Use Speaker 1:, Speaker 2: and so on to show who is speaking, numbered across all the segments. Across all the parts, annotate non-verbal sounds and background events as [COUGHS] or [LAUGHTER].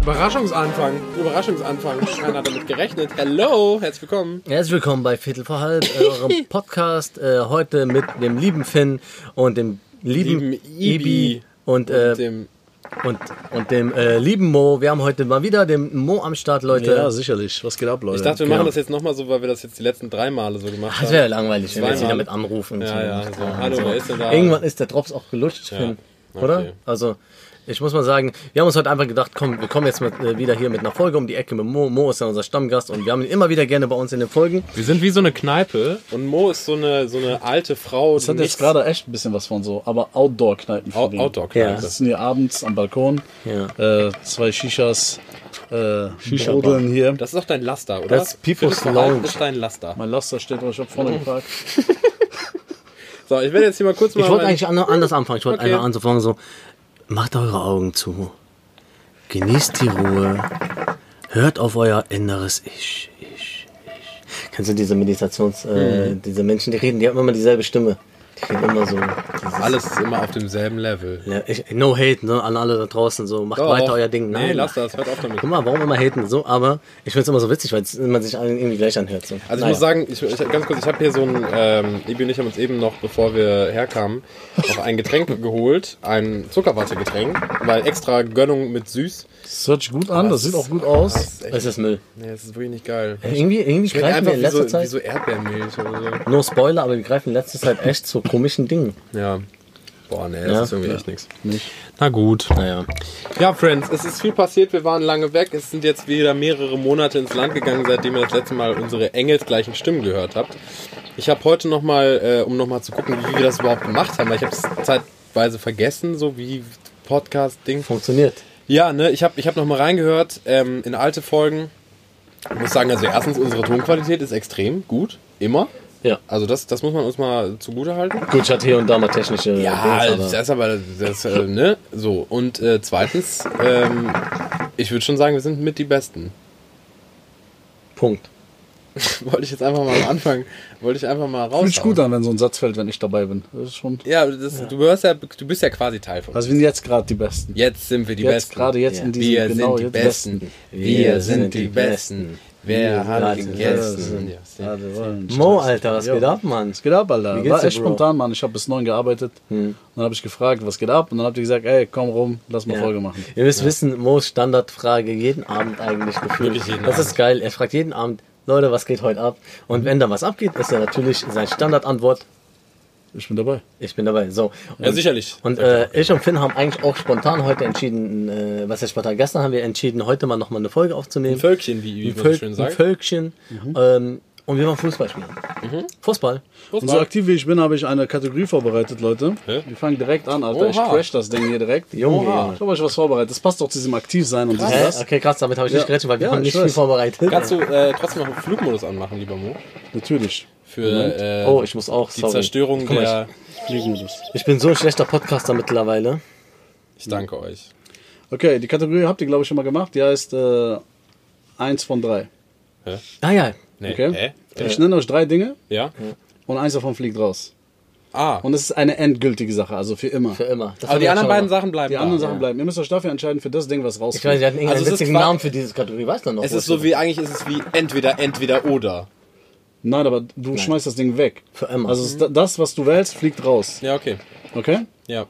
Speaker 1: Überraschungsanfang. Überraschungsanfang. Keiner hat damit gerechnet. Hello, herzlich willkommen.
Speaker 2: Herzlich willkommen bei Viertel vor halb,
Speaker 1: [LAUGHS]
Speaker 2: äh, eurem Podcast. Äh, heute mit dem lieben Finn und dem lieben,
Speaker 1: Lieben Ibi
Speaker 2: Ibi und, äh,
Speaker 1: Mit dem
Speaker 2: und, und dem äh, lieben Mo. Wir haben heute mal wieder den Mo am Start, Leute.
Speaker 3: Ja, sicherlich. Was geht ab, Leute?
Speaker 1: ich dachte, wir
Speaker 2: genau.
Speaker 1: machen das jetzt nochmal so, weil wir das jetzt die letzten drei Male so gemacht
Speaker 2: das
Speaker 1: haben.
Speaker 2: wäre ja langweilig, wenn wir jetzt
Speaker 1: Zweimal.
Speaker 2: wieder mit anrufen. Ah,
Speaker 1: Ja, ja, so. Hallo, wer ist denn da?
Speaker 2: Irgendwann ist der Drops auch gelutscht, Finn.
Speaker 1: okay.
Speaker 2: Oder? Also, ich muss mal sagen, wir haben uns heute einfach gedacht, komm, wir kommen jetzt mit, äh, wieder hier mit einer Folge um die Ecke mit Mo. Mo ist ja unser Stammgast und wir haben ihn immer wieder gerne bei uns in den Folgen.
Speaker 1: Wir sind wie so eine Kneipe und Mo ist so eine, so eine alte Frau.
Speaker 3: das hat jetzt gerade echt ein bisschen was von so, aber Outdoor-Kneipen. für den.
Speaker 2: Ja.
Speaker 1: Outdoor-Kneipe.
Speaker 3: Das sind hier abends am Balkon.
Speaker 2: Ja.
Speaker 3: Äh, zwei Shishas. Äh, brodeln hier.
Speaker 1: Das ist doch dein Laster, oder?
Speaker 2: Das ist People's
Speaker 1: Viertel vor halb
Speaker 2: Lounge.
Speaker 1: ist dein Laster.
Speaker 3: mein Laster steht euch ab vorne geparkt.
Speaker 1: So, ich werde jetzt hier mal kurz mal...
Speaker 2: Ich wollte
Speaker 1: mein-
Speaker 2: eigentlich an- anders anfangen. Ich wollte
Speaker 1: Okay.
Speaker 2: einfach anfangen so, macht eure Augen zu. Genießt die Ruhe. Hört auf euer inneres Ich. ich, ich. Kennst du diese Meditations... Äh,
Speaker 1: Mhm.
Speaker 2: diese Menschen, die reden, die haben immer dieselbe Stimme. Die reden immer so. dieses-
Speaker 1: Alles ist immer auf demselben Level.
Speaker 2: Ja, ich, no hate ne, an alle da draußen. So, macht
Speaker 1: Doch.
Speaker 2: weiter euer Ding.
Speaker 1: Nee, lass das, hört auf damit.
Speaker 2: Guck mal, warum immer haten? So, aber ich finde es immer so witzig, weil man sich allen irgendwie gleich anhört. So.
Speaker 1: Also ich muss sagen, ich, ich, ganz kurz, ich habe hier so ein, ähm, Ebi und ich haben uns eben noch, bevor wir herkamen, noch ein Getränk geholt, ein Zuckerwattegetränk, weil extra Gönnung mit süß.
Speaker 3: Das hört sich gut an, das sieht auch gut aus.
Speaker 1: Das ist echt,
Speaker 2: Es ist Müll.
Speaker 1: nee, das ist wirklich nicht geil.
Speaker 2: Irgendwie, irgendwie
Speaker 1: Schmeckt
Speaker 2: greifen
Speaker 1: einfach
Speaker 2: wir in
Speaker 1: wie
Speaker 2: letzter
Speaker 1: so, wie
Speaker 2: Zeit...
Speaker 1: so Erdbeermilch oder so.
Speaker 2: No Spoiler, aber wir greifen in letzter Zeit echt zu komischen Dingen.
Speaker 1: Ja. Boah, nee, das
Speaker 2: Ja.
Speaker 1: ist irgendwie echt nichts.
Speaker 3: Nicht.
Speaker 1: Na gut.
Speaker 2: Naja.
Speaker 1: Ja, Friends, es ist viel passiert, wir waren lange weg. Es sind jetzt wieder mehrere Monate ins Land gegangen, seitdem ihr das letzte Mal unsere engelsgleichen Stimmen gehört habt. Ich habe heute nochmal, äh, um nochmal zu gucken, wie wir das überhaupt gemacht haben, weil ich habe es zeitweise vergessen, so wie Podcast-Ding.
Speaker 2: Funktioniert.
Speaker 1: Ja, ne, ich habe ich hab nochmal reingehört ähm, in alte Folgen. Ich muss sagen, also erstens, unsere Tonqualität ist extrem gut, immer.
Speaker 2: Ja.
Speaker 1: Also das, das muss man uns mal zugute halten.
Speaker 2: Gut, ich hatte hier und da mal technische
Speaker 1: Ja,
Speaker 2: Dings, aber
Speaker 1: das ist aber das, äh, ne? So, und äh, zweitens, ähm, ich würde schon sagen, wir sind mit die Besten. [LAUGHS]
Speaker 2: Punkt.
Speaker 1: Wollte ich jetzt einfach mal am Anfang, wollte ich einfach mal raus.
Speaker 3: Fühlt sich gut an, wenn so ein Satz fällt, wenn ich dabei bin. Das ist schon.
Speaker 1: Ja, das, Du, gehörst ja, du bist ja quasi Teil von uns.
Speaker 3: Also wir sind jetzt gerade die Besten.
Speaker 1: Jetzt sind wir die
Speaker 3: jetzt
Speaker 1: Besten.
Speaker 3: gerade jetzt
Speaker 2: Ja.
Speaker 3: in diesem
Speaker 1: wir
Speaker 3: genau
Speaker 1: sind die
Speaker 3: jetzt
Speaker 1: Besten. Wir sind die Besten. Wer hat
Speaker 2: sind die
Speaker 1: gegessen?
Speaker 3: Ja, Ah, wir wollen
Speaker 2: Mo,
Speaker 3: Stress.
Speaker 2: Alter, was
Speaker 3: Jo.
Speaker 2: geht ab, Mann?
Speaker 3: Was geht ab, Alter?
Speaker 2: Wie geht's
Speaker 3: War
Speaker 2: dir,
Speaker 3: echt
Speaker 2: Bro?
Speaker 3: spontan, Mann. Ich habe bis neun gearbeitet. Und dann habe ich gefragt, was geht ab? Und dann habt ihr gesagt, ey, komm rum, lass mal
Speaker 2: Ja.
Speaker 3: Folge machen.
Speaker 2: Ihr müsst wissen, Mo's Standardfrage jeden Abend eigentlich gefühlt.
Speaker 1: Wirklich jeden
Speaker 2: das ist geil. Er fragt jeden Abend, Leute, was geht heute ab? Und wenn da was abgeht, ist ja natürlich seine Standardantwort,
Speaker 3: Ich bin dabei.
Speaker 2: ich bin dabei. So. Und,
Speaker 1: Ja, sicherlich.
Speaker 2: Und äh, ich und Finn haben eigentlich auch spontan heute entschieden, äh, was ist spontan? Gestern haben wir entschieden, heute mal nochmal eine Folge aufzunehmen.
Speaker 1: Ein Völkchen, wie, wie man
Speaker 2: ein,
Speaker 1: so
Speaker 2: Völk,
Speaker 1: schön
Speaker 2: ein
Speaker 1: sagt.
Speaker 2: Völkchen. Ähm, und wir wollen Fußball spielen. Fußball.
Speaker 3: Und so aktiv wie ich bin, habe ich eine Kategorie vorbereitet, Leute.
Speaker 1: Hä?
Speaker 3: Wir fangen direkt an, Alter. Ich
Speaker 1: Oha.
Speaker 3: crash das Ding hier direkt.
Speaker 2: Junge, Junge.
Speaker 3: Ich habe euch was vorbereitet. Das passt doch zu diesem Aktivsein und diesem
Speaker 2: Hä?
Speaker 3: das.
Speaker 2: Okay, krass, damit habe ich
Speaker 3: Ja.
Speaker 2: nicht gerechnet, weil wir
Speaker 3: Ja,
Speaker 2: haben
Speaker 3: ich
Speaker 2: nicht viel
Speaker 3: weiß.
Speaker 2: vorbereitet.
Speaker 1: Kannst du äh, trotzdem noch einen Flugmodus anmachen, lieber Mo?
Speaker 3: Natürlich.
Speaker 1: Für äh,
Speaker 2: oh, ich muss auch,
Speaker 1: die
Speaker 2: sorry.
Speaker 1: Zerstörung
Speaker 2: Guck mal,
Speaker 1: der...
Speaker 2: Ich, ich bin so ein schlechter Podcaster mittlerweile.
Speaker 1: Ich danke euch.
Speaker 3: Okay, die Kategorie habt ihr, glaube ich, schon mal gemacht. Die heißt äh, eins von drei.
Speaker 2: Ah ja,
Speaker 1: Nee.
Speaker 3: Okay?
Speaker 1: Hä?
Speaker 3: Ich nenne euch drei Dinge
Speaker 1: Ja?
Speaker 3: und eins davon fliegt raus.
Speaker 1: Ah,
Speaker 3: Und es ist eine endgültige Sache, also für immer.
Speaker 2: für immer. Das
Speaker 1: aber
Speaker 2: haben
Speaker 1: die
Speaker 2: wir
Speaker 1: anderen
Speaker 2: schon
Speaker 1: beiden
Speaker 2: gemacht.
Speaker 1: Sachen bleiben
Speaker 3: Die
Speaker 1: da.
Speaker 3: anderen Sachen bleiben. Ihr müsst euch dafür entscheiden für das Ding, was
Speaker 2: Ich weiß,
Speaker 3: rausfliegt.
Speaker 2: wir hatten irgendeinen
Speaker 1: Also es ist
Speaker 2: witzigen
Speaker 1: qua-
Speaker 2: Namen für diese Kategorie, weißt du noch?
Speaker 1: Es ist so wie, eigentlich ist es wie entweder, entweder oder.
Speaker 3: Nein, aber du schmeißt das Ding weg.
Speaker 2: Für immer.
Speaker 3: Also es ist da- das, was du wählst, fliegt raus.
Speaker 1: Ja, okay.
Speaker 3: Okay?
Speaker 1: Ja.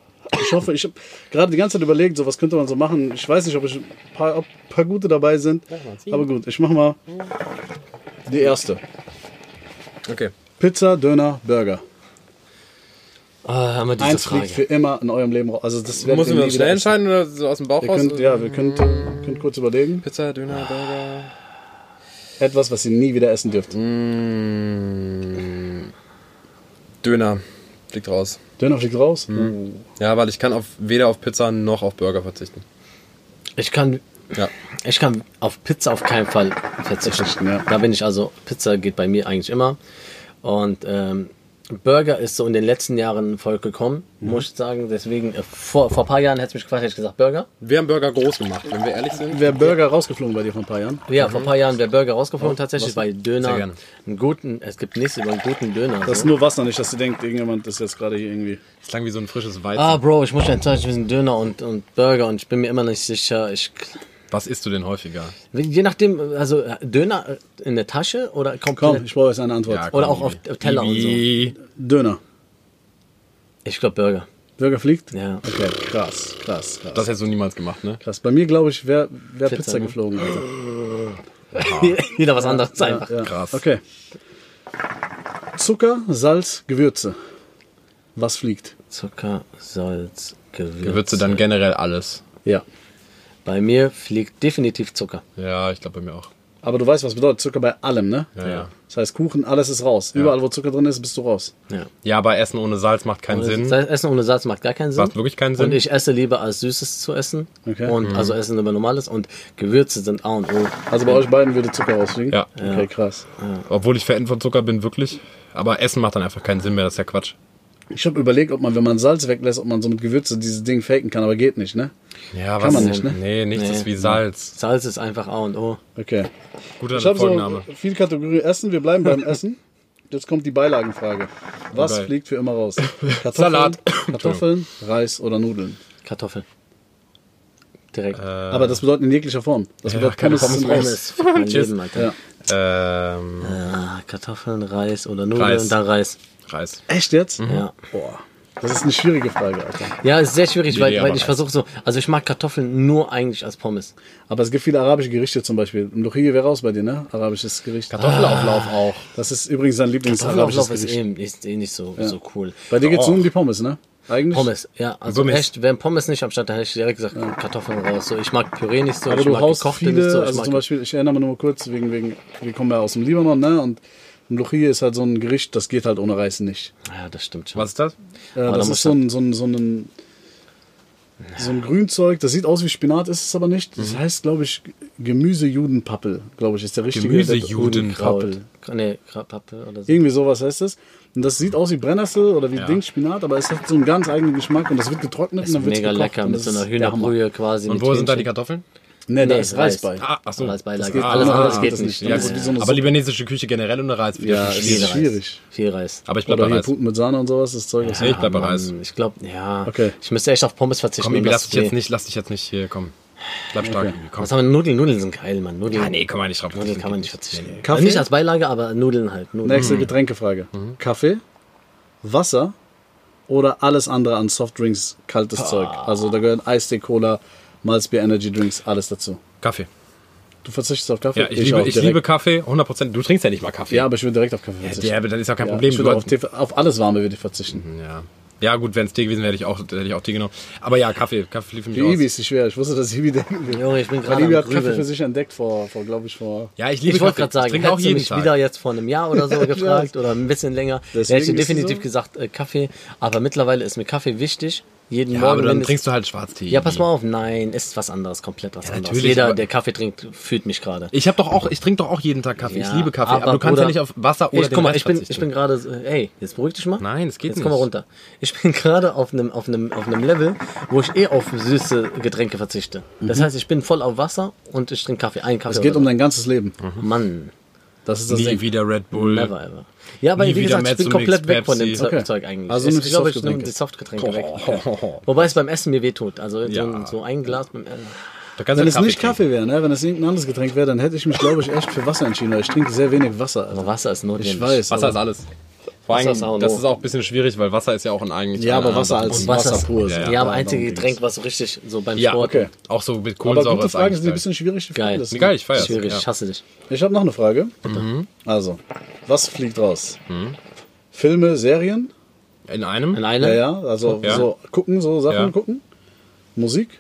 Speaker 3: Ich hoffe, ich habe gerade die ganze Zeit überlegt, so was könnte man so machen. Ich weiß nicht, ob ich ein paar, ob ein paar gute dabei sind. Aber gut, ich mache mal die erste.
Speaker 1: Okay.
Speaker 3: Pizza, Döner, Burger.
Speaker 2: Ah, haben wir diese
Speaker 3: Eins
Speaker 2: Frage.
Speaker 3: fliegt für immer in eurem Leben raus. Also das werden
Speaker 1: Müssen wir
Speaker 3: nie
Speaker 1: uns
Speaker 3: wieder
Speaker 1: schnell entscheiden oder so aus Mm. dem Bauch
Speaker 3: Ihr
Speaker 1: raus?
Speaker 3: könnt, ja, wir könnt, könnt kurz überlegen.
Speaker 1: Pizza, Döner, Burger.
Speaker 3: Etwas, was ihr nie wieder essen dürft.
Speaker 1: Mm. Döner. Fliegt raus.
Speaker 3: Döner fliegt raus.
Speaker 1: Mm. Ja, weil ich kann auf, weder auf Pizza noch auf Burger verzichten.
Speaker 2: Ich kann,
Speaker 1: Ja.
Speaker 2: ich kann auf Pizza auf keinen Fall verzichten.
Speaker 3: Ja.
Speaker 2: Da bin ich also, Pizza geht bei mir eigentlich immer. Und ähm, Burger ist so in den letzten Jahren voll gekommen, muss ich sagen. Deswegen, äh, vor, vor ein paar Jahren hätte es mich gefragt, hätte ich gesagt Burger.
Speaker 1: Wir haben Burger groß gemacht, wenn wir ehrlich sind.
Speaker 3: Wäre Burger rausgeflogen bei dir vor ein paar Jahren?
Speaker 2: Ja, vor ein paar Jahren wäre Burger rausgeflogen tatsächlich, weil
Speaker 1: Sehr
Speaker 2: Döner
Speaker 1: gerne.
Speaker 2: einen guten, es gibt nichts über einen guten Döner.
Speaker 3: Das ist
Speaker 2: So.
Speaker 3: nur Wasser, nicht, dass ihr denkt, irgendjemand ist jetzt gerade hier irgendwie.
Speaker 1: Das klang wie so ein frisches Weizen.
Speaker 2: Ah, Bro, ich muss enttäuscht zwischen Döner und, und Burger und ich bin mir immer nicht sicher. Ich,
Speaker 1: Was isst du denn häufiger?
Speaker 2: Je nachdem, also Döner in der Tasche oder komplett.
Speaker 3: Komm, ich brauche jetzt eine Antwort.
Speaker 1: Ja,
Speaker 2: Oder auch auf
Speaker 1: Bibi.
Speaker 2: Teller und so.
Speaker 1: Bibi.
Speaker 3: Döner.
Speaker 2: Ich glaube Burger. [LAUGHS]
Speaker 3: Burger fliegt?
Speaker 2: Ja.
Speaker 3: Okay, krass, krass, krass.
Speaker 1: Das hättest du niemals gemacht, ne?
Speaker 3: krass. Bei mir, glaube ich, wäre wär
Speaker 2: Pizza,
Speaker 3: Pizza,
Speaker 2: ne?
Speaker 3: geflogen. Alter.
Speaker 2: Wieder was anderes einfach.
Speaker 3: Ja, ja.
Speaker 1: Krass.
Speaker 3: Okay. Zucker, Salz, Gewürze. Was fliegt?
Speaker 2: Zucker, Salz, Gewürze.
Speaker 1: Gewürze dann generell alles.
Speaker 3: Ja.
Speaker 2: Bei mir fliegt definitiv Zucker.
Speaker 1: Ja, ich glaube bei mir auch.
Speaker 3: Aber du weißt, was bedeutet Zucker bei allem, ne?
Speaker 1: Ja, ja.
Speaker 3: Das heißt, Kuchen, alles ist raus. Überall, wo Zucker drin ist, bist du raus.
Speaker 2: Ja.
Speaker 1: Ja, aber Essen ohne Salz macht keinen Sinn.
Speaker 2: Sa- Essen ohne Salz macht gar keinen Sinn.
Speaker 1: Macht wirklich keinen Sinn. Mhm.
Speaker 2: Und ich esse lieber als Süßes zu essen.
Speaker 3: Okay.
Speaker 2: Und also essen lieber normales. Und Gewürze sind A und O.
Speaker 3: Also bei euch beiden würde Zucker rausfliegen?
Speaker 1: Ja.
Speaker 3: Okay, krass.
Speaker 1: Obwohl ich Fan von Zucker bin, wirklich. Aber Essen macht dann einfach keinen Sinn mehr, das ist ja Quatsch.
Speaker 3: Ich habe überlegt, ob man, wenn man Salz weglässt, ob man so mit Gewürze dieses Ding faken kann, aber geht nicht, ne?
Speaker 1: Ja,
Speaker 3: Kann man nicht, ne?
Speaker 1: Nee, nichts
Speaker 2: Nee.
Speaker 1: ist wie Salz.
Speaker 2: Salz ist einfach A und O.
Speaker 3: Okay.
Speaker 1: Guter
Speaker 3: Ich habe
Speaker 1: Folgenname.
Speaker 3: so viel Kategorie Essen, wir bleiben beim Essen. Jetzt kommt die Beilagenfrage. Was
Speaker 1: Geil.
Speaker 3: fliegt für
Speaker 1: [LAUGHS]
Speaker 3: immer raus? Kartoffeln,
Speaker 1: Salat.
Speaker 3: Kartoffeln, Reis oder Nudeln.
Speaker 2: Kartoffeln. Direkt.
Speaker 1: Äh,
Speaker 3: Aber das bedeutet in jeglicher Form. Das
Speaker 1: Ja,
Speaker 3: bedeutet
Speaker 1: keine Pommes
Speaker 3: Pommes sind
Speaker 1: raus.
Speaker 3: raus.
Speaker 2: Pommes. Fuck mein
Speaker 1: Tschüss.
Speaker 2: Leben, Alter.
Speaker 3: Ja.
Speaker 1: Ähm,
Speaker 2: Ah, Kartoffeln, Reis oder Nudeln
Speaker 1: Reis.
Speaker 2: und dann Reis.
Speaker 1: Reis.
Speaker 3: Echt jetzt?
Speaker 1: Mhm.
Speaker 2: Ja.
Speaker 3: Boah. Das ist eine schwierige Frage, Alter.
Speaker 2: Ja, ist sehr schwierig,
Speaker 1: Nee, nee,
Speaker 2: weil,
Speaker 1: aber
Speaker 2: weil ich
Speaker 1: Reis.
Speaker 2: versuche so. Also ich mag Kartoffeln nur eigentlich als Pommes.
Speaker 3: Aber es gibt viele arabische Gerichte zum Beispiel. Luchie wäre raus bei dir, ne? Arabisches Gericht. Ah.
Speaker 1: Kartoffelauflauf auch.
Speaker 3: Das ist übrigens sein Lieblingsarabisches
Speaker 2: Kartoffelauflauf ist
Speaker 3: Gericht.
Speaker 2: eh, ist eh nicht so, so cool.
Speaker 3: Bei dir geht's
Speaker 1: Oh.
Speaker 3: nur um die Pommes, ne? Eigentlich?
Speaker 2: Pommes, ja, also
Speaker 1: Pommes.
Speaker 2: echt, wären Pommes nicht am Start, dann hätte ich direkt gesagt, Kartoffeln raus. So, ich mag Püree nicht so,
Speaker 3: Aber
Speaker 2: ich
Speaker 3: du
Speaker 2: mag
Speaker 3: haust
Speaker 2: gekochte
Speaker 3: viele,
Speaker 2: nicht so, ich
Speaker 3: also
Speaker 2: mag
Speaker 3: zum Beispiel, ich erinnere mich nur mal kurz, wegen, wegen, wir kommen ja aus dem Libanon, ne? Und Luchie ist halt so ein Gericht, das geht halt ohne Reis nicht.
Speaker 2: Ja, das stimmt schon.
Speaker 1: Was ist das?
Speaker 3: Äh,
Speaker 2: da
Speaker 3: das
Speaker 2: muss
Speaker 3: ist so ein, so ein, so ein, so ein Grünzeug, das sieht aus wie Spinat, ist es aber nicht.
Speaker 2: Mhm.
Speaker 3: Das heißt, glaube ich, Gemüsejudenpappel, glaube ich, ist der richtige.
Speaker 1: Gemüsejudenkraut.
Speaker 2: Kraut. Nee, Kraut, Pappel oder so.
Speaker 3: Irgendwie sowas heißt es. Und das sieht aus wie Brennnessel oder wie
Speaker 1: Ja.
Speaker 3: Dingspinat, aber es hat so einen ganz eigenen Geschmack und das wird getrocknet
Speaker 2: Ist
Speaker 3: und dann wird
Speaker 2: mega lecker, mit so einer Hühnerbrühe quasi.
Speaker 1: Und
Speaker 2: mit
Speaker 1: wo sind da die
Speaker 2: Hähnchen.
Speaker 1: Kartoffeln?
Speaker 3: Ne, da
Speaker 2: Nee,
Speaker 3: ist Reis bei.
Speaker 1: Ah, ach so.
Speaker 2: Als
Speaker 3: Das
Speaker 2: Beilage.
Speaker 3: geht-
Speaker 2: Alles
Speaker 3: ah,
Speaker 2: andere
Speaker 3: das
Speaker 2: geht
Speaker 3: nicht.
Speaker 2: nicht.
Speaker 1: Ja,
Speaker 3: Das ist
Speaker 1: gut.
Speaker 3: wie so eine
Speaker 1: aber
Speaker 3: Suppe.
Speaker 1: libanesische Küche generell ohne Reis. wird
Speaker 3: Ja,
Speaker 1: definitiv
Speaker 3: es ist
Speaker 1: schwierig.
Speaker 3: schwierig.
Speaker 2: Viel Reis. Ah,
Speaker 1: Aber ich bleibe
Speaker 3: Oder
Speaker 1: bei
Speaker 3: hier
Speaker 1: Reis.
Speaker 3: Puten mit Sahne und sowas, das Zeug. das-
Speaker 1: Ich bleib bei
Speaker 2: Mann,
Speaker 1: Reis.
Speaker 2: Ich glaube, ja.
Speaker 3: Okay.
Speaker 2: Ich müsste echt auf Pommes verzichten.
Speaker 1: Komm, Ibi,
Speaker 2: um das
Speaker 1: lass dich
Speaker 2: zu
Speaker 1: jetzt
Speaker 2: sehen.
Speaker 1: nicht, lass dich jetzt nicht hier, komm. Bleib stark, Ibi, komm.
Speaker 2: Was haben wir? Nudeln? Nudeln sind geil, Mann. Nudeln.
Speaker 1: Ah, nee, komm mal nicht drauf.
Speaker 2: Nudeln kann man nicht verzichten.
Speaker 3: Kaffee?
Speaker 2: Also Nicht als Beilage, aber Nudeln halt. Nudeln.
Speaker 1: Mhm.
Speaker 3: Nächste Getränkefrage. Kaffee, Wasser oder alles andere an Softdrinks, kaltes
Speaker 1: Ah.
Speaker 3: Zeug. Also da gehören Eistee, Cola, Malzbier, Energy Drinks, alles dazu.
Speaker 1: Kaffee.
Speaker 3: Du verzichtest auf Kaffee?
Speaker 1: Ja, ich, liebe,
Speaker 3: auch
Speaker 1: ich
Speaker 3: direkt.
Speaker 1: liebe Kaffee, 100%. Du trinkst ja nicht mal Kaffee.
Speaker 3: Ja, aber ich würde direkt auf Kaffee
Speaker 1: Ja,
Speaker 3: verzichten.
Speaker 1: der, dann ist ja kein
Speaker 3: Ja,
Speaker 1: Problem.
Speaker 3: Ich würde
Speaker 1: Du- Mhm.
Speaker 3: auf, Tee- auf alles Warme würde ich verzichten.
Speaker 1: Ja. Ja, gut, wenn es Tee gewesen wäre, hätte ich auch, hätte ich auch Tee genommen. Aber ja, Kaffee. Kaffee lief für
Speaker 3: Die
Speaker 1: mich
Speaker 3: Ibi
Speaker 1: aus.
Speaker 3: ist nicht schwer. Ich wusste, dass
Speaker 1: [LAUGHS]
Speaker 3: Ibi denken wird.
Speaker 2: Junge, ich bin
Speaker 3: Weil
Speaker 2: gerade
Speaker 3: Ibi
Speaker 2: am
Speaker 3: hat Kaffee für
Speaker 2: Grübeln.
Speaker 3: sich entdeckt vor, vor glaube ich, vor...
Speaker 1: Ja, ich liebe
Speaker 2: Ich wollte
Speaker 1: Kaffee.
Speaker 2: gerade sagen,
Speaker 1: ich trinke auch
Speaker 2: hättest du
Speaker 1: jeden
Speaker 2: mich
Speaker 1: Tag.
Speaker 2: wieder jetzt vor einem Jahr
Speaker 1: [LAUGHS]
Speaker 2: oder so gefragt oder ein bisschen länger,
Speaker 3: Deswegen
Speaker 2: hätte ich
Speaker 3: ist es
Speaker 2: definitiv
Speaker 3: so.
Speaker 2: gesagt äh, Kaffee. Aber mittlerweile ist mir Kaffee wichtig. Jeden
Speaker 1: ja,
Speaker 2: Morgen.
Speaker 1: aber
Speaker 2: wenn
Speaker 1: dann
Speaker 2: es-
Speaker 1: trinkst du halt Schwarztee.
Speaker 2: ja, pass mal auf. Nein, ist was anderes, komplett was anderes.
Speaker 1: natürlich,
Speaker 2: Jeder,
Speaker 1: aber-
Speaker 2: der Kaffee trinkt, fühlt mich gerade.
Speaker 1: Ich habe doch auch, ich trinke doch auch jeden Tag Kaffee. ich
Speaker 2: Ja,
Speaker 1: liebe Kaffee, aber, du kannst
Speaker 2: Bruder,
Speaker 1: ja nicht auf Wasser oder
Speaker 2: ich,
Speaker 1: den
Speaker 2: guck mal,
Speaker 1: Rest
Speaker 2: ich bin, ich
Speaker 1: verzichten.
Speaker 2: bin gerade, so- ey, jetzt beruhig dich mal.
Speaker 1: Nein, das geht
Speaker 2: jetzt Jetzt komm mal
Speaker 1: nicht.
Speaker 2: runter. Ich bin [LAUGHS] gerade auf einem, auf einem, auf einem Level, wo ich eh auf süße Getränke verzichte. Das
Speaker 1: Mhm.
Speaker 2: heißt, ich bin voll auf Wasser und ich trinke Kaffee, einen Kaffee.
Speaker 3: Es geht
Speaker 2: oder
Speaker 3: um
Speaker 2: so.
Speaker 3: dein ganzes Leben.
Speaker 1: Mhm.
Speaker 2: Mann,
Speaker 3: Das ist das
Speaker 1: Nie
Speaker 3: Ding.
Speaker 1: wieder Red Bull. [LAUGHS]
Speaker 2: never ever. Ja, aber
Speaker 1: Nie
Speaker 2: wie
Speaker 1: wieder
Speaker 2: gesagt, ich bin
Speaker 1: Mezzomix,
Speaker 2: komplett weg von dem
Speaker 1: Pepsi.
Speaker 2: Zeug,
Speaker 3: Okay.
Speaker 2: Zeug eigentlich.
Speaker 3: Also
Speaker 2: ich
Speaker 3: nimmst du
Speaker 2: glaube, ich nehme
Speaker 3: Softgetränke.
Speaker 2: die Softgetränke weg.
Speaker 3: [LAUGHS]
Speaker 1: Oh,
Speaker 2: Wobei es beim Essen mir wehtut. Also
Speaker 1: Ja.
Speaker 2: so, ein, so ein Glas beim Essen.
Speaker 1: Da kannst
Speaker 3: Wenn
Speaker 1: du
Speaker 3: es nicht
Speaker 1: trinken.
Speaker 3: Kaffee wäre, ne? wenn es irgendein anderes Getränk wäre, dann hätte ich mich, glaube ich, echt für Wasser entschieden. Weil ich trinke sehr wenig Wasser.
Speaker 2: Aber
Speaker 3: Also.
Speaker 2: Wasser ist notwendig.
Speaker 3: Ich weiß.
Speaker 1: Wasser
Speaker 3: aber-
Speaker 1: ist alles. Vor allem,
Speaker 2: Wasser ist auch
Speaker 1: das
Speaker 2: nur-
Speaker 1: ist auch ein bisschen schwierig, weil Wasser ist ja auch ein eigenes.
Speaker 3: Ja, aber Wasser als
Speaker 2: Und
Speaker 3: Wasser,
Speaker 2: Wasser ist-
Speaker 1: Ja,
Speaker 3: pur.
Speaker 2: Ja,
Speaker 1: ja,
Speaker 2: aber
Speaker 3: darum
Speaker 2: einzige
Speaker 3: ging's.
Speaker 2: Getränk, was so richtig so beim
Speaker 1: Ja,
Speaker 2: Sport.
Speaker 1: okay. Auch so mit
Speaker 3: Aber
Speaker 1: Kohlensäure
Speaker 3: gute
Speaker 1: ist
Speaker 3: Fragen sind die ein
Speaker 1: eigentlich
Speaker 3: bisschen schwierig. die
Speaker 2: Geil.
Speaker 3: Fragen sind.
Speaker 1: Geil, ich Mhm. feier's.
Speaker 2: Schwierig,
Speaker 1: Ja.
Speaker 2: ich hasse dich.
Speaker 3: Ich habe noch eine Frage. Also, was fliegt raus? Filme, Serien?
Speaker 1: geil. In einem?
Speaker 2: In einer?
Speaker 3: Ja, ja. Also
Speaker 1: Mhm. Ja.
Speaker 3: so gucken, so Sachen
Speaker 1: Ja.
Speaker 3: gucken. Musik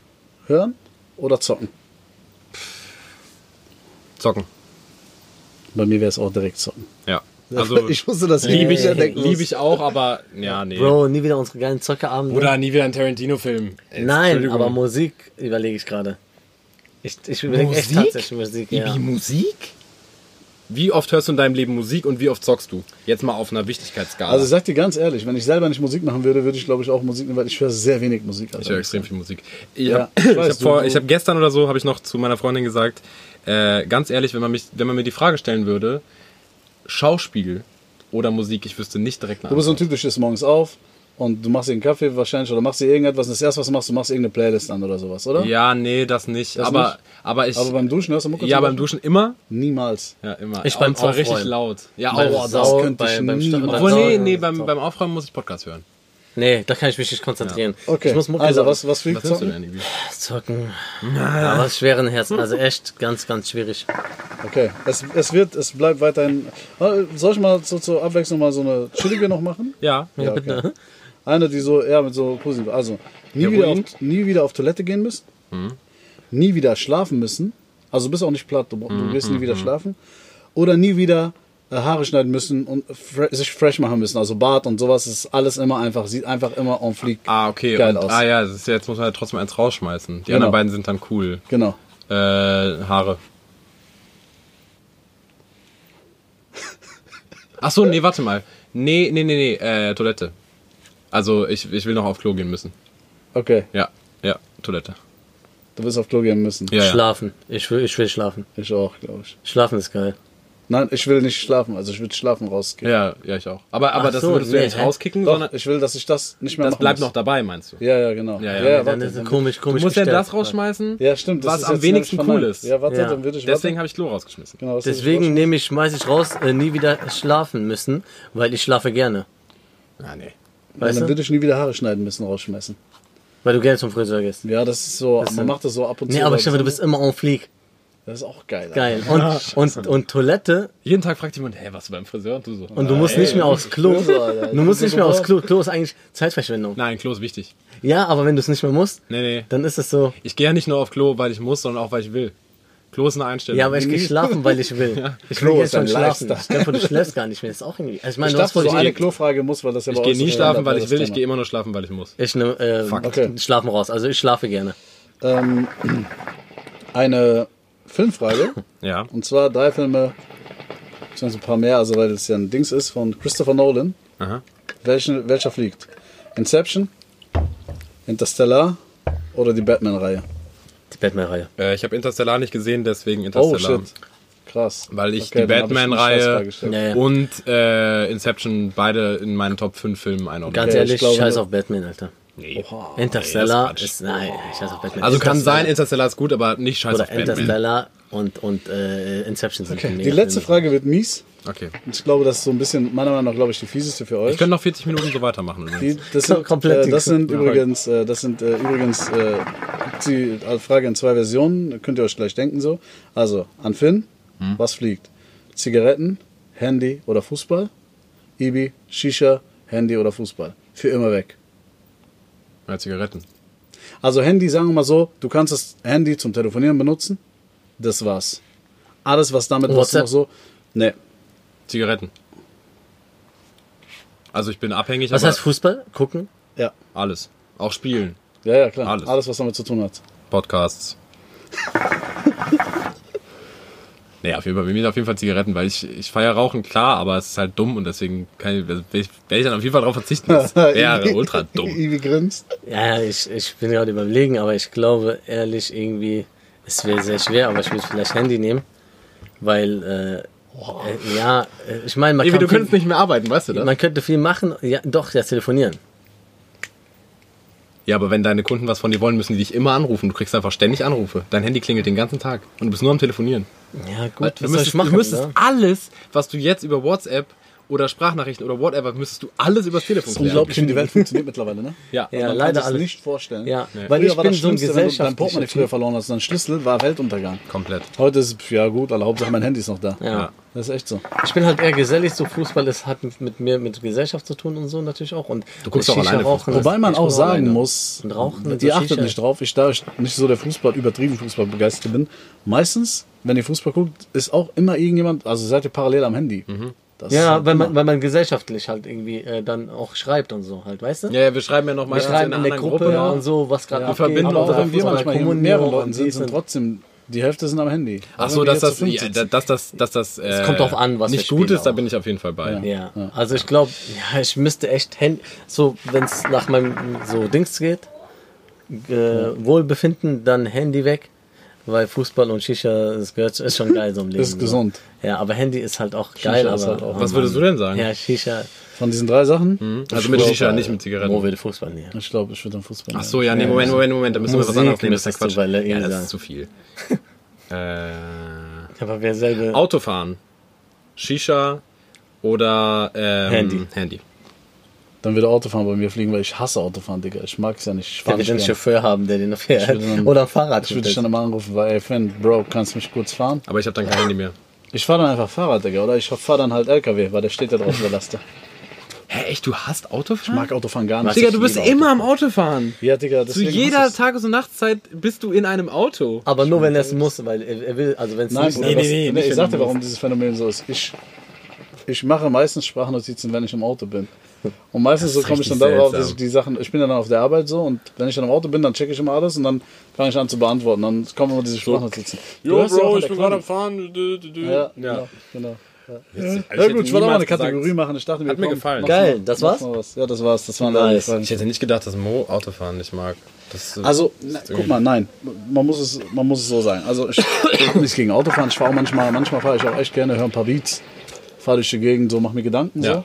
Speaker 3: hören oder zocken.
Speaker 1: Zocken.
Speaker 3: Bei mir wäre es auch direkt zocken.
Speaker 1: Ja. Also
Speaker 3: [LAUGHS] ich wusste, dass ich
Speaker 1: liebe ich,
Speaker 2: Nee.
Speaker 1: liebe ich auch, aber ja, nee.
Speaker 2: Bro, nie wieder unsere geilen Zockerabende.
Speaker 1: Oder nie wieder ein Tarantino-Film. Ey,
Speaker 2: Nein,
Speaker 1: Entschuldigung.
Speaker 2: aber Musik überlege ich gerade. Ich, ich überlege echt
Speaker 1: Musik?
Speaker 2: tatsächlich Musik. Ja.
Speaker 1: Ibi, Musik? Wie oft hörst du in deinem Leben Musik und wie oft zockst du? Jetzt mal auf einer Wichtigkeitsskala.
Speaker 3: Also ich sag dir ganz ehrlich, wenn ich selber nicht Musik machen würde, würde ich glaube ich auch Musik nehmen, weil ich höre sehr wenig Musik.
Speaker 1: Ich
Speaker 3: Alter.
Speaker 1: höre extrem viel Musik. Ich
Speaker 3: Ja,
Speaker 1: habe
Speaker 3: ich weiß,
Speaker 1: hab
Speaker 3: du-
Speaker 1: vor-
Speaker 3: du-
Speaker 1: ich hab gestern oder so, habe ich noch zu meiner Freundin gesagt, äh, ganz ehrlich, wenn man, mich, wenn man mir die Frage stellen würde, Schauspiel oder Musik, ich wüsste nicht direkt nach.
Speaker 3: Du bist so ein Typ, du stehst morgens auf, und du machst dir einen Kaffee wahrscheinlich oder machst dir irgendetwas. Und das erste, was du machst, du machst irgendeine Playlist an oder sowas, oder?
Speaker 1: Ja, nee, das nicht.
Speaker 3: Das
Speaker 1: aber,
Speaker 3: nicht?
Speaker 1: aber ich.
Speaker 3: Aber beim Duschen hörst du Mucke?
Speaker 1: ja,
Speaker 3: zum
Speaker 1: beim
Speaker 3: Beispiel?
Speaker 1: Duschen immer?
Speaker 3: Niemals.
Speaker 1: Ja, immer.
Speaker 4: Ich beim
Speaker 1: Und zwar richtig
Speaker 4: Aufräumen.
Speaker 1: laut. Ja,
Speaker 4: Beim
Speaker 1: auch.
Speaker 3: Boah, das
Speaker 4: Sau-
Speaker 3: könnte ich
Speaker 4: beim
Speaker 3: nie
Speaker 4: Stand-
Speaker 3: machen.
Speaker 1: Obwohl, nee,
Speaker 4: Saugen-
Speaker 1: nee, beim, beim Aufräumen muss ich Podcast hören.
Speaker 4: Nee, da kann ich
Speaker 2: Ich
Speaker 4: mich
Speaker 2: will mich konzentrieren.
Speaker 3: Okay.
Speaker 2: Ich muss Mucke
Speaker 3: also,
Speaker 2: sagen.
Speaker 3: was, was für
Speaker 1: Was hörst du denn, Ibi?
Speaker 2: zocken. Aber aus schweren Herzen. Also echt ganz, ganz schwierig.
Speaker 3: Okay, es, es wird, es bleibt weiterhin. Ah, Soll ich mal so zur Abwechslung mal so eine chillige noch machen?
Speaker 1: Ja.
Speaker 3: Ja, okay. Eine, die so, ja, mit so positiv. Also, nie wieder,
Speaker 1: Heroin?
Speaker 3: auf, nie wieder auf Toilette gehen müssen. Nie wieder schlafen müssen. Also, du bist auch nicht platt, du, du wirst nie wieder schlafen. Oder nie wieder äh, Haare schneiden müssen und fre sich fresh machen müssen. Also, Bart und sowas ist alles immer einfach, sieht einfach immer en fleek
Speaker 1: Ah, okay.
Speaker 3: geil
Speaker 1: und,
Speaker 3: aus.
Speaker 1: Ah, ja, das ist, ja- jetzt muss man ja trotzdem eins rausschmeißen. Die anderen beiden sind dann cool.
Speaker 3: Genau.
Speaker 1: Äh, Haare. Ach so, nee, warte mal. Nee, nee, nee, nee, äh, Toilette. Also, ich, ich will noch auf Klo gehen müssen.
Speaker 3: Okay,
Speaker 1: Ja, ja, Toilette.
Speaker 3: du wirst auf Klo gehen müssen.
Speaker 1: Ja, ja.
Speaker 2: Schlafen. Ich will, ich will schlafen.
Speaker 3: Ich auch, glaube ich.
Speaker 2: Schlafen ist geil.
Speaker 3: Nein, ich will nicht schlafen. Also, ich will schlafen rausgehen.
Speaker 1: Ja, ja, ich auch. Aber, aber
Speaker 2: Ach
Speaker 1: das
Speaker 2: so,
Speaker 1: würdest du ja
Speaker 2: nee,
Speaker 1: nicht
Speaker 2: hä?
Speaker 1: rauskicken,
Speaker 3: Doch,
Speaker 1: sondern
Speaker 3: ich will, dass ich das nicht mehr
Speaker 1: das
Speaker 3: machen
Speaker 1: bleibt
Speaker 3: muss.
Speaker 1: noch dabei, meinst du?
Speaker 3: Ja, ja, genau.
Speaker 1: Ja, ja.
Speaker 2: Dann
Speaker 3: warte,
Speaker 2: ist es
Speaker 3: dann-
Speaker 2: komisch,
Speaker 1: Du
Speaker 2: komisch
Speaker 1: musst ja
Speaker 2: gestellt.
Speaker 1: das rausschmeißen,
Speaker 3: ja, stimmt. das
Speaker 1: was
Speaker 3: ist
Speaker 1: am
Speaker 3: jetzt nämlich
Speaker 1: wenigsten cool
Speaker 3: verneint.
Speaker 1: ist.
Speaker 3: Ja, warte,
Speaker 2: Ja.
Speaker 3: dann würde ich.
Speaker 1: Deswegen
Speaker 3: warte.
Speaker 1: habe ich Klo rausgeschmissen.
Speaker 3: Genau, das ist
Speaker 2: Deswegen
Speaker 3: falsch.
Speaker 2: nehme ich, schmeiß ich raus, äh, nie wieder schlafen müssen, weil ich schlafe gerne.
Speaker 1: Ah, nee.
Speaker 2: Weißt
Speaker 3: dann
Speaker 2: du?
Speaker 3: würde ich nie wieder Haare schneiden müssen, rausschmessen.
Speaker 2: Weil du gerne zum Friseur gehst.
Speaker 3: Ja, das ist so, man
Speaker 2: ist-
Speaker 3: macht das so ab und zu.
Speaker 2: Nee, aber ich glaube, du bist immer on fleek.
Speaker 3: Das ist auch geil.
Speaker 2: Geil. Und, und, und Toilette,
Speaker 1: Jeden Tag fragt jemand, hey, was beim Friseur? Und du so. "Äh,
Speaker 2: und du musst nicht mehr aufs Klo. Du musst nicht mehr aufs Klo. Klo ist eigentlich Zeitverschwendung.
Speaker 1: Nein, Klo ist wichtig.
Speaker 2: Ja, aber wenn du es nicht mehr musst,
Speaker 1: Nee, nee.
Speaker 2: dann ist es so,
Speaker 1: Ich gehe ja nicht nur auf Klo, weil ich muss, sondern auch, weil ich will. Klo ist eine Einstellung.
Speaker 2: ja, aber ich gehe schlafen, weil ich will. Ich will
Speaker 3: Klo
Speaker 2: jetzt
Speaker 3: ist ein
Speaker 2: schon schlafen.
Speaker 3: Lifestyle.
Speaker 2: Stell dir vor, du schläfst gar nicht mehr. Das ist auch irgendwie. Also ich meine,
Speaker 3: Ich
Speaker 2: du hast
Speaker 3: dachte,
Speaker 2: voll
Speaker 3: so eine
Speaker 2: die-
Speaker 3: Klofrage muss, weil das ja
Speaker 1: Ich
Speaker 3: bei
Speaker 1: gehe
Speaker 3: uns
Speaker 1: nie
Speaker 3: so
Speaker 1: schlafen, weil
Speaker 3: das
Speaker 1: ich will. Ich
Speaker 3: Thema.
Speaker 1: gehe immer nur schlafen, weil ich muss.
Speaker 2: Ich nehme äh,
Speaker 3: Okay.
Speaker 2: Schlafen raus. Also ich schlafe gerne.
Speaker 3: Ähm, eine Filmfrage.
Speaker 1: Ja.
Speaker 3: und zwar drei Filme, beziehungsweise ein paar mehr, also weil es ja ein Dings ist, von Christopher Nolan.
Speaker 1: Aha.
Speaker 3: Welchen, welcher fliegt? Inception, Interstellar oder die Batman-Reihe?
Speaker 2: Die Batman-Reihe.
Speaker 1: Äh, ich habe Interstellar nicht gesehen, deswegen
Speaker 3: Oh
Speaker 1: Interstellar.
Speaker 3: shit. Krass.
Speaker 1: Weil ich
Speaker 3: Okay,
Speaker 1: die
Speaker 3: dann hab ich eine Scheißfrage
Speaker 1: Batman-Reihe
Speaker 3: gestellt.
Speaker 2: Ja, ja.
Speaker 1: und äh, Inception beide in meinen Top 5 Filmen einordne.
Speaker 2: Ganz
Speaker 3: Ja, ich
Speaker 2: ehrlich,
Speaker 3: glaube-
Speaker 2: scheiß auf Batman, Alter.
Speaker 1: Oh, nee.
Speaker 2: Interstellar
Speaker 1: Quatsch.
Speaker 2: ist. Nein, scheiß auf Batman.
Speaker 1: Also kann
Speaker 2: Interstellar
Speaker 1: sein, Interstellar ist gut, aber nicht scheiß
Speaker 2: Oder
Speaker 1: auf Batman.
Speaker 2: Interstellar und, und äh, Inception sind
Speaker 3: Okay,
Speaker 2: mega
Speaker 3: die letzte
Speaker 2: Filme.
Speaker 3: Frage wird mies.
Speaker 1: Okay.
Speaker 3: Ich glaube, das ist so ein bisschen, meiner Meinung nach, glaube ich, die fieseste für euch.
Speaker 1: Ich könnte noch 40 Minuten so weitermachen. übrigens.
Speaker 3: die, das
Speaker 2: Kom-
Speaker 3: sind,
Speaker 2: komplett
Speaker 3: äh, das sind
Speaker 1: Ja,
Speaker 3: übrigens, äh, das sind äh, übrigens, äh, gibt's die äh, Frage in zwei Versionen, könnt ihr euch gleich denken so. Also, an Finn,
Speaker 1: Hm?
Speaker 3: was fliegt? Zigaretten, Handy oder Fußball? Ibi, Shisha, Handy oder Fußball? Für immer weg.
Speaker 1: Ja, Zigaretten.
Speaker 3: Also Handy, sagen wir mal so, du kannst das Handy zum Telefonieren benutzen, das war's. Alles, was damit was
Speaker 2: WhatsApp?
Speaker 3: noch so, nee,
Speaker 1: Zigaretten. Also ich bin abhängig,
Speaker 2: Was
Speaker 1: aber
Speaker 2: heißt Fußball? Gucken?
Speaker 3: ja,
Speaker 1: alles. Auch spielen.
Speaker 3: ja, ja, klar,
Speaker 1: Alles.
Speaker 3: alles, was damit zu tun hat.
Speaker 1: [LAUGHS] Podcasts. Naja, auf jeden Fall, bei mir sind auf jeden Fall Zigaretten, weil ich, ich feiere Rauchen, klar, aber es ist halt dumm und deswegen kann ich, also wäre ich, wär ich dann auf jeden Fall darauf verzichten. [LAUGHS] Das wäre ultra
Speaker 3: [LAUGHS]
Speaker 1: [LAUGHS] dumm.
Speaker 3: Ibi grinst.
Speaker 2: Ja, ich, ich bin gerade überlegen, aber ich glaube ehrlich irgendwie, es wäre sehr schwer, aber ich würde vielleicht Handy nehmen, weil, äh, äh, ja, äh, ich meine, man,
Speaker 1: Ewi,
Speaker 2: kann
Speaker 1: du
Speaker 2: viel-
Speaker 1: könntest nicht mehr arbeiten, weißt du das?
Speaker 2: man könnte viel machen, ja, doch, ja, telefonieren.
Speaker 1: Ja, aber wenn deine Kunden was von dir wollen, müssen die dich immer anrufen. Du kriegst einfach ständig Anrufe. Dein Handy klingelt den ganzen Tag und du bist nur am Telefonieren.
Speaker 2: Ja, gut,
Speaker 1: du
Speaker 2: was soll
Speaker 1: müsstest,
Speaker 2: ich machen?
Speaker 1: du müsstest
Speaker 2: ne?
Speaker 1: alles, was du jetzt über WhatsApp oder Sprachnachrichten oder whatever, müsstest du alles übers Telefon klären.
Speaker 3: Unglaublich, wie die Welt funktioniert mittlerweile, ne?
Speaker 1: Ja.
Speaker 2: Ja,
Speaker 3: Man
Speaker 2: leider
Speaker 3: kann sich
Speaker 2: alles.
Speaker 3: nicht vorstellen.
Speaker 2: Ja,
Speaker 1: Nee.
Speaker 2: weil
Speaker 3: Früher
Speaker 2: ich bin
Speaker 3: das
Speaker 2: so ein
Speaker 3: Schlimmste, wenn du dein
Speaker 2: gesellschaftlicher
Speaker 3: Portemonnaie früher
Speaker 2: Typ.
Speaker 3: verloren hast, dann Schlüssel war Weltuntergang.
Speaker 1: Komplett.
Speaker 3: Heute ist es, ja gut, aber Hauptsache mein Handy ist noch da.
Speaker 2: Ja.
Speaker 3: Das ist echt so.
Speaker 2: Ich bin halt eher gesellig, so Fußball ist, hat mit, mit mir, mit Gesellschaft zu tun und so natürlich auch. Und du
Speaker 1: guckst auch alleine Fußball.
Speaker 3: Wobei man auch sagen muss,
Speaker 2: Und rauchen mit
Speaker 3: die
Speaker 2: der
Speaker 3: achtet
Speaker 2: Shisha.
Speaker 3: nicht drauf. Ich, da ich nicht so der Fußball, übertrieben Fußball begeistert bin, meistens, wenn ihr Fußball guckt, ist auch immer irgendjemand, also seid ihr parallel am Handy.
Speaker 1: Mhm.
Speaker 3: Das ist
Speaker 2: Ja,
Speaker 3: halt
Speaker 2: weil
Speaker 3: immer-
Speaker 2: man, weil man gesellschaftlich halt irgendwie äh, dann auch schreibt und so halt, weißt du?
Speaker 1: Ja, ja, wir schreiben ja noch mal
Speaker 2: Wir schreiben in der Gruppe,
Speaker 1: ne?
Speaker 2: und so, was gerade
Speaker 3: Ja,
Speaker 2: abgeht.
Speaker 1: verbinden
Speaker 2: und
Speaker 1: auch,
Speaker 3: aber
Speaker 2: unsere
Speaker 3: wenn wir
Speaker 2: Fußballer-
Speaker 3: manchmal hier mit
Speaker 2: Kommunio
Speaker 3: mehreren
Speaker 2: und
Speaker 3: Leuten sind,
Speaker 2: dies
Speaker 3: sind
Speaker 2: und-
Speaker 3: trotzdem die Hälfte sind am Handy.
Speaker 1: Ach
Speaker 3: Auch
Speaker 1: so,
Speaker 3: wenn wir
Speaker 1: dass
Speaker 3: hier
Speaker 1: das,
Speaker 3: zu fünf
Speaker 1: ja,
Speaker 3: sitzen.
Speaker 1: da- dass das, dass das äh,
Speaker 2: kommt drauf an, was
Speaker 1: nicht
Speaker 2: wir
Speaker 1: gut
Speaker 2: spielen
Speaker 1: ist, da
Speaker 2: auch.
Speaker 1: bin ich auf jeden Fall bei.
Speaker 2: Ja, also ich glaube, ja, ich müsste echt Handy, so wenn es nach meinem so Dings geht, äh, Wohlbefinden, dann Handy weg. Weil Fußball und Shisha, das gehört, ist schon geil so
Speaker 3: [LAUGHS]
Speaker 2: im Leben.
Speaker 1: mhm.
Speaker 3: Ist gesund.
Speaker 2: So. Ja, aber Handy ist halt auch geil.
Speaker 1: ist
Speaker 2: aber,
Speaker 1: halt auch- Was würdest du denn sagen?
Speaker 2: Ja, Shisha.
Speaker 3: Von diesen drei Sachen? äh,
Speaker 1: Also mit Shisha, nicht mit Zigaretten.
Speaker 2: Wo würde Fußball nehmen?
Speaker 3: Ich glaube, ich würde dann Fußball.
Speaker 1: Ach so, ja, nee, Moment, Moment, Moment, da müssen wir was
Speaker 2: Musik
Speaker 1: anderes nehmen, das ist ja
Speaker 2: müsstest
Speaker 1: Quatsch.
Speaker 2: du bei Lea
Speaker 1: ja, das
Speaker 2: sagen.
Speaker 1: ist zu viel. äh,
Speaker 2: Aber wer selber.
Speaker 1: Autofahren, Shisha oder ähm,
Speaker 2: Handy.
Speaker 1: Handy.
Speaker 3: Dann würde Autofahren bei mir fliegen, weil ich hasse Autofahren, Digga. Ich mag es ja nicht.
Speaker 2: Der
Speaker 3: Ich fahre
Speaker 2: wird
Speaker 3: nicht
Speaker 2: einen
Speaker 3: gern.
Speaker 2: Chauffeur haben, der den fährt.
Speaker 3: würde
Speaker 2: [LAUGHS]
Speaker 3: dann-
Speaker 2: Oder ein Fahrrad.
Speaker 3: Ich würde dich dann immer anrufen, weil, ey, Fan, Bro, kannst du mich kurz fahren?
Speaker 1: Aber ich habe dann kein Handy mehr.
Speaker 3: Ich fahre dann einfach Fahrrad, Digga, oder ich fahre dann halt LKW, weil der steht ja drauf, der Laster.
Speaker 1: Hä, echt, du hast Autofahren?
Speaker 3: Ich mag Autofahren gar nicht.
Speaker 1: Digga,
Speaker 3: Ich
Speaker 1: du bist
Speaker 3: liebe
Speaker 1: immer am Autofahren.
Speaker 3: Auto. Ja, Digga,
Speaker 1: Zu
Speaker 3: deswegen hasse
Speaker 1: jeder
Speaker 3: ich's.
Speaker 1: Tages- und Nachtzeit bist du in einem Auto.
Speaker 2: aber nur wenn er es muss, weil er er will, also wenn es
Speaker 3: Nein,
Speaker 2: nicht
Speaker 3: Bruder,
Speaker 1: nee,
Speaker 3: nee, nee,
Speaker 1: nee,
Speaker 3: nee,
Speaker 1: nicht,
Speaker 3: ich
Speaker 1: wenn
Speaker 3: sag dir,
Speaker 1: du
Speaker 3: warum dieses Phänomen so ist. Ich, ich mache meistens Sprachnotizen, wenn ich im Auto bin. Und meistens so komme ich
Speaker 1: richtig
Speaker 3: dann darauf, dass
Speaker 1: seltsam.
Speaker 3: ich die Sachen, ich bin dann auf der Arbeit so und wenn ich dann im Auto bin, dann checke ich immer alles und dann fange ich an zu beantworten. Dann kommen immer diese Sprachnotizen. Du hörst ja auch in der Chronik.
Speaker 1: Fahren.
Speaker 3: Ja,
Speaker 1: Ja.
Speaker 3: genau. genau. Ja.
Speaker 1: Witzig. Also ich
Speaker 3: Ja, gut,
Speaker 1: hätte
Speaker 3: ich wollte auch mal eine
Speaker 1: niemals
Speaker 3: Kategorie
Speaker 1: gesagt-
Speaker 3: machen. Ich dachte mir,
Speaker 1: Hat mir
Speaker 3: komm,
Speaker 1: gefallen.
Speaker 3: mach
Speaker 2: Geil,
Speaker 3: mal-
Speaker 2: das
Speaker 3: mach
Speaker 2: war's?
Speaker 3: mal was. Ja, das war's. Das waren alle
Speaker 2: Nice.
Speaker 3: Fragen.
Speaker 1: Ich hätte nicht gedacht, dass Mo Autofahren nicht mag. Das, ist-
Speaker 3: Also, na, guck
Speaker 1: irgendwie-
Speaker 3: mal, nein, man muss es, man muss es so sagen. Also, ich [COUGHS] nicht gegen Autofahren, ich fahre auch manchmal, manchmal fahre ich auch echt gerne, höre ein paar Beats, fahre durch die Gegend, so, mach mir Gedanken,
Speaker 1: Ja.
Speaker 3: so.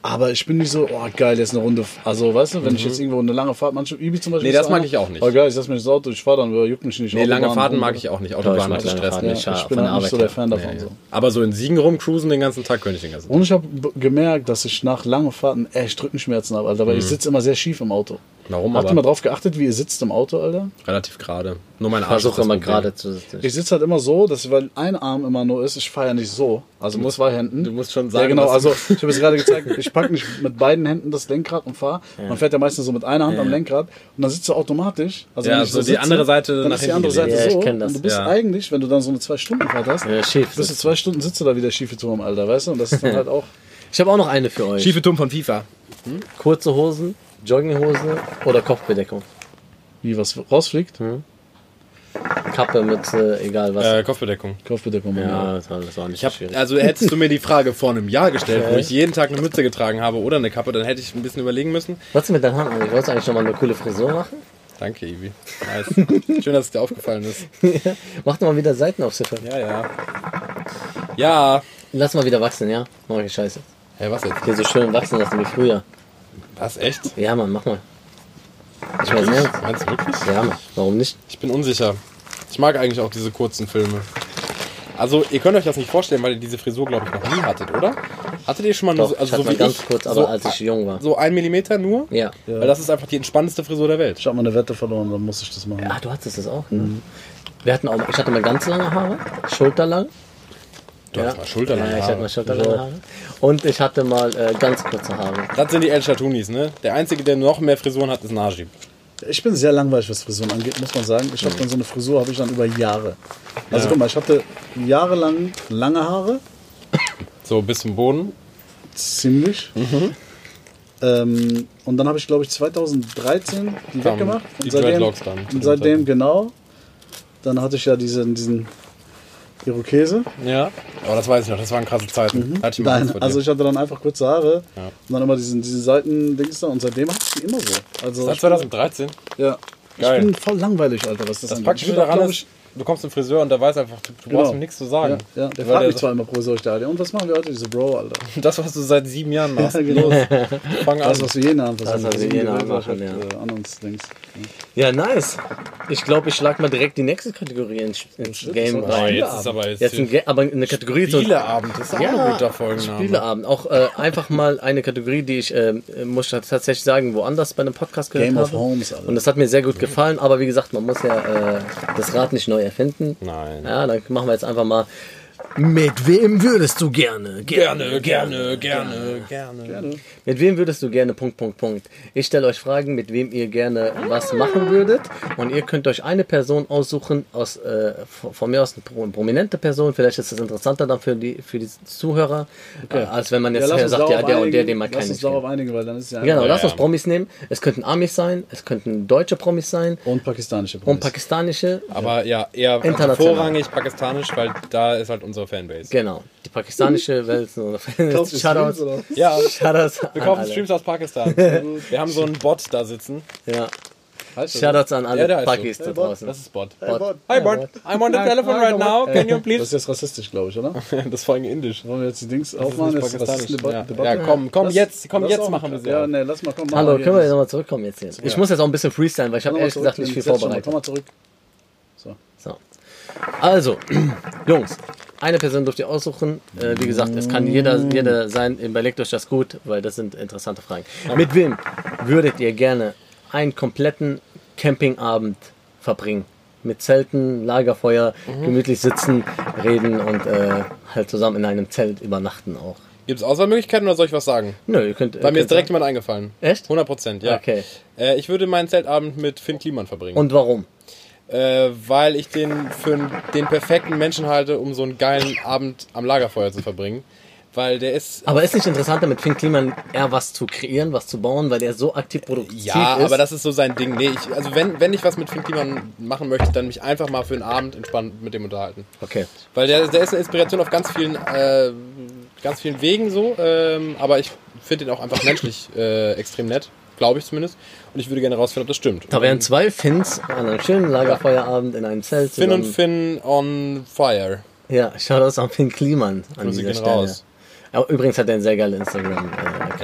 Speaker 3: Aber ich bin nicht so, oh geil, jetzt eine Runde. Also, weißt du, wenn ich jetzt irgendwo eine lange Fahrt, manche Ibi zum Beispiel.
Speaker 1: Mhm. Nee, das
Speaker 3: ist
Speaker 1: mag
Speaker 3: einer,
Speaker 1: ich auch nicht.
Speaker 3: Oh geil, ich setze mich ins Auto, ich fahre dann, juckt mich nicht.
Speaker 1: Nee, lange
Speaker 3: Autobahn,
Speaker 1: Fahrten mag
Speaker 3: Runde.
Speaker 1: ich auch nicht.
Speaker 2: ich
Speaker 1: Autobahn,
Speaker 2: mag
Speaker 1: das
Speaker 2: lange
Speaker 1: stresst
Speaker 2: Fahrten
Speaker 1: mich.
Speaker 2: nicht.
Speaker 3: Ja, ich
Speaker 2: Von
Speaker 3: bin
Speaker 2: der
Speaker 3: auch nicht so der
Speaker 2: Arbeit
Speaker 3: Fan
Speaker 1: Nee,
Speaker 3: davon.
Speaker 1: ja.
Speaker 3: So.
Speaker 1: Aber so in Siegen rumcruisen den ganzen Tag könnte ich den ganzen Tag.
Speaker 3: Und ich habe gemerkt, dass ich nach langen Fahrten echt Rückenschmerzen habe, Alter, weil ich sitze immer sehr schief im Auto.
Speaker 1: Mhm. Warum
Speaker 3: Habt ihr mal
Speaker 1: aber?
Speaker 3: drauf geachtet, wie ihr sitzt im Auto, Alter?
Speaker 1: Relativ gerade. Nur mein Arsch. ist
Speaker 2: Versuche
Speaker 1: das
Speaker 2: immer
Speaker 1: Problem.
Speaker 2: gerade zu sitzen.
Speaker 3: Ich sitze halt immer so, dass weil ein Arm immer nur ist, ich fahre ja nicht so. Also mit zwei Händen.
Speaker 1: du musst schon sagen,
Speaker 3: Ja, genau.
Speaker 1: was du-
Speaker 3: Also ich habe es gerade gezeigt, ich packe nicht mit beiden Händen das Lenkrad und fahre. Man fährt ja meistens so mit einer Hand am Lenkrad und dann sitzt du automatisch. Also
Speaker 1: Ja,
Speaker 3: wenn ich
Speaker 1: so die andere Seite
Speaker 3: dann
Speaker 1: nach
Speaker 3: ist die
Speaker 1: hinten
Speaker 3: andere Seite
Speaker 1: gelegt.
Speaker 2: Ja, ich
Speaker 3: so.
Speaker 2: kenn das.
Speaker 3: Und du bist
Speaker 1: Ja.
Speaker 3: eigentlich, wenn du dann so eine Zwei-Stunden-Fahrt hast,
Speaker 2: Ja, schief
Speaker 3: bist du
Speaker 2: sitzt.
Speaker 3: zwei Stunden sitzt du da wie der schiefe Turm, Alter, weißt du? Und
Speaker 1: [LAUGHS]
Speaker 3: das ist dann halt auch.
Speaker 2: Ich habe auch noch eine für euch.
Speaker 1: Schiefe Turm von FIFA.
Speaker 2: Kurze Hosen, Jogginghose oder Kopfbedeckung.
Speaker 3: Wie was rausfliegt?
Speaker 2: Kappe mit äh, egal was.
Speaker 1: Äh, Kopfbedeckung.
Speaker 3: Kopfbedeckung.
Speaker 2: ja, das war, das war nicht
Speaker 1: Ich hab,
Speaker 2: schwierig.
Speaker 1: also hättest du mir die Frage vor einem Jahr gestellt, wo ich jeden Tag eine Mütze getragen habe oder eine Kappe, dann hätte ich ein bisschen überlegen müssen.
Speaker 2: Was ist mit deinen Haaren eigentlich? Wolltest du eigentlich nochmal eine coole Frisur machen?
Speaker 1: Danke, Ivi. Nice. [LAUGHS] Schön, dass es dir aufgefallen ist.
Speaker 2: Mach doch mal wieder Seiten auf Ziffer.
Speaker 1: Ja, ja. Ja.
Speaker 2: Lass mal wieder wachsen, ja? Mach ich scheiße.
Speaker 1: Hey, was jetzt?
Speaker 2: Hier so schön wachsen lassen wie früher.
Speaker 1: Was, echt?
Speaker 2: Ja, Mann, mach mal. Ich weiß nicht.
Speaker 1: Meinst du wirklich?
Speaker 2: Ja, Mann, warum nicht?
Speaker 1: Ich bin unsicher. Ich mag eigentlich auch diese kurzen Filme. Also, ihr könnt euch das nicht vorstellen, weil ihr diese Frisur, glaube ich, noch nie hattet, oder? Hattet ihr schon mal nur
Speaker 2: Doch,
Speaker 1: so,
Speaker 2: ich
Speaker 1: also
Speaker 2: hatte
Speaker 1: so
Speaker 2: mal
Speaker 1: wie
Speaker 2: ganz
Speaker 1: ich,
Speaker 2: kurz, aber
Speaker 1: so,
Speaker 2: als ich jung war.
Speaker 1: So ein Millimeter nur?
Speaker 2: Ja.
Speaker 1: Weil das ist einfach die entspannteste Frisur der Welt.
Speaker 3: Ich habe meine Wette verloren, dann muss ich das machen.
Speaker 2: Ah, du hattest das auch, ne?
Speaker 1: Mhm.
Speaker 2: Wir hatten auch, ich hatte mal ganz lange Haare, schulterlang.
Speaker 1: Du hast mal
Speaker 2: Ja,
Speaker 1: schulterlange
Speaker 2: ich hatte mal
Speaker 1: Haare.
Speaker 2: schulterlange Haare. Und ich hatte mal äh, ganz kurze Haare.
Speaker 1: Das sind die El Chatunis, ne? Der Einzige, der noch mehr Frisuren hat, ist Najib.
Speaker 3: Ich bin sehr langweilig, was Frisuren angeht, muss man sagen. Ich habe dann so eine Frisur, habe ich dann über Jahre. Also guck mal, ich hatte jahrelang lange Haare,
Speaker 1: So bis zum Boden.
Speaker 3: ziemlich.
Speaker 1: Mhm.
Speaker 3: Ähm, und dann habe ich, glaube ich, 2013 die
Speaker 1: Kam
Speaker 3: weggemacht.
Speaker 1: die
Speaker 3: Und seitdem,
Speaker 1: Dreadlocks dann.
Speaker 3: und seitdem genau. Dann hatte ich ja diesen, diesen Irokese.
Speaker 1: Ja. Aber das weiß ich noch, das waren krasse Zeiten. Da Hatte ich mal Angst vor
Speaker 3: Nein,
Speaker 1: dir.
Speaker 3: also ich hatte dann einfach kurze Haare
Speaker 1: Ja.
Speaker 3: und dann immer diesen, diesen Seitendings da und seitdem hatte ich die immer so. Also
Speaker 1: Seit
Speaker 3: ich bin-
Speaker 1: 2013.
Speaker 3: Ja.
Speaker 1: Geil.
Speaker 3: Ich bin voll langweilig, Alter, was das,
Speaker 1: Das
Speaker 3: angeht.
Speaker 1: Praktische
Speaker 3: Ich bin auch,
Speaker 1: daran
Speaker 3: glaub
Speaker 1: ist, du kommst zum Friseur und der weiß einfach, du, du brauchst ihm nichts zu sagen.
Speaker 3: Genau. Ja, ja. Der
Speaker 1: Weil
Speaker 3: fragt
Speaker 1: der
Speaker 3: mich zwar immer provisorisch da, und was machen wir heute? Ich so, Bro, Alter.
Speaker 1: [LAUGHS] Das, was du seit sieben Jahren machst.
Speaker 3: Ja, genau.
Speaker 1: Los, fang an.
Speaker 3: Das, was wir jeden Abend
Speaker 2: Das, was wir jeden Abend machen,
Speaker 3: äh, an uns denkst.
Speaker 2: Ja, nice. Ich glaube, ich schlag mal direkt die nächste Kategorie ins, ins Game
Speaker 3: so
Speaker 1: Boah,
Speaker 2: rein.
Speaker 1: jetzt ist aber jetzt,
Speaker 2: Jetzt ein, Ga- aber eine Kategorie so-
Speaker 1: Spieleabend. Das ist auch ein guter Folgenname.
Speaker 2: Spieleabend. Auch äh, einfach mal eine Kategorie, die ich, ähm, äh, muss ich tatsächlich sagen, woanders bei einem Podcast gehört
Speaker 3: Game
Speaker 2: habe.
Speaker 3: of Homes, Alter.
Speaker 2: Und das hat mir sehr gut gefallen. Aber wie gesagt, man muss ja äh, das Rad nicht neu erfinden.
Speaker 1: Nein.
Speaker 2: Ja, dann machen wir jetzt einfach mal. Mit wem würdest du gerne?
Speaker 1: Gerne, gerne, gerne, gerne.
Speaker 2: Mit wem würdest du gerne Punkt, Punkt, Punkt? Ich stelle euch Fragen, mit wem ihr gerne was machen würdet. Und ihr könnt euch eine Person aussuchen, aus, äh, von von mir aus eine pro- prominente Person. Vielleicht ist das interessanter dann für die, für die Zuhörer, äh, als wenn man jetzt
Speaker 3: lass
Speaker 2: her
Speaker 3: uns
Speaker 2: sagt,
Speaker 3: darauf
Speaker 2: ja, der und der,
Speaker 3: einigen.
Speaker 2: den man
Speaker 3: Lass
Speaker 2: keinen
Speaker 3: uns
Speaker 2: nicht kennt.
Speaker 3: darauf einigen, weil dann ist ja
Speaker 2: Genau,
Speaker 3: einfach-
Speaker 2: lass uns
Speaker 1: ja.
Speaker 2: Promis nehmen. Es könnten Amis sein, es könnten deutsche Promis sein
Speaker 3: Und pakistanische Promis.
Speaker 2: und pakistanische.
Speaker 1: Aber ja, eher
Speaker 2: International.
Speaker 1: vorrangig pakistanisch, weil da ist halt unsere Fanbase.
Speaker 2: Genau,
Speaker 1: [LAUGHS]
Speaker 2: die pakistanische Welt.
Speaker 3: Kaufst du Streams,
Speaker 2: [LAUGHS] Shoutouts.
Speaker 3: oder?
Speaker 1: Ja,
Speaker 2: Shoutouts.
Speaker 1: wir
Speaker 2: an
Speaker 1: kaufen
Speaker 2: alle.
Speaker 3: [LAUGHS]
Speaker 1: Streams aus Pakistan. Wir haben so einen Bot da sitzen.
Speaker 2: Ja.
Speaker 1: Heißt Halt das so?
Speaker 2: Shoutouts an alle
Speaker 1: Ja, der heißt
Speaker 2: Pakis
Speaker 1: so.
Speaker 2: da
Speaker 1: Hey,
Speaker 3: Bot,
Speaker 2: draußen.
Speaker 1: Das ist Bot.
Speaker 2: Bot.
Speaker 3: Bot.
Speaker 1: Hi Bot, I'm on the telephone right now. Can [LAUGHS] you
Speaker 3: Das ist
Speaker 1: please?
Speaker 3: jetzt rassistisch,
Speaker 2: [LAUGHS]
Speaker 3: glaube ich, oder?
Speaker 1: Das ist [LAUGHS] vor allem indisch.
Speaker 3: Wollen wir jetzt die Dings
Speaker 1: Das ist
Speaker 3: aufmachen?
Speaker 1: nicht
Speaker 3: Das ist
Speaker 1: pakistanisch.
Speaker 3: eine Debat-
Speaker 1: Ja.
Speaker 3: Debatte.
Speaker 1: Ja, komm, komm,
Speaker 3: Lass-
Speaker 1: jetzt, komm,
Speaker 3: lass
Speaker 1: jetzt
Speaker 3: auch-
Speaker 1: machen wir sie
Speaker 3: Ja, ne.
Speaker 1: auf.
Speaker 3: nee, lass mal, komm,
Speaker 2: Hallo,
Speaker 3: machen
Speaker 2: können wir
Speaker 3: hier.
Speaker 2: jetzt nochmal zurückkommen jetzt hier? Ich muss jetzt auch ein bisschen freestylen, weil ich habe
Speaker 3: Komm mal
Speaker 2: ehrlich
Speaker 3: zurück,
Speaker 2: gesagt nicht viel
Speaker 3: jetzt schon mal,
Speaker 2: vorbereitet.
Speaker 3: Komm mal zurück.
Speaker 2: So. Also, [CLEARS THROAT] Jungs, eine Person dürft ihr aussuchen. Äh, wie gesagt, es kann jeder, jeder sein. Überlegt euch das gut, weil das sind interessante Fragen. Mit wem würdet ihr gerne einen kompletten Campingabend verbringen? Mit Zelten, Lagerfeuer, gemütlich sitzen, reden und äh, halt zusammen in einem Zelt übernachten auch.
Speaker 1: Gibt es Auswahlmöglichkeiten oder soll ich was sagen?
Speaker 2: Nö, ihr könnt.
Speaker 1: Bei
Speaker 2: ihr
Speaker 1: mir
Speaker 2: könnt
Speaker 1: ist direkt jemand eingefallen.
Speaker 2: Echt?
Speaker 1: 100 Prozent, ja.
Speaker 2: Okay.
Speaker 1: Äh, ich würde meinen Zeltabend mit Finn Kliman verbringen.
Speaker 2: Und warum?
Speaker 1: äh, weil ich den für n- den perfekten Menschen halte, um so einen geilen Abend am Lagerfeuer zu verbringen. Weil der ist.
Speaker 2: Aber ist nicht interessanter mit Finn Kliman eher was zu kreieren, was zu bauen, weil der so aktiv produktiv
Speaker 1: Ja,
Speaker 2: ist?
Speaker 1: aber das ist so sein Ding. Nee, ich, also wenn, wenn ich was mit Finn Kliman machen möchte, dann mich einfach mal für einen Abend entspannt mit dem unterhalten.
Speaker 2: Okay.
Speaker 1: Weil der, der ist eine Inspiration auf ganz vielen, äh, ganz vielen Wegen so. Ähm, aber ich finde ihn auch einfach menschlich äh, extrem nett. Glaube ich zumindest. Und ich würde gerne rausfinden, ob das stimmt.
Speaker 2: Da wären zwei Finns an einem schönen Lagerfeuerabend in einem Zelt.
Speaker 1: Finn und
Speaker 2: zusammen.
Speaker 1: Finn on Fire.
Speaker 2: Ja, Shoutouts an Finn Kliman an
Speaker 1: Grüße
Speaker 2: dieser
Speaker 1: gehen
Speaker 2: Stelle.
Speaker 1: raus.
Speaker 2: Aber übrigens hat er einen sehr geilen Instagram-Account.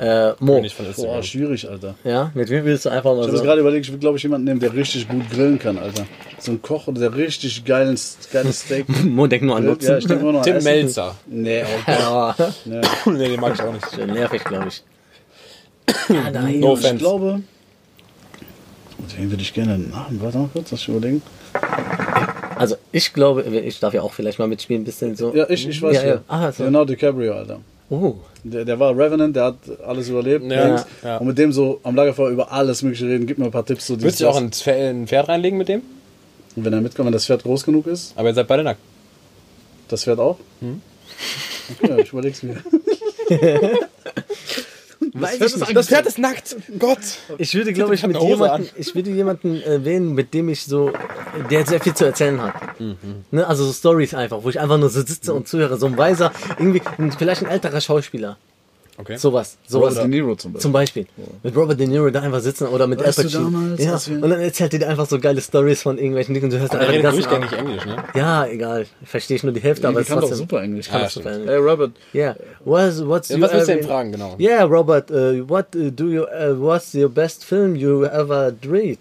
Speaker 1: Ja,
Speaker 2: Äh, Mo,
Speaker 1: Bin ich von
Speaker 3: Boah,
Speaker 1: Instagram.
Speaker 3: schwierig, Alter.
Speaker 2: ja, mit wem willst du einfach mal
Speaker 1: Also
Speaker 2: so...
Speaker 3: Ich habe jetzt Also gerade überlegt, ich würde, glaube ich, jemanden nehmen, der richtig gut grillen kann, Alter. So ein Koch oder der richtig geilen, geiles
Speaker 1: [LAUGHS]
Speaker 3: Steak grillt.
Speaker 2: Mo, denk nur an Nutzen.
Speaker 3: Ja, ich denke nur noch an
Speaker 1: Tim
Speaker 3: Essen.
Speaker 1: Melzer.
Speaker 3: Nee, oh Gott.
Speaker 2: [LAUGHS] Ja,
Speaker 1: [LAUGHS]
Speaker 3: Nee.
Speaker 1: nee, den mag ich auch nicht.
Speaker 2: schön nervig, glaube
Speaker 1: [COUGHS]
Speaker 2: ich.
Speaker 1: No
Speaker 3: Ich
Speaker 1: offense.
Speaker 3: glaube, mit wem würde ich gerne einen Namen? Warte mal kurz, lass ich überlegen.
Speaker 2: Also, ich glaube, ich darf ja auch vielleicht mal mitspielen, ein bisschen so...
Speaker 3: Ja, ich, ich weiß.
Speaker 2: Ja, ja.
Speaker 3: wer.
Speaker 2: Ah, so.
Speaker 1: Genau.
Speaker 3: Leonardo DiCaprio, Alter.
Speaker 2: Oh,
Speaker 3: Der, der war Revenant, der hat alles überlebt.
Speaker 1: Ja,
Speaker 3: links.
Speaker 1: ja.
Speaker 3: Und mit dem so am Lagerfeuer über alles mögliche reden. Gib mir ein paar Tipps. So dies,
Speaker 1: Würdest du auch
Speaker 3: das.
Speaker 1: ein Pferd, ein Pferd reinlegen mit dem?
Speaker 3: Und wenn er mitkommt, wenn das Pferd groß genug ist,
Speaker 1: Aber ihr seid beide nackt.
Speaker 3: das Pferd auch.
Speaker 1: Hm?
Speaker 3: [LAUGHS] Ja, ich überleg's mir.
Speaker 2: weiß
Speaker 1: Das,
Speaker 2: ich nicht.
Speaker 1: Pferd ist nackt. um Gott.
Speaker 2: Ich würde, glaube ich,
Speaker 1: hat
Speaker 2: mit
Speaker 1: eine Hose
Speaker 2: jemanden, ich würde jemanden äh, wählen, mit dem ich so, der sehr viel zu erzählen hat.
Speaker 3: Mhm.
Speaker 2: Ne? Also so Stories einfach, wo ich einfach nur so sitze und zuhöre, so ein weiser, irgendwie, ein, vielleicht ein älterer Schauspieler,
Speaker 1: Okay.
Speaker 2: sowas, sowas.
Speaker 3: Robert De Niro zum Beispiel.
Speaker 2: Zum Beispiel. Mit Robert De Niro da einfach sitzen oder mit
Speaker 3: Weißt
Speaker 2: Al
Speaker 3: du
Speaker 2: Pacino.
Speaker 3: damals,
Speaker 2: ja.
Speaker 3: als wir-
Speaker 2: Und dann erzählt er dir einfach so geile Stories von irgendwelchen Dingen und du hörst
Speaker 1: Er
Speaker 2: einfach den
Speaker 1: redet
Speaker 2: ganzen Abend.
Speaker 1: durchgängig Englisch, ne?
Speaker 2: Ja, egal. Verstehe ich nur die Hälfte, aber
Speaker 3: Aber
Speaker 2: es
Speaker 3: ich
Speaker 2: ist
Speaker 3: kann doch
Speaker 2: trotzdem.
Speaker 3: super Englisch.
Speaker 1: Ah,
Speaker 3: Ja.
Speaker 1: stimmt.
Speaker 3: Hey, Robert.
Speaker 2: Yeah. What's, what's
Speaker 1: Ja, was
Speaker 2: your
Speaker 1: willst du
Speaker 2: every-
Speaker 1: denn fragen, genau?
Speaker 2: Yeah, Robert, uh, what uh, do you, uh, what's your best film you ever read?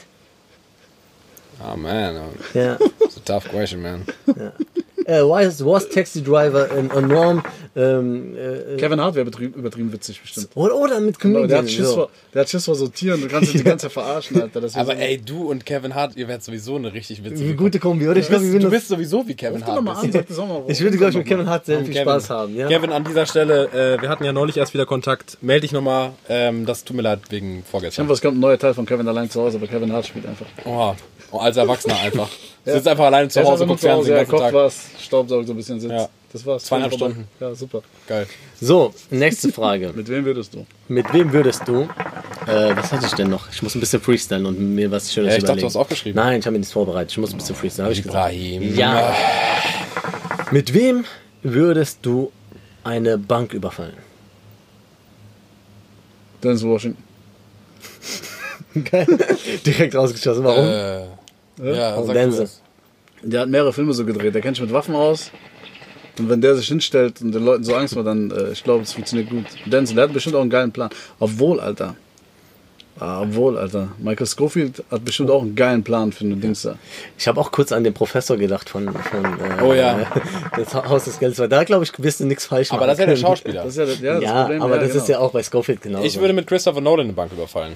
Speaker 1: Oh man, oh,
Speaker 3: [LAUGHS]
Speaker 2: Yeah.
Speaker 1: it's a tough question, [LAUGHS] man.
Speaker 2: uh, why is, was Taxi Driver an enorm um, äh,
Speaker 3: Kevin Hart wäre betrieb- übertrieben witzig bestimmt.
Speaker 2: oder, oder mit
Speaker 3: Aber
Speaker 1: Genau,
Speaker 2: Comedian.
Speaker 3: Der hat, Schiss
Speaker 2: so.
Speaker 3: vor, der hat Schiss vor so Tieren. Du kannst ihn die ganze Zeit verarschen, Alter. Das ist
Speaker 1: Aber
Speaker 3: so-
Speaker 1: ey, du und Kevin Hart, ihr werdet sowieso eine richtig
Speaker 2: Eine
Speaker 1: witzige
Speaker 2: gute Kombi, oder? Ich glaube,
Speaker 1: Du
Speaker 2: wir
Speaker 1: bist-
Speaker 2: würden
Speaker 1: du
Speaker 2: uns-
Speaker 1: bist sowieso wie Kevin
Speaker 3: Ruf doch
Speaker 1: Hart.
Speaker 3: mal
Speaker 1: bist.
Speaker 3: an, sag das auch mal,
Speaker 2: ich würde, glaube ich, mit Kevin Hart sehr
Speaker 1: Und
Speaker 2: viel
Speaker 1: Kevin.
Speaker 2: Spaß haben. Ja?
Speaker 1: Kevin, an dieser Stelle, äh, wir hatten ja neulich erst wieder Kontakt. Melde dich nochmal. Ähm, das tut mir leid wegen
Speaker 3: Ich
Speaker 1: vorgestern.
Speaker 3: hoffe, es kommt ein neuer Teil von Kevin allein zu Hause, aber Kevin Hart spielt einfach.
Speaker 1: Oha. Oh, als Erwachsener einfach. Sitzt einfach alleine zu
Speaker 3: Der ist
Speaker 1: Hause
Speaker 3: einfach
Speaker 1: und
Speaker 3: nur
Speaker 1: guckt
Speaker 3: zu Hause,
Speaker 1: Fernsehen
Speaker 3: er
Speaker 1: den ganzen
Speaker 3: kocht
Speaker 1: Tag.
Speaker 3: was, staubsaugt so ein bisschen, sitzt.
Speaker 1: Ja.
Speaker 3: Das war's.
Speaker 1: Zweieinhalb
Speaker 3: Vorbei.
Speaker 1: Stunden.
Speaker 3: Ja, super.
Speaker 1: Geil.
Speaker 2: So, nächste Frage. [LAUGHS]
Speaker 3: Mit wem würdest du?
Speaker 2: mit wem würdest du? Äh, was hatte ich denn noch? Ich muss ein bisschen freestylen und mir was Schönes
Speaker 1: Ja, ich
Speaker 2: überlegen.
Speaker 1: dachte, du hast aufgeschrieben.
Speaker 2: Nein, ich habe mir nichts vorbereitet. Ich muss ein bisschen freestylen. Hab ich gesagt.
Speaker 1: Ibrahim.
Speaker 2: Ja. Mit wem würdest du eine
Speaker 1: [LAUGHS]
Speaker 2: Bank überfallen?
Speaker 3: Dennis Washington.
Speaker 2: Geil. Direkt rausgeschossen. Warum?
Speaker 1: Äh, ja,
Speaker 2: Warum
Speaker 1: sag
Speaker 2: denn
Speaker 1: du
Speaker 2: so?
Speaker 1: das.
Speaker 3: Der hat mehrere Filme so gedreht. Der kennt sich mit Waffen aus. Und wenn der sich hinstellt und den Leuten so Angst macht, dann, äh, ich glaube, es funktioniert gut. Denzel, der hat bestimmt auch einen geilen Plan. Obwohl, Alter. Ah, obwohl, Alter. Michael Scofield hat bestimmt auch einen geilen Plan für den Dings da.
Speaker 2: Ich habe auch kurz an den Professor gedacht von, von äh,
Speaker 1: Oh ja.
Speaker 2: [LAUGHS] das Haus des Geldes. Weil da, glaube ich, wirst du nichts falsch machen.
Speaker 1: Aber das ist ja der
Speaker 2: [LAUGHS] können.
Speaker 1: Schauspieler.
Speaker 3: Das ist ja, das- ja, das
Speaker 2: Ja,
Speaker 3: Problem,
Speaker 2: aber das ist ja
Speaker 3: genau.
Speaker 2: auch bei Scofield genauso.
Speaker 1: Ich würde mit Christopher Nolan eine Bank überfallen.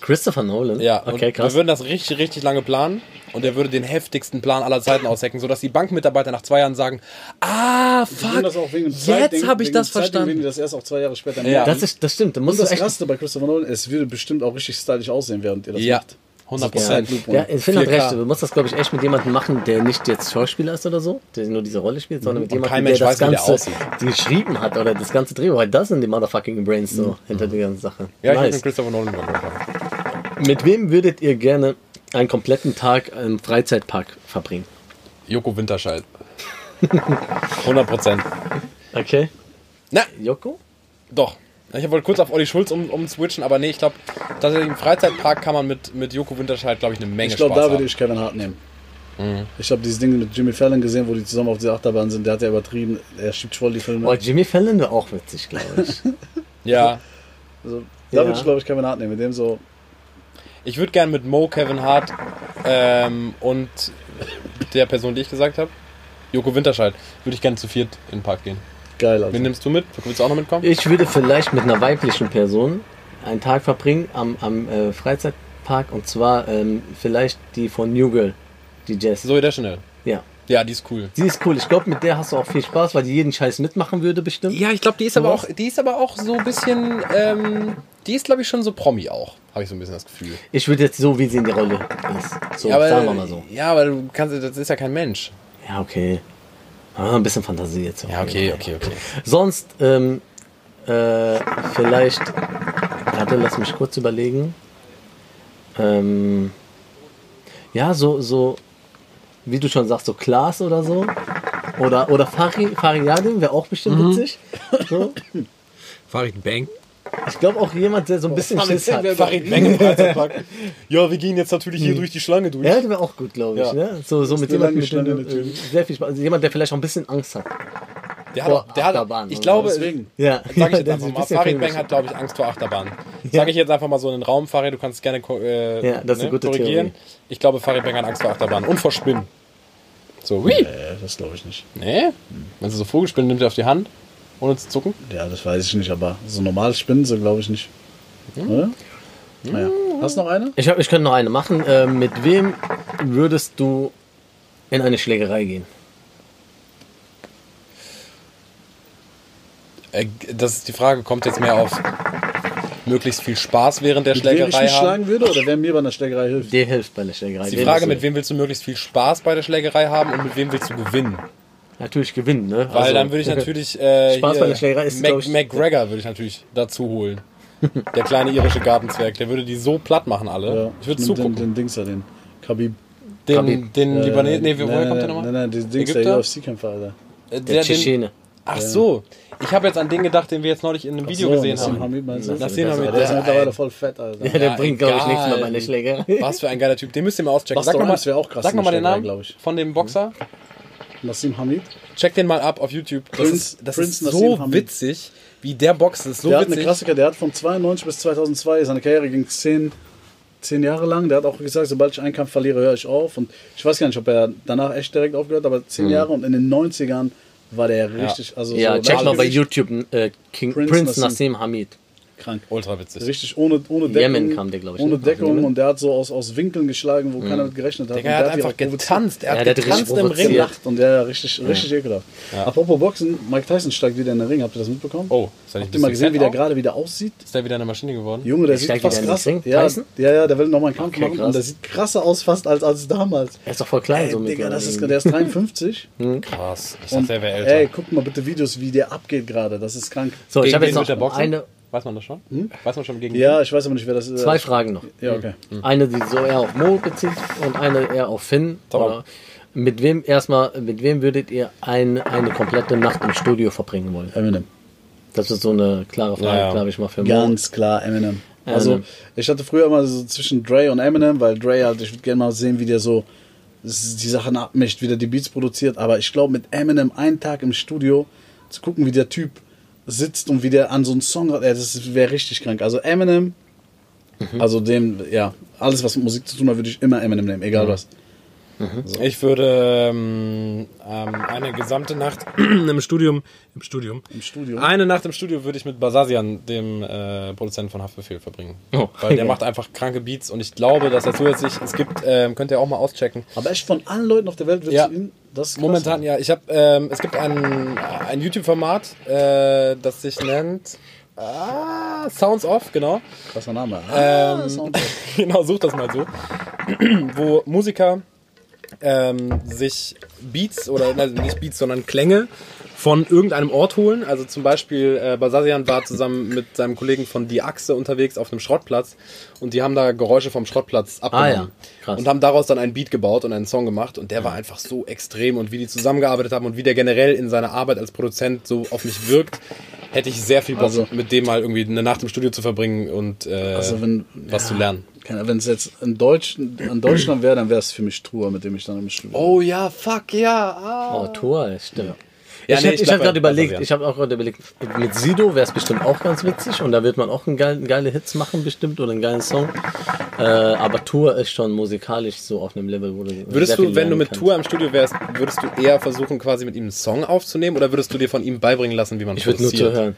Speaker 2: Christopher Nolan?
Speaker 1: Ja,
Speaker 2: Okay,
Speaker 1: und
Speaker 2: krass.
Speaker 1: wir würden das richtig, richtig lange planen und er würde den heftigsten Plan aller Zeiten aushecken, sodass die Bankmitarbeiter nach zwei Jahren sagen, ah,
Speaker 3: Und
Speaker 1: fuck,
Speaker 3: das auch wegen dem
Speaker 1: jetzt
Speaker 3: Zeitding-
Speaker 1: habe ich
Speaker 3: wegen
Speaker 1: das
Speaker 3: dem Zeitding, Wegen
Speaker 1: verstanden.
Speaker 3: das erst auch zwei Jahre später.
Speaker 1: Ja.
Speaker 3: merken.
Speaker 2: Das, ist, das stimmt. Da
Speaker 3: Und
Speaker 2: musst
Speaker 3: das
Speaker 2: du echt
Speaker 3: Krasse bei Christopher Nolan, es würde bestimmt auch richtig stylisch aussehen, während ihr das
Speaker 1: Ja,
Speaker 3: macht.
Speaker 1: 100
Speaker 2: Ja,
Speaker 1: Prozent.
Speaker 3: Zeitlupe.
Speaker 2: ja, Finn hat
Speaker 1: 4K.
Speaker 2: recht. Du musst das, glaube ich, echt mit jemandem machen, der nicht jetzt Schauspieler ist oder so, der nur diese Rolle spielt, sondern mit
Speaker 1: Mhm. Und
Speaker 2: jemandem,
Speaker 1: kein
Speaker 2: der
Speaker 1: Mensch
Speaker 2: das
Speaker 1: weiß, wie der
Speaker 2: Ganze
Speaker 1: aussieht.
Speaker 2: geschrieben hat oder das ganze Drehbuch. Weil Das sind die motherfucking Brains so hinter der ganzen Sache.
Speaker 1: Mhm. Ja, ich würde
Speaker 2: nice.
Speaker 1: mit Christopher Nolan eine Bank überfallen.
Speaker 2: Mit wem würdet ihr gerne einen kompletten Tag im Freizeitpark verbringen?
Speaker 1: Joko Winterscheid. [LAUGHS] 100 Prozent.
Speaker 2: Okay.
Speaker 1: Na,
Speaker 2: Joko?
Speaker 1: doch. Ich wollte kurz auf Olli Schulz um, umswitchen, aber nee, ich glaube, tatsächlich im Freizeitpark kann man mit, mit Joko Winterscheid, glaube ich, eine Menge
Speaker 3: Ich glaube,
Speaker 1: Spaß
Speaker 3: da würde
Speaker 1: haben. Mhm.
Speaker 3: ich Kevin Hart nehmen. Ich habe dieses Ding mit Jimmy Fallon gesehen, wo die zusammen auf dieser Achterbahn sind. Der hat ja übertrieben. Er schiebt voll die Filme.
Speaker 2: Oh, Jimmy Fallon wäre auch witzig, glaube ich.
Speaker 1: ja.
Speaker 3: Also, da
Speaker 2: Ja.
Speaker 3: würde ich, glaube ich, Kevin Hart nehmen. Mit dem so.
Speaker 1: Ich würde gerne mit Mo, Kevin Hart ähm, und der Person, die ich gesagt habe, Joko Winterscheid, würde ich gerne zu viert in den Park gehen.
Speaker 3: Geil, also.
Speaker 1: Wen nimmst du mit? Willst du auch noch mitkommen?
Speaker 2: Ich würde vielleicht mit einer weiblichen Person einen Tag verbringen am, am äh, Freizeitpark und zwar ähm, vielleicht die von New Girl, die Jess.
Speaker 1: Zoe Deschanel.
Speaker 2: Ja.
Speaker 1: Ja, die ist cool.
Speaker 2: Die ist cool. Ich glaube, mit der hast du auch viel Spaß, weil die jeden Scheiß mitmachen würde bestimmt.
Speaker 1: Ja, ich glaube, die ist aber auch, die ist aber auch so ein bisschen, ähm, die ist, glaube ich, schon so Promi auch. Habe ich so ein bisschen das Gefühl.
Speaker 2: Ich würde jetzt so, wie sie in der Rolle ist. So,
Speaker 1: ja, aber,
Speaker 2: Oh,
Speaker 1: äh,
Speaker 2: sagen wir mal so.
Speaker 1: Ja, aber du kannst, das ist ja kein Mensch.
Speaker 2: Ja, okay. Ah, ein bisschen Fantasie jetzt.
Speaker 1: Ja, okay, okay, okay.
Speaker 2: Sonst, ähm, äh, vielleicht, warte, lass mich kurz überlegen. Ähm, ja, so, so, wie du schon sagst, so Klaas oder so. Oder, oder Fari, Fariadin wäre auch bestimmt
Speaker 1: Mhm.
Speaker 2: witzig. So.
Speaker 1: Farid Bang.
Speaker 2: Ich glaube auch jemand, der so ein bisschen Schiss hat.
Speaker 1: Farid Bang im [LAUGHS] Freizeitpark. ja, wir gehen jetzt natürlich hier durch die Schlange durch.
Speaker 2: Ja, der wäre auch gut, glaube ich.
Speaker 1: Ja.
Speaker 2: Ne? So, so mit
Speaker 3: eine lange
Speaker 2: jemandem, mit dem du,
Speaker 3: Schlange
Speaker 2: äh,
Speaker 3: natürlich.
Speaker 2: sehr viel Spaß. Also jemand, der vielleicht auch ein bisschen Angst hat.
Speaker 1: Der hat,
Speaker 2: Boah,
Speaker 1: auch- der hat
Speaker 2: Achterbahn,
Speaker 1: ich
Speaker 2: oder?
Speaker 1: glaube,
Speaker 3: Deswegen.
Speaker 2: Ja, [LAUGHS]
Speaker 1: Sag ich
Speaker 2: ja,
Speaker 1: jetzt
Speaker 2: der
Speaker 1: einfach
Speaker 2: sich ein
Speaker 1: mal,
Speaker 2: bisschen
Speaker 1: Farid
Speaker 2: filmisch-
Speaker 1: Bang hat, glaube ich, Angst vor Achterbahn. Sag ich jetzt einfach mal so in den Raum, Farid, du kannst gerne ko- äh,
Speaker 2: Ja, das ist eine gute
Speaker 1: korrigieren.
Speaker 2: Theorie.
Speaker 1: Ich glaube, Farid Bang hat Angst vor Achterbahn und vor Spinnen. So, wie?
Speaker 3: Äh, das glaube ich nicht.
Speaker 1: Nee? Wenn sie so Vogelspinnen nimmt, er auf die Hand, ohne zu zucken.
Speaker 3: Ja, das weiß ich nicht, aber so normal spinnen sie, glaube ich, nicht.
Speaker 1: Mhm.
Speaker 3: Oder? Naja. Hast du noch eine?
Speaker 2: Ich, hab, ich könnte noch eine machen. Äh, mit wem würdest du in eine Schlägerei gehen?
Speaker 1: Äh, das ist die Frage, kommt jetzt mehr auf möglichst viel Spaß während der
Speaker 3: Mit wem ich
Speaker 1: Schlägerei
Speaker 3: mich
Speaker 1: haben.
Speaker 3: schlagen würde oder wer mir bei einer Schlägerei hilft?
Speaker 2: Dir hilft bei der Schlägerei.
Speaker 1: Ist Die
Speaker 2: Wem
Speaker 1: Frage,
Speaker 2: bist du?
Speaker 1: mit wem willst du möglichst viel Spaß bei der Schlägerei haben und mit wem willst du gewinnen?
Speaker 2: Natürlich gewinnen, ne?
Speaker 1: Weil dann würde ich natürlich äh,
Speaker 2: Spaß bei
Speaker 1: hier
Speaker 2: der Schlägerei ist, glaub
Speaker 1: Mac,
Speaker 2: ich-
Speaker 1: McGregor würde ich natürlich dazu holen. Der kleine irische Gartenzwerg, der würde die so platt machen alle.
Speaker 3: Ja,
Speaker 1: ich würde
Speaker 3: nimm den,
Speaker 1: zugucken.
Speaker 3: den Dings da, den Khabib. Äh,
Speaker 1: Den, den,
Speaker 2: Khabib.
Speaker 1: Libanesen, Um nee, woher kommt der
Speaker 3: nein,
Speaker 1: nochmal?
Speaker 3: Nein, nein, den Dings
Speaker 1: Ägypter?
Speaker 3: der UFC-Kämpfer, Alter.
Speaker 1: Äh,
Speaker 2: Der,
Speaker 1: den-
Speaker 2: Tschetschene. [LAUGHS]
Speaker 1: Ach so, ich habe jetzt an den gedacht, den wir jetzt neulich in einem Video
Speaker 3: So,
Speaker 1: gesehen
Speaker 3: Nassim
Speaker 1: haben.
Speaker 3: Hamid meinst du?
Speaker 2: Das
Speaker 1: Nassim
Speaker 2: ist
Speaker 1: Hamid,
Speaker 3: Der ist
Speaker 1: ja,
Speaker 3: mittlerweile
Speaker 1: ey.
Speaker 3: voll fett, Alter.
Speaker 2: Ja, der bringt, glaube ich,
Speaker 1: egal.
Speaker 2: nichts mehr bei einer Schlägerei.
Speaker 3: [LAUGHS]
Speaker 1: Was für ein geiler Typ, den müsst ihr mal auschecken.
Speaker 3: Buster
Speaker 1: Sag nochmal
Speaker 3: Rhymes wäre auch krass
Speaker 1: sag
Speaker 3: in
Speaker 1: noch mal
Speaker 3: der
Speaker 1: den
Speaker 3: Schlägerei,
Speaker 1: Namen
Speaker 3: glaub ich.
Speaker 1: von dem Boxer.
Speaker 3: Nassim Hamid?
Speaker 1: Check den mal ab auf YouTube. Das
Speaker 3: Prince-
Speaker 1: ist, das
Speaker 3: Prince
Speaker 1: ist
Speaker 3: Nassim
Speaker 1: so
Speaker 3: Hamid.
Speaker 1: witzig, wie der boxt. Das ist so
Speaker 3: der hat eine
Speaker 1: witzig.
Speaker 3: krasse Karriere. Der hat von 92 bis 2002, seine Karriere ging 10, 10 Jahre lang. Der hat auch gesagt, sobald ich einen Kampf verliere, höre ich auf. Und ich weiß gar nicht, ob er danach echt direkt aufgehört hat, aber 10 Jahre und in den 90ern war der richtig, also
Speaker 2: Mhm. ja,
Speaker 3: so
Speaker 2: check mal bei
Speaker 3: richtig
Speaker 2: YouTube äh, King,
Speaker 3: Prince
Speaker 2: Prince,
Speaker 3: Nassim.
Speaker 2: Nassim. Hamid.
Speaker 3: krank.
Speaker 2: Oh,
Speaker 1: Ultra witzig.
Speaker 3: Richtig ohne, ohne Deckung.
Speaker 2: Yemen kam der, glaub ich,
Speaker 3: Ohne
Speaker 2: ne? Mhm.
Speaker 3: Deckung
Speaker 2: Yemen.
Speaker 3: und der hat so aus, aus Winkeln geschlagen, wo keiner mit gerechnet hat.
Speaker 1: Digga,
Speaker 3: Und
Speaker 1: er hat
Speaker 3: die
Speaker 1: einfach
Speaker 3: auch provoziert.
Speaker 1: getanzt. Er
Speaker 2: Ja,
Speaker 1: hat
Speaker 2: der hat richtig
Speaker 1: getanzt im Ring.
Speaker 2: provoziert.
Speaker 3: Gelacht und der war richtig, richtig ekelhaft. Apropos Boxen, Mike Tyson steigt wieder in den Ring. Habt ihr das mitbekommen?
Speaker 1: Oh, ist er nicht
Speaker 3: Habt
Speaker 1: ein
Speaker 3: ihr mal
Speaker 1: bisschen
Speaker 3: gesehen, wie
Speaker 1: fett
Speaker 3: der
Speaker 1: auch?
Speaker 3: gerade wieder aussieht?
Speaker 1: Ist der wieder eine Maschine geworden?
Speaker 3: Junge, der
Speaker 2: Ich
Speaker 3: sieht
Speaker 2: steig
Speaker 3: fast
Speaker 2: wieder in den
Speaker 3: krass.
Speaker 2: Ring.
Speaker 3: Ja,
Speaker 2: Tyson?
Speaker 3: ja, ja, der will nochmal einen Kampf machen und
Speaker 2: krass.
Speaker 3: der sieht krasser aus fast als, als damals.
Speaker 2: Er ist doch voll klein,
Speaker 3: Ey,
Speaker 2: so mit
Speaker 3: Digga, das ist, der ist
Speaker 2: [LAUGHS]
Speaker 3: 53.
Speaker 1: Krass. Ich
Speaker 3: und,
Speaker 1: dachte, der wäre älter.
Speaker 3: ey, guck mal bitte Videos, wie der abgeht gerade. Das ist krank.
Speaker 2: So, ich
Speaker 1: Gegen
Speaker 2: habe
Speaker 1: wen
Speaker 2: jetzt
Speaker 1: wird der
Speaker 2: noch
Speaker 1: boxen? Hm?
Speaker 2: eine,
Speaker 1: Weiß man das schon? Weiß man schon gegen
Speaker 3: Ja, ich weiß aber nicht, wer das äh, ist.
Speaker 2: zwei Fragen noch. Mhm.
Speaker 3: Ja, okay.
Speaker 2: Eine, die so eher auf Mo bezieht und eine eher auf Finn.
Speaker 1: Tamam.
Speaker 2: Oder mit wem erstmal, mit wem würdet ihr ein, eine komplette Nacht im Studio verbringen wollen?
Speaker 3: Eminem.
Speaker 2: Das ist so eine klare Frage,
Speaker 1: Ja, ja. ne.
Speaker 2: glaube ich mal für Mo.
Speaker 3: Ganz klar Eminem. Also
Speaker 2: Eminem.
Speaker 3: ich hatte früher immer so zwischen Dre und Eminem, weil Dre halt, ich würde gerne mal sehen, wie der so s- die Sachen abmischt, wie der die Beats produziert. Aber ich glaube, mit Eminem einen Tag im Studio zu gucken, wie der Typ sitzt und wie der an so einen Song hat, ey, das wäre richtig krank. Also Eminem,
Speaker 1: Mhm.
Speaker 3: also dem, ja, alles was mit Musik zu tun hat, würde ich immer Eminem nehmen, egal
Speaker 1: Mhm.
Speaker 3: was.
Speaker 1: Ich würde ähm, ähm, eine gesamte Nacht [CLEARS THROAT] im Studium. Im Studium.
Speaker 3: Im Studio.
Speaker 1: Eine Nacht im Studio würde ich mit Basasian, dem äh, Produzenten von Haftbefehl, verbringen.
Speaker 2: Oh,
Speaker 1: Weil [LAUGHS] der
Speaker 2: ja.
Speaker 1: macht einfach kranke Beats und ich glaube, dass er zusätzlich, es gibt, ähm, könnt ihr auch mal auschecken,
Speaker 3: Aber echt von allen Leuten auf der Welt wird
Speaker 1: Ja.
Speaker 3: ihn das ist krass. ne?
Speaker 1: Momentan, ja. Ich habe, ähm, es gibt ein, ein YouTube-Format, äh, das sich nennt ah, Sounds Off, genau.
Speaker 3: Krasser Name. Ah,
Speaker 1: Ähm,
Speaker 3: Sound.
Speaker 1: [LAUGHS] genau, such das mal so. [CLEARS THROAT] Wo Musiker ähm, sich Beats oder nein, nicht Beats, sondern Klänge von irgendeinem Ort holen. Also zum Beispiel äh, Basasian war zusammen mit seinem Kollegen von Die Achse unterwegs auf einem Schrottplatz und die haben da Geräusche vom
Speaker 3: Ah
Speaker 1: Schrottplatz abgenommen.
Speaker 2: ja. Krass.
Speaker 1: Und haben daraus dann einen Beat gebaut und einen Song gemacht und der war einfach so extrem und wie die zusammengearbeitet haben und wie der generell in seiner Arbeit als Produzent so auf mich wirkt. hätte ich sehr viel Bock,
Speaker 3: Also-
Speaker 1: mit dem mal irgendwie eine Nacht im Studio zu verbringen und äh,
Speaker 3: Also wenn-
Speaker 1: was zu lernen.
Speaker 3: Wenn es jetzt in, Deutsch, in Deutschland wäre, dann wäre es für mich Truhe, mit dem ich dann im Studio.
Speaker 1: Oh ja, fuck ja. Ah.
Speaker 2: Oh, Tour, stimmt.
Speaker 1: Ja,
Speaker 2: ich
Speaker 1: nee,
Speaker 2: hab-
Speaker 1: ich
Speaker 2: ich
Speaker 1: glaub,
Speaker 2: habe gerade
Speaker 1: bei- bei
Speaker 2: überlegt,
Speaker 1: Fabian.
Speaker 2: ich habe auch gerade überlegt, mit Sido wäre es bestimmt auch ganz witzig und da wird man auch einen geilen, geile Hits machen bestimmt oder einen geilen Song. Äh, aber Tour ist schon musikalisch so auf einem Level, wo du sehr
Speaker 1: Würdest
Speaker 2: viel
Speaker 1: du, wenn du
Speaker 2: lernen
Speaker 1: mit
Speaker 2: kannst.
Speaker 1: Tour im Studio wärst, würdest du eher versuchen, quasi mit ihm einen Song aufzunehmen oder würdest du dir von ihm beibringen lassen, wie man
Speaker 2: Ich würde nur
Speaker 1: produziert?
Speaker 2: zuhören.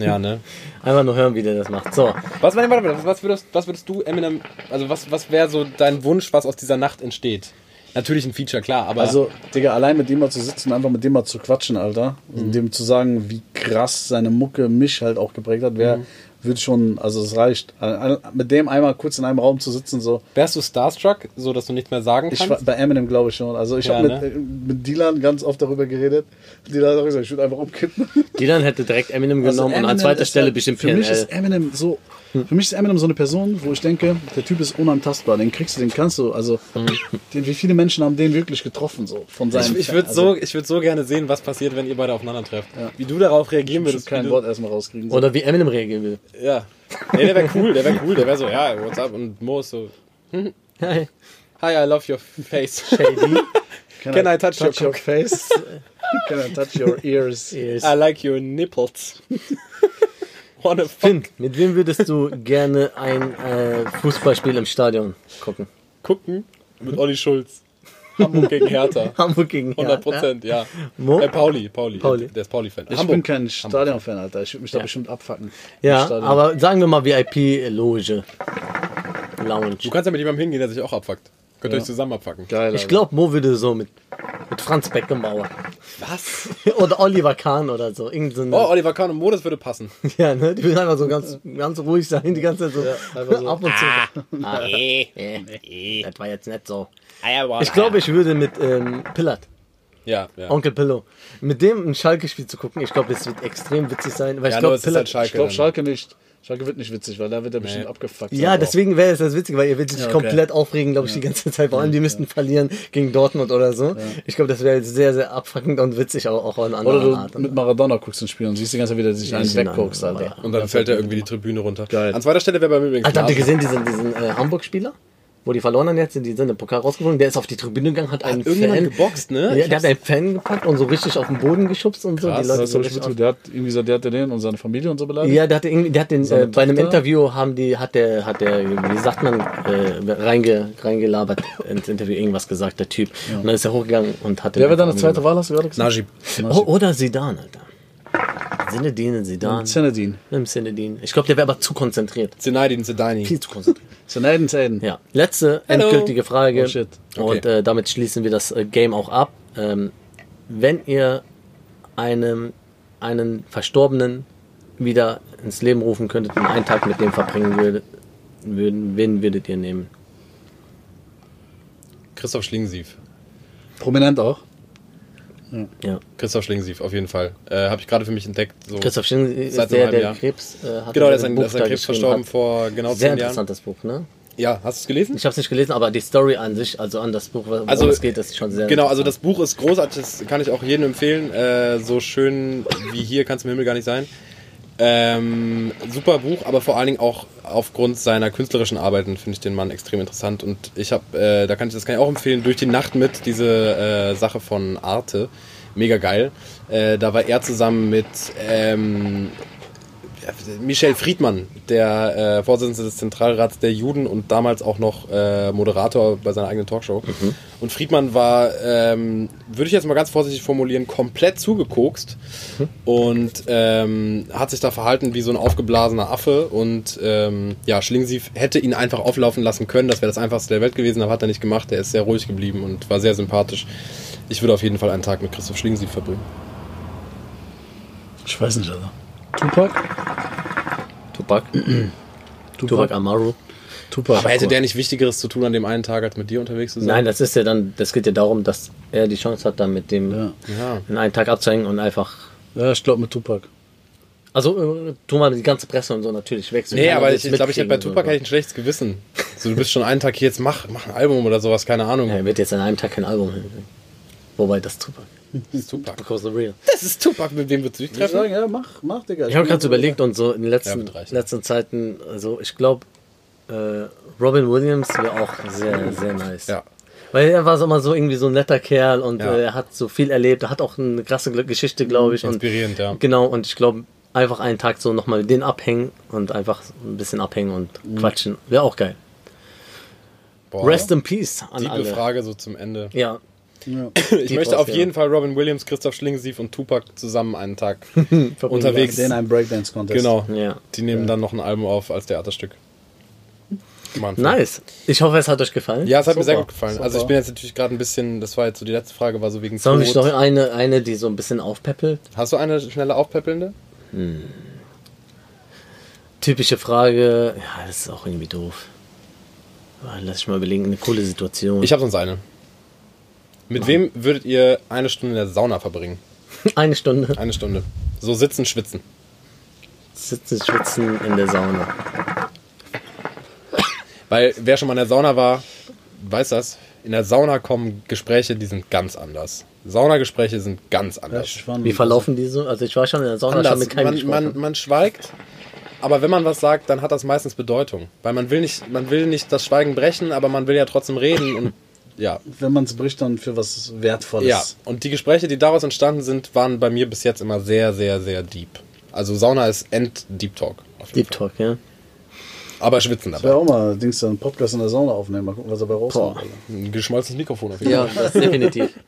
Speaker 1: Ja, ne?
Speaker 2: Einfach nur hören, wie der das macht. So,
Speaker 1: Was, warte, warte, warte, was, würdest, was würdest du Eminem, also was, was wäre so dein Wunsch, was aus dieser Nacht entsteht? Natürlich ein Feature, klar, aber
Speaker 3: Also, Digga, allein mit dem mal zu sitzen, einfach mit dem mal zu quatschen, Alter.
Speaker 1: Mhm.
Speaker 3: Und dem zu sagen, wie krass seine Mucke mich halt auch geprägt hat, wer
Speaker 1: Mhm.
Speaker 3: wird schon, also es reicht. Al- al- Mit dem einmal kurz in einem Raum zu sitzen, so.
Speaker 1: wärst du starstruck, so dass du nichts mehr sagen
Speaker 3: Ich, war-
Speaker 1: kannst?
Speaker 3: bei Eminem glaube ich schon. Also ich
Speaker 1: Ja,
Speaker 3: habe
Speaker 1: ne?
Speaker 3: mit, äh, mit Dylan ganz oft darüber geredet. Dylan hat auch gesagt, ich würde einfach umkippen.
Speaker 2: die dann hätte direkt Eminem genommen
Speaker 3: Also
Speaker 2: und an
Speaker 3: Eminem
Speaker 2: zweiter
Speaker 3: ist
Speaker 2: Stelle
Speaker 3: halt-
Speaker 2: bestimmt
Speaker 3: für mich
Speaker 2: PNL.
Speaker 3: ist Eminem so für mich ist Eminem so eine Person, wo ich denke, der Typ ist unantastbar, den kriegst du, den kannst du, also
Speaker 2: Mhm.
Speaker 3: den, wie viele Menschen haben den wirklich getroffen so von seinem also,
Speaker 1: Ich, ich würde so, ich würd so gerne sehen, was passiert, wenn ihr beide aufeinandertrefft. Wie du darauf reagieren
Speaker 3: also,
Speaker 1: würdest. wie
Speaker 3: kein
Speaker 1: du-
Speaker 3: Wort erstmal rauskriegen. So.
Speaker 2: Oder wie Eminem reagieren will.
Speaker 1: Ja. Nee, der wäre cool, der wäre cool. Der wäre so, ja, what's up? Und Mo ist so,
Speaker 2: Hey,
Speaker 1: hi, I love your face.
Speaker 2: Shady.
Speaker 3: Can,
Speaker 1: I touch your
Speaker 3: your face? Can I touch
Speaker 2: [LAUGHS]
Speaker 3: your ears?
Speaker 2: Yes.
Speaker 1: I like your nipples. [LAUGHS] Wanna fuck?
Speaker 2: Finn, mit wem würdest du gerne ein äh, Fußballspiel im Stadion gucken?
Speaker 1: Gucken mit Olli Schulz. Hamburg gegen Hertha.
Speaker 2: Hamburg gegen
Speaker 1: 100
Speaker 2: Hertha.
Speaker 1: Prozent, ja.
Speaker 2: Mo?
Speaker 1: Äh, Pauli, Pauli.
Speaker 2: Pauli.
Speaker 1: Der ist Pauli-Fan.
Speaker 3: Ich
Speaker 1: Hamburg.
Speaker 3: bin kein Stadionfan, Alter. Ich würde mich da bestimmt abfacken.
Speaker 2: Ja,
Speaker 3: Im Stadion.
Speaker 2: aber sagen wir mal VIP-Loge.
Speaker 1: Du
Speaker 2: Lounge.
Speaker 1: kannst ja mit jemandem hingehen, der sich auch abfuckt. Könnt ihr euch zusammen abfucken.
Speaker 3: geil.
Speaker 2: Ich
Speaker 3: Alter.
Speaker 2: glaube, Mo würde so mit, mit Franz Beckenbauer. [LAUGHS]
Speaker 1: Was?
Speaker 2: Oder Oliver Kahn oder so. Irgend so eine,
Speaker 1: Oh, Oliver Kahn und Mo, das würde passen.
Speaker 2: [LAUGHS] ja, ne? Die würden einfach so ganz, ganz ruhig sein, die ganze Zeit so, ab und zu.
Speaker 1: Ah. Nee.
Speaker 2: Nee, Das war jetzt nicht so. Ich
Speaker 1: Ich
Speaker 2: glaube, ich würde mit ähm, Pillard,
Speaker 1: Ja, ja.
Speaker 2: Onkel Pillow, mit dem ein Schalke-Spiel zu gucken, ich glaube, das wird extrem witzig sein, weil
Speaker 1: ja,
Speaker 2: ich
Speaker 1: nur
Speaker 2: glaube,
Speaker 1: es ist halt Schalke.
Speaker 2: Pillard.
Speaker 3: Ich glaube
Speaker 1: dann.
Speaker 3: Schalke nicht. Schalke wird nicht witzig, weil da wird er bestimmt abgefuckt.
Speaker 2: Ja,
Speaker 3: Aber
Speaker 2: deswegen wäre es das Witzige, weil ihr werdet sich
Speaker 3: okay.
Speaker 2: komplett aufregen, glaube ich, die ganze Zeit. Vor allem, die müssten verlieren gegen Dortmund oder so. Ich glaube, das wäre jetzt sehr, sehr abfuckend und witzig, aber auch in
Speaker 3: auch.
Speaker 2: anderen
Speaker 3: Oder
Speaker 2: Art.
Speaker 3: du mit Maradona guckst ein Spiel und siehst die ganze Zeit, wie der sich einen
Speaker 2: nein,
Speaker 3: wegguckst,
Speaker 2: aber
Speaker 3: Alter.
Speaker 1: Und dann fällt er irgendwie die Tribüne runter.
Speaker 3: Geil.
Speaker 1: An zweiter Stelle wäre bei mir übrigens.
Speaker 2: Alter, habt ihr
Speaker 1: Lars.
Speaker 2: gesehen, diesen, diesen äh, Hamburg-Spieler? Wo die verloren haben jetzt, die sind im Pokal rausgeflogen. Der ist auf die Tribüne gegangen, hat einen
Speaker 1: irgendjemand
Speaker 2: Fan...
Speaker 1: geboxt, ne? Ich
Speaker 2: Ja, der
Speaker 1: hab's-
Speaker 2: hat einen Fan gepackt und so richtig auf den Boden geschubst und so.
Speaker 1: Krass,
Speaker 2: die Leute
Speaker 3: Das
Speaker 2: so
Speaker 3: hab ich
Speaker 2: richtig
Speaker 3: mitbekommen. Der hat irgendwie gesagt, der hat den und seine Familie und so
Speaker 2: auf-
Speaker 3: beleidigt.
Speaker 2: ja, der hatte irgendwie, der hat den, äh, bei einem
Speaker 3: Tochter?
Speaker 2: Interview haben die, hat der, hat der, wie sagt man, äh, reinge, reingelabert ins Interview irgendwas gesagt, der Typ. Und dann ist er hochgegangen und hat den
Speaker 3: Wer wäre dann
Speaker 2: einfach
Speaker 3: eine zweite Wahl, hast du gerade gesagt?
Speaker 1: Najib.
Speaker 2: Oh, oder Sidan, Alter. Sinedine, Sidan.
Speaker 3: Zenedin.
Speaker 2: Im Sinedine. Ich glaube, der wäre aber zu konzentriert.
Speaker 1: Zenaidin, Zedaini.
Speaker 2: Viel zu konzentriert.
Speaker 3: Zenedin, Zenedin.
Speaker 2: Ja. Letzte endgültige Frage.
Speaker 3: Oh, shit.
Speaker 2: Und äh, damit schließen wir das äh, Game auch ab. Ähm, wenn ihr einem, einen Verstorbenen wieder ins Leben rufen könntet und einen Tag mit dem verbringen würdet, würden, wen würdet ihr nehmen?
Speaker 1: Christoph Schlingensief.
Speaker 3: Prominent auch.
Speaker 2: Ja.
Speaker 1: Christoph Schlingensief, auf jeden Fall. Äh, Habe ich gerade für mich entdeckt. So.
Speaker 2: Christoph Schindler
Speaker 1: Seit
Speaker 2: ist
Speaker 1: einem
Speaker 2: der,
Speaker 1: halben
Speaker 2: der
Speaker 1: Jahr.
Speaker 2: Krebs äh, hat.
Speaker 1: Genau, der
Speaker 2: das
Speaker 1: ist an, der ist an Krebs verstorben vor genau
Speaker 2: Sehr
Speaker 1: zehn Jahren.
Speaker 2: interessantes Buch, ne?
Speaker 1: Ja, hast du es gelesen?
Speaker 2: Ich habe es nicht gelesen, aber die Story an sich, also an das Buch, worum
Speaker 1: Also,
Speaker 2: es geht, ist schon sehr.
Speaker 1: Genau, also das Buch ist großartig, das kann ich auch jedem empfehlen. Äh, so schön wie hier kann es im Himmel gar nicht sein. Ähm, super Buch, aber vor allen Dingen auch aufgrund seiner künstlerischen Arbeiten finde ich den Mann extrem interessant. Und ich habe, äh, da kann ich das kann ich auch empfehlen, durch die Nacht mit diese äh, Sache von Arte, mega geil. Äh, da war er zusammen mit ähm, Michel Friedmann, der äh, Vorsitzende des Zentralrats der Juden und damals auch noch äh, Moderator bei seiner eigenen Talkshow. Und Friedmann war, ähm, würde ich jetzt mal ganz vorsichtig formulieren, komplett zugekokst und ähm, hat sich da verhalten wie so ein aufgeblasener Affe. Und ähm, ja, Schlingensief hätte ihn einfach auflaufen lassen können. Das wäre das einfachste der Welt gewesen, aber hat er nicht gemacht. Er ist sehr ruhig geblieben und war sehr sympathisch. Ich würde auf jeden Fall einen Tag mit Christoph Schlingensief verbringen.
Speaker 3: Ich weiß nicht, Alter. Tupac?
Speaker 2: Tupac. Tupac Amaru.
Speaker 3: Tupac.
Speaker 1: Aber hätte der nicht Wichtigeres zu tun an dem einen Tag, als mit dir unterwegs zu sein?
Speaker 2: Nein, das ist ja dann, das geht ja darum, dass er die Chance hat, dann mit dem
Speaker 3: Ja.
Speaker 1: Ja.
Speaker 2: in einen Tag abzuhängen und einfach.
Speaker 3: Ja, ich glaube mit Tupac.
Speaker 2: Also, äh, tu mal die ganze Presse und so natürlich weg. so
Speaker 1: Nee,
Speaker 2: keiner
Speaker 1: aber
Speaker 2: will's
Speaker 1: ich glaube, ich hätte bei
Speaker 2: mitkriegen
Speaker 1: Tupac
Speaker 2: und
Speaker 1: hätte ich ein schlechtes Gewissen. So, du bist schon einen Tag hier, jetzt mach, mach ein Album oder sowas, keine Ahnung.
Speaker 2: so. Ja, Er wird jetzt an einem Tag kein Album hinbringen. Wobei das Tupac.
Speaker 1: Das ist Tupac.
Speaker 2: Because the real.
Speaker 1: Das ist Tupac, mit wem würdest du dich
Speaker 3: Ich
Speaker 1: treffen?
Speaker 3: sagen, ja, mach, mach, Digga.
Speaker 2: Ich habe gerade so überlegt und so in den letzten,
Speaker 1: mit 30.
Speaker 2: letzten Zeiten, also ich glaube, äh, Robin Williams wäre auch sehr, sehr nice.
Speaker 1: Ja.
Speaker 2: Weil er war so immer so irgendwie so ein netter Kerl und
Speaker 1: Ja.
Speaker 2: äh, er hat so viel erlebt, er hat auch eine krasse Gl- Geschichte, glaube ich.
Speaker 1: Inspirierend,
Speaker 2: und,
Speaker 1: ja.
Speaker 2: Genau, und ich glaube, einfach einen Tag so nochmal den abhängen und einfach ein bisschen abhängen und quatschen. Wäre auch geil.
Speaker 1: Boah,
Speaker 2: Rest in Peace an
Speaker 1: Tiefe
Speaker 2: alle.
Speaker 1: Frage so zum Ende.
Speaker 2: Ja,
Speaker 3: Ja.
Speaker 1: Ich
Speaker 2: Geht
Speaker 1: möchte
Speaker 2: raus,
Speaker 1: auf
Speaker 2: ja.
Speaker 1: jeden Fall Robin Williams, Christoph Schlingensief und Tupac zusammen einen Tag unterwegs.
Speaker 3: Den einen Breakdance-Contest.
Speaker 1: Genau.
Speaker 2: Ja.
Speaker 1: Die nehmen dann noch ein Album auf als Theaterstück. Mann.
Speaker 2: nice. Ich hoffe, es hat euch gefallen.
Speaker 1: Ja, es hat mir
Speaker 3: Super,
Speaker 1: sehr gut gefallen. Also ich
Speaker 3: super.
Speaker 1: bin jetzt natürlich gerade ein bisschen, das war jetzt so die letzte Frage, war so wegen
Speaker 2: Sollen wir nicht noch
Speaker 1: Tod.
Speaker 2: eine, eine, die so ein bisschen aufpeppelt?
Speaker 1: Hast du eine schnelle aufpäppelnde?
Speaker 2: Typische Frage. Ja, das ist auch irgendwie doof. Aber Lass ich mal überlegen, eine coole Situation.
Speaker 1: Ich habe sonst eine. Mit wem würdet ihr eine Stunde in der Sauna verbringen?
Speaker 2: eine Stunde
Speaker 1: Eine Stunde. So sitzen, schwitzen.
Speaker 2: sitzen, schwitzen in der Sauna.
Speaker 1: Weil wer schon mal in der Sauna war, weiß das. In der Sauna kommen Gespräche, die sind ganz anders. Saunagespräche sind ganz
Speaker 3: Ja,
Speaker 1: anders.
Speaker 3: spannend.
Speaker 2: Wie verlaufen die so? Also ich war schon in der Sauna, ich habe mit
Speaker 1: anders.
Speaker 2: keinem
Speaker 1: Man,
Speaker 2: gesprochen.
Speaker 1: man, man schweigt, aber wenn man was sagt, dann hat das meistens Bedeutung. Weil man will nicht, man will nicht das Schweigen brechen, aber man will ja trotzdem reden
Speaker 2: [LAUGHS]
Speaker 1: und ja.
Speaker 3: Wenn man es bricht, dann für was Wertvolles.
Speaker 1: Ja, und die Gespräche, die daraus entstanden sind, waren bei mir bis jetzt immer sehr, sehr, sehr deep. Also Sauna ist End-Deep Talk. auf jeden
Speaker 2: Deep Talk, ja.
Speaker 1: Fall. Aber schwitzen
Speaker 3: Ich will
Speaker 1: dabei.
Speaker 3: auch mal Dings dann einen Podcast in der Sauna aufnehmen. Mal gucken, was dabei rauskommt.
Speaker 2: Boah.
Speaker 3: Alter.
Speaker 1: Ein geschmolzenes Mikrofon auf jeden Fall.
Speaker 2: Ja, das definitiv.
Speaker 1: [LAUGHS]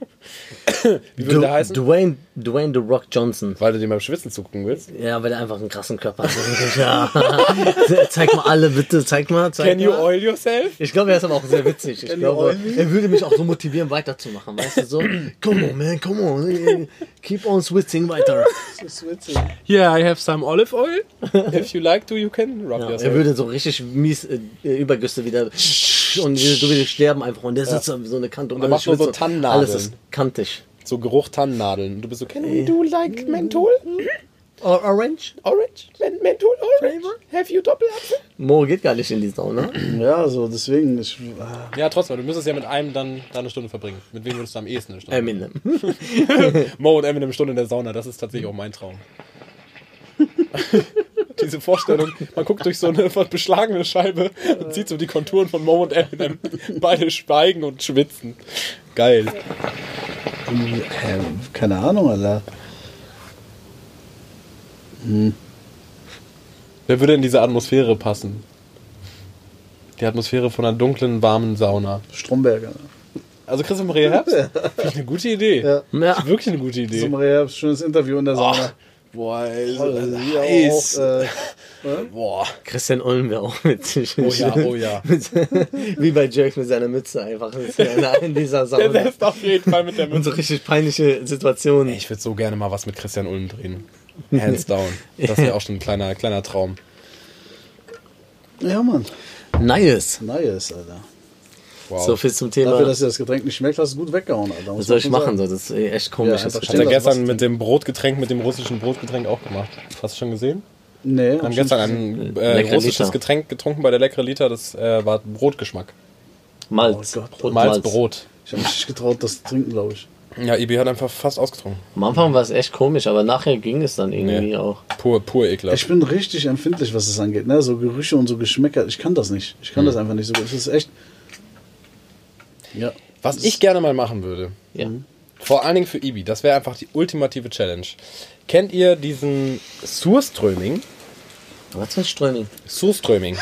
Speaker 1: Wie würde
Speaker 2: Du,
Speaker 1: der heißen?
Speaker 2: Dwayne, Dwayne The Rock Johnson.
Speaker 1: Weil du dir beim Schwitzen zugucken willst.
Speaker 2: Ja, weil er einfach einen krassen Körper hat. [LAUGHS] ja. zeig mal alle, bitte, zeig mal. Zeig
Speaker 1: Can you
Speaker 2: mal.
Speaker 1: oil yourself?
Speaker 2: Ich glaube, er ist aber auch sehr witzig. Ich
Speaker 3: Kenny
Speaker 2: glaube,
Speaker 3: Olmi?
Speaker 2: er würde mich auch so motivieren, weiterzumachen.
Speaker 1: [CLEARS THROAT]
Speaker 2: Weißt du, so, come on, man, come on. Keep on switching weiter.
Speaker 3: Das ist witzig.
Speaker 1: Yeah, I have some olive oil. [LAUGHS] If you like to, you can rub
Speaker 2: Ja, er
Speaker 1: yourself.
Speaker 2: würde so richtig mies äh, Übergüsse wieder und du würdest sterben einfach. Und der sitzt da so eine Kante und
Speaker 1: Und er macht nur
Speaker 2: schwitzt
Speaker 1: so Tannennadeln.
Speaker 2: Alles ist kantig.
Speaker 1: So Geruch Tannennadeln. Du bist so, can we do like Menthol?
Speaker 2: Or orange?
Speaker 1: Orange? Men Menthol Orange? Have you Doppelapfel?
Speaker 2: Mo geht gar nicht in die Sauna.
Speaker 3: Ja, so, deswegen. Ich, ah,
Speaker 1: Ja, trotzdem, du müsstest ja mit einem dann, dann eine Stunde verbringen. Mit wem würdest du am ehesten eine Stunde?
Speaker 2: Eminem.
Speaker 1: Ähm, Mo und Eminem eine Stunde in der Sauna, das ist tatsächlich auch mein [LAUGHS] Traum. Diese Vorstellung, man guckt durch so eine beschlagene Scheibe und sieht so die Konturen von Mo und Eminem. Beide schweigen und schwitzen. Geil.
Speaker 3: äh, keine Ahnung, Alter.
Speaker 1: Wer würde in diese Atmosphäre passen? Die Atmosphäre von einer dunklen, warmen Sauna.
Speaker 3: Stromberger.
Speaker 1: Also Christoph Maria [LAUGHS] Herbst? Finde ich eine gute Idee.
Speaker 3: Ja.
Speaker 2: Ja.
Speaker 1: Ist Wirklich eine gute Idee.
Speaker 3: Zum Rehab, schönes Interview in der
Speaker 2: Oh.
Speaker 3: Sauna.
Speaker 1: Ach, boah, ey, so
Speaker 3: Toll, hier
Speaker 1: nice.
Speaker 3: auch, äh,
Speaker 1: [LAUGHS] boah.
Speaker 2: Christian Ulm wäre auch witzig.
Speaker 1: Oh ja, oh ja.
Speaker 2: [LAUGHS] Wie bei Jerks mit seiner Mütze einfach. Ist er in dieser
Speaker 1: Der
Speaker 2: Sauna.
Speaker 1: setzt auf jeden Fall mit der
Speaker 2: Und
Speaker 1: Münze.
Speaker 2: so richtig peinliche Situationen.
Speaker 1: [LAUGHS] Ich würde so gerne mal was mit Christian Ulm drehen. Hands down. Das wäre auch schon ein kleiner, kleiner Traum.
Speaker 3: ja, Mann.
Speaker 2: Nice.
Speaker 3: Nice, Alter.
Speaker 1: Wow.
Speaker 2: So viel zum Thema.
Speaker 3: Dafür, dass ihr das Getränk nicht schmeckt, hast du gut weggehauen, Alter.
Speaker 2: was
Speaker 3: Muss
Speaker 2: soll
Speaker 3: man
Speaker 2: ich
Speaker 3: schon
Speaker 2: machen?
Speaker 3: sagen.
Speaker 2: So, das ist eh echt komisch.
Speaker 3: Ja,
Speaker 2: das
Speaker 3: einfach
Speaker 1: Hat er
Speaker 2: verstehe ich.
Speaker 3: stehen
Speaker 1: gestern
Speaker 3: was-
Speaker 1: mit dem Brotgetränk, mit dem russischen Brotgetränk auch gemacht. Hast du schon gesehen? Wir
Speaker 3: Nee,
Speaker 1: haben
Speaker 3: schon-
Speaker 1: gestern ein äh,
Speaker 2: Leckere
Speaker 1: russisches
Speaker 2: Liter.
Speaker 1: Getränk getrunken bei der leckere Liter, das äh, war Brotgeschmack.
Speaker 2: Malz.
Speaker 3: Oh Gott.
Speaker 2: Brot,
Speaker 1: Malz, Brot.
Speaker 3: Ich habe mich nicht getraut, das zu trinken, glaube ich.
Speaker 1: Ja, Ibi hat einfach fast ausgetrunken.
Speaker 2: Am Anfang war es echt komisch, aber nachher ging es dann irgendwie
Speaker 1: Nee.
Speaker 2: auch.
Speaker 1: Pur, pur
Speaker 3: Ich
Speaker 1: ekelhaft.
Speaker 3: bin richtig empfindlich, was es angeht. Ne? So Gerüche und so Geschmäcker. Ich kann das nicht. Ich kann das einfach nicht so gut. Es ist echt. Ja.
Speaker 1: Was ich gerne mal machen würde,
Speaker 2: Ja.
Speaker 1: vor allen Dingen für Ibi, das wäre einfach die ultimative Challenge. Kennt ihr diesen Surströming?
Speaker 2: Was für ein Ströming?
Speaker 1: Surströming.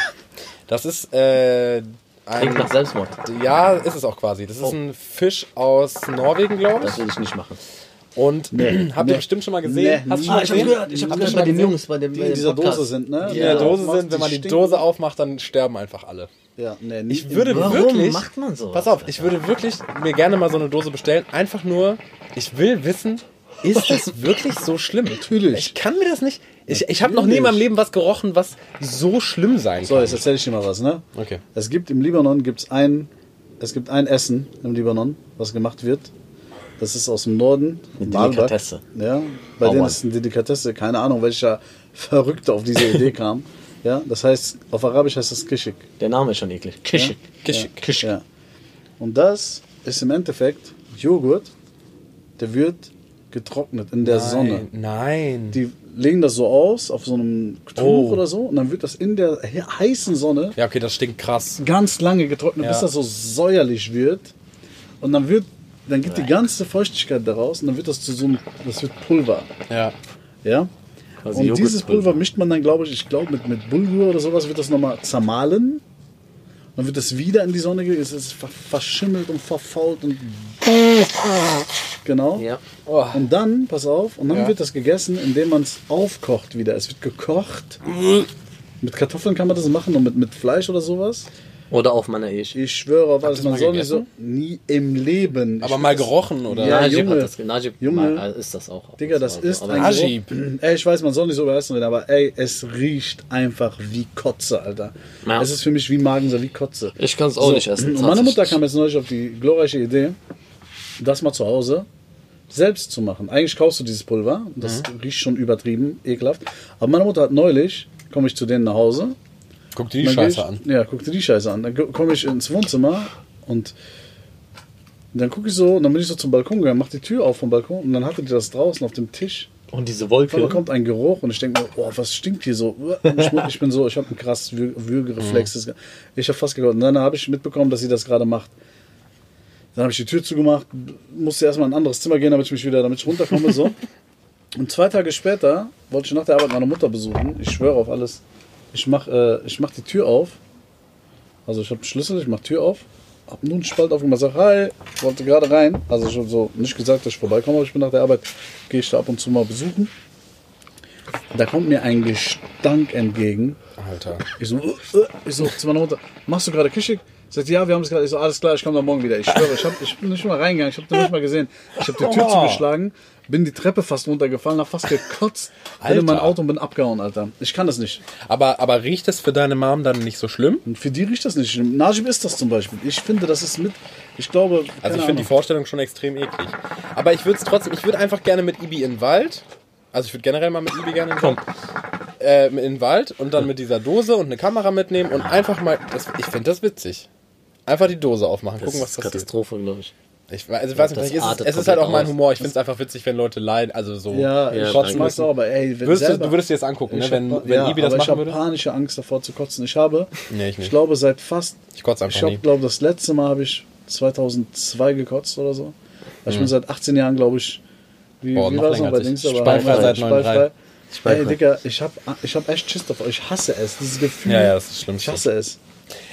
Speaker 1: Das ist äh,
Speaker 2: Klingt
Speaker 1: ein
Speaker 2: nach Selbstmord.
Speaker 1: Ja, ist es auch quasi. Das ist
Speaker 2: Oh.
Speaker 1: ein Fisch aus Norwegen, glaube
Speaker 2: Das
Speaker 1: ich.
Speaker 2: würde ich nicht machen.
Speaker 1: Und [CLEARS THROAT] habt ihr
Speaker 3: Nee.
Speaker 1: bestimmt schon mal gesehen.
Speaker 3: Nee.
Speaker 1: Hast du schon
Speaker 3: Ah,
Speaker 1: mal
Speaker 3: ich
Speaker 1: gesehen?
Speaker 3: gehört, ich hab
Speaker 1: Hast du
Speaker 2: gehört
Speaker 1: schon mal gesehen?
Speaker 2: bei dem
Speaker 3: Die
Speaker 2: bei
Speaker 3: in
Speaker 2: dem
Speaker 3: dieser
Speaker 2: Podcast.
Speaker 3: Dose sind, ne?
Speaker 1: Die in der Dose
Speaker 3: Macht
Speaker 1: sind, wenn man die
Speaker 3: stinken.
Speaker 1: Dose aufmacht, dann sterben einfach alle.
Speaker 3: Ja, nee,
Speaker 1: Ich
Speaker 3: nicht
Speaker 1: würde
Speaker 2: Warum
Speaker 1: wirklich.
Speaker 2: macht man sowas,
Speaker 1: Pass auf, ich würde wirklich mir gerne mal so eine Dose bestellen. Einfach nur, ich will wissen, ist das wirklich so schlimm?
Speaker 3: Natürlich.
Speaker 1: Ich kann mir das nicht. Ich, ich habe noch nie in meinem
Speaker 3: Natürlich.
Speaker 1: Leben was gerochen, was so schlimm sein
Speaker 3: So,
Speaker 1: kann.
Speaker 3: jetzt erzähle ich dir mal was, ne?
Speaker 1: Okay.
Speaker 3: Es gibt im Libanon gibt's ein, es gibt ein Essen im Libanon, was gemacht wird. Das ist aus dem Norden.
Speaker 2: Eine
Speaker 3: Baalbek.
Speaker 2: Delikatesse.
Speaker 3: Ja, bei
Speaker 2: Oh,
Speaker 3: denen
Speaker 2: Mann.
Speaker 3: ist es eine Delikatesse. Keine Ahnung, welcher [LAUGHS] Verrückte auf diese Idee kam. Ja, das heißt, auf Arabisch heißt das Kishik.
Speaker 2: Der Name ist schon eklig. Kishik.
Speaker 1: Kishik.
Speaker 2: Kishik.
Speaker 3: Ja. Und das ist im Endeffekt Joghurt, der wird Getrocknet in der
Speaker 1: nein,
Speaker 3: Sonne.
Speaker 1: Nein.
Speaker 3: Die legen das so aus auf so einem Tuch
Speaker 1: Oh.
Speaker 3: oder so und dann wird das in der he- heißen Sonne
Speaker 1: ja, okay, das stinkt krass.
Speaker 3: ganz lange getrocknet,
Speaker 1: Ja.
Speaker 3: bis das so säuerlich wird. Und dann wird, dann geht die ganze Feuchtigkeit daraus und dann wird das zu so einem, das wird Pulver.
Speaker 1: Ja.
Speaker 3: Ja?
Speaker 2: Quasi
Speaker 3: und dieses
Speaker 2: Joghurtpulver.
Speaker 3: Pulver mischt man dann, glaube ich, ich glaube mit, mit Bulgur oder sowas, wird das nochmal zermahlen. Dann wird das wieder in die Sonne gegeben. Es ist ver verschimmelt und verfault und. Genau.
Speaker 2: Ja.
Speaker 1: Oh.
Speaker 3: Und dann, pass auf, und dann
Speaker 1: Ja.
Speaker 3: wird das gegessen, indem man es aufkocht wieder. Es wird gekocht.
Speaker 2: Mhm.
Speaker 3: Mit Kartoffeln kann man das machen und mit, mit Fleisch oder sowas.
Speaker 2: Oder auf meiner Ehe.
Speaker 3: Ich schwöre auf alles,
Speaker 1: das
Speaker 3: man
Speaker 1: mal
Speaker 3: soll nicht so.
Speaker 1: gegessen?
Speaker 3: Nie im Leben.
Speaker 1: Aber
Speaker 3: ich,
Speaker 1: mal gerochen, oder?
Speaker 3: Ja,
Speaker 2: Najib
Speaker 3: Junge.
Speaker 2: hat das, Najib
Speaker 3: Junge.
Speaker 2: Mal, äh, ist das auch. ab und
Speaker 3: Digga,
Speaker 2: zu
Speaker 3: das
Speaker 2: mal so.
Speaker 3: ist
Speaker 2: Aber
Speaker 3: ein
Speaker 2: Najib-
Speaker 1: Najib.
Speaker 3: Geruch- [CLEARS THROAT] Ey, ich weiß, man soll nicht so über Essen reden, aber ey, es riecht einfach wie Kotze, Alter.
Speaker 2: Ja.
Speaker 3: Es ist für mich wie Magensäure, wie Kotze.
Speaker 2: Ich kann's auch nicht essen,
Speaker 3: Und meine
Speaker 2: tatsächlich.
Speaker 3: Mutter kam jetzt neulich auf die glorreiche Idee, das mal zu Hause selbst zu machen. Eigentlich kaufst du dieses Pulver, das
Speaker 2: Mhm.
Speaker 3: riecht schon übertrieben, ekelhaft. Aber meine Mutter hat neulich, komme ich zu denen nach Hause,
Speaker 1: Guck dir die
Speaker 3: dann
Speaker 1: Scheiße
Speaker 3: geh
Speaker 1: an.
Speaker 3: ich, Ja, guck dir die Scheiße an. Dann komme ich ins Wohnzimmer und dann gucke ich so, und dann bin ich so zum Balkon gegangen, mach die Tür auf vom Balkon und dann hatte die das draußen auf dem Tisch.
Speaker 2: Und diese
Speaker 3: Und dann
Speaker 2: Wolke.
Speaker 3: kommt ein Geruch und ich denke mir, oh, was stinkt hier so? Und Ich, ich bin so, ich habe einen krassen Wür- Würgereflex. Das- Ich habe fast geglaubt. Und dann habe ich mitbekommen, dass sie das gerade macht. Dann habe ich die Tür zugemacht, musste erstmal in ein anderes Zimmer gehen, damit ich mich wieder, damit ich runterkomme. So. Und zwei Tage später wollte ich nach der Arbeit meine Mutter besuchen. Ich schwöre auf alles. Ich mache äh, ich mach die Tür auf. Also ich habe einen Schlüssel, ich mache Tür auf. Hab nur einen Spalt aufgemacht, sag hi, wollte gerade rein. Also ich habe so nicht gesagt, dass ich vorbeikomme, aber ich bin nach der Arbeit, gehe ich da ab und zu mal besuchen. Da kommt mir ein Gestank entgegen.
Speaker 1: Alter.
Speaker 3: Ich so, äh, äh, ich so zu meiner Mutter, machst du gerade Kischig? Sagt, ja, wir haben es gerade. Ich so, alles klar, ich komme dann morgen wieder. Ich schwöre, ich, hab, ich bin nicht mal reingegangen, ich habe den nicht mal gesehen. Ich habe die Tür
Speaker 1: Oh.
Speaker 3: zugeschlagen, bin die Treppe fast runtergefallen, hab fast gekotzt, bin in mein
Speaker 1: Alter.
Speaker 3: Auto und bin abgehauen, Alter. Ich kann das nicht.
Speaker 1: Aber, aber riecht es für deine Mom dann nicht so schlimm?
Speaker 3: Und für die riecht das nicht. schlimm. Najib ist das zum Beispiel. Ich finde, das ist mit, ich glaube, keine
Speaker 1: Also ich finde die
Speaker 3: Ahnung.
Speaker 1: Vorstellung schon extrem eklig. Aber ich würde es trotzdem, ich würde einfach gerne mit Ibi in den Wald. Also ich würde generell mal mit Ibi gerne in den Wald. Äh, in den Wald und dann mit dieser Dose und eine Kamera mitnehmen und einfach mal. Das, ich finde das witzig. Einfach die Dose aufmachen,
Speaker 2: Das
Speaker 1: gucken, was
Speaker 2: ist
Speaker 1: passiert.
Speaker 2: Katastrophe, glaube ich.
Speaker 1: Ich, we- also ich weiß
Speaker 2: Das
Speaker 1: nicht, vielleicht ist
Speaker 2: artet
Speaker 1: es, es ist halt auch
Speaker 2: komplett
Speaker 1: mein
Speaker 2: aus.
Speaker 1: Humor. Ich finde es einfach witzig, wenn Leute leiden. Also so.
Speaker 3: Ja,
Speaker 2: Ja,
Speaker 3: ich
Speaker 2: danke.
Speaker 3: mag's auch, aber ey, wenn
Speaker 1: Würdest du,
Speaker 3: selber,
Speaker 1: du würdest dir das angucken, ne?
Speaker 3: Ich
Speaker 1: wenn,
Speaker 3: hab-
Speaker 1: wenn
Speaker 3: ja,
Speaker 1: Ibi das
Speaker 3: aber
Speaker 1: machen
Speaker 3: Ich
Speaker 1: würde?
Speaker 3: habe panische Angst davor zu kotzen. Ich habe,
Speaker 1: Nee, ich nicht.
Speaker 3: glaube, seit fast.
Speaker 1: Ich kotze einfach
Speaker 3: Ich habe,
Speaker 1: nie.
Speaker 3: glaube, das letzte Mal habe ich 2002 gekotzt oder so. Also Ich bin seit 18 Jahren, glaube ich. Wie,
Speaker 1: Hm. Boah,
Speaker 3: wie
Speaker 1: noch
Speaker 3: war das noch
Speaker 1: länger
Speaker 3: bei
Speaker 1: als ich.
Speaker 3: Dings? aber-
Speaker 1: Speifrei seit
Speaker 3: Speifrei.
Speaker 1: 39.
Speaker 3: Ey, Digga, ich habe ich hab echt Schiss davor. Ich hasse es, dieses Gefühl.
Speaker 1: Ja, ja, das ist schlimm.
Speaker 3: Ich hasse es.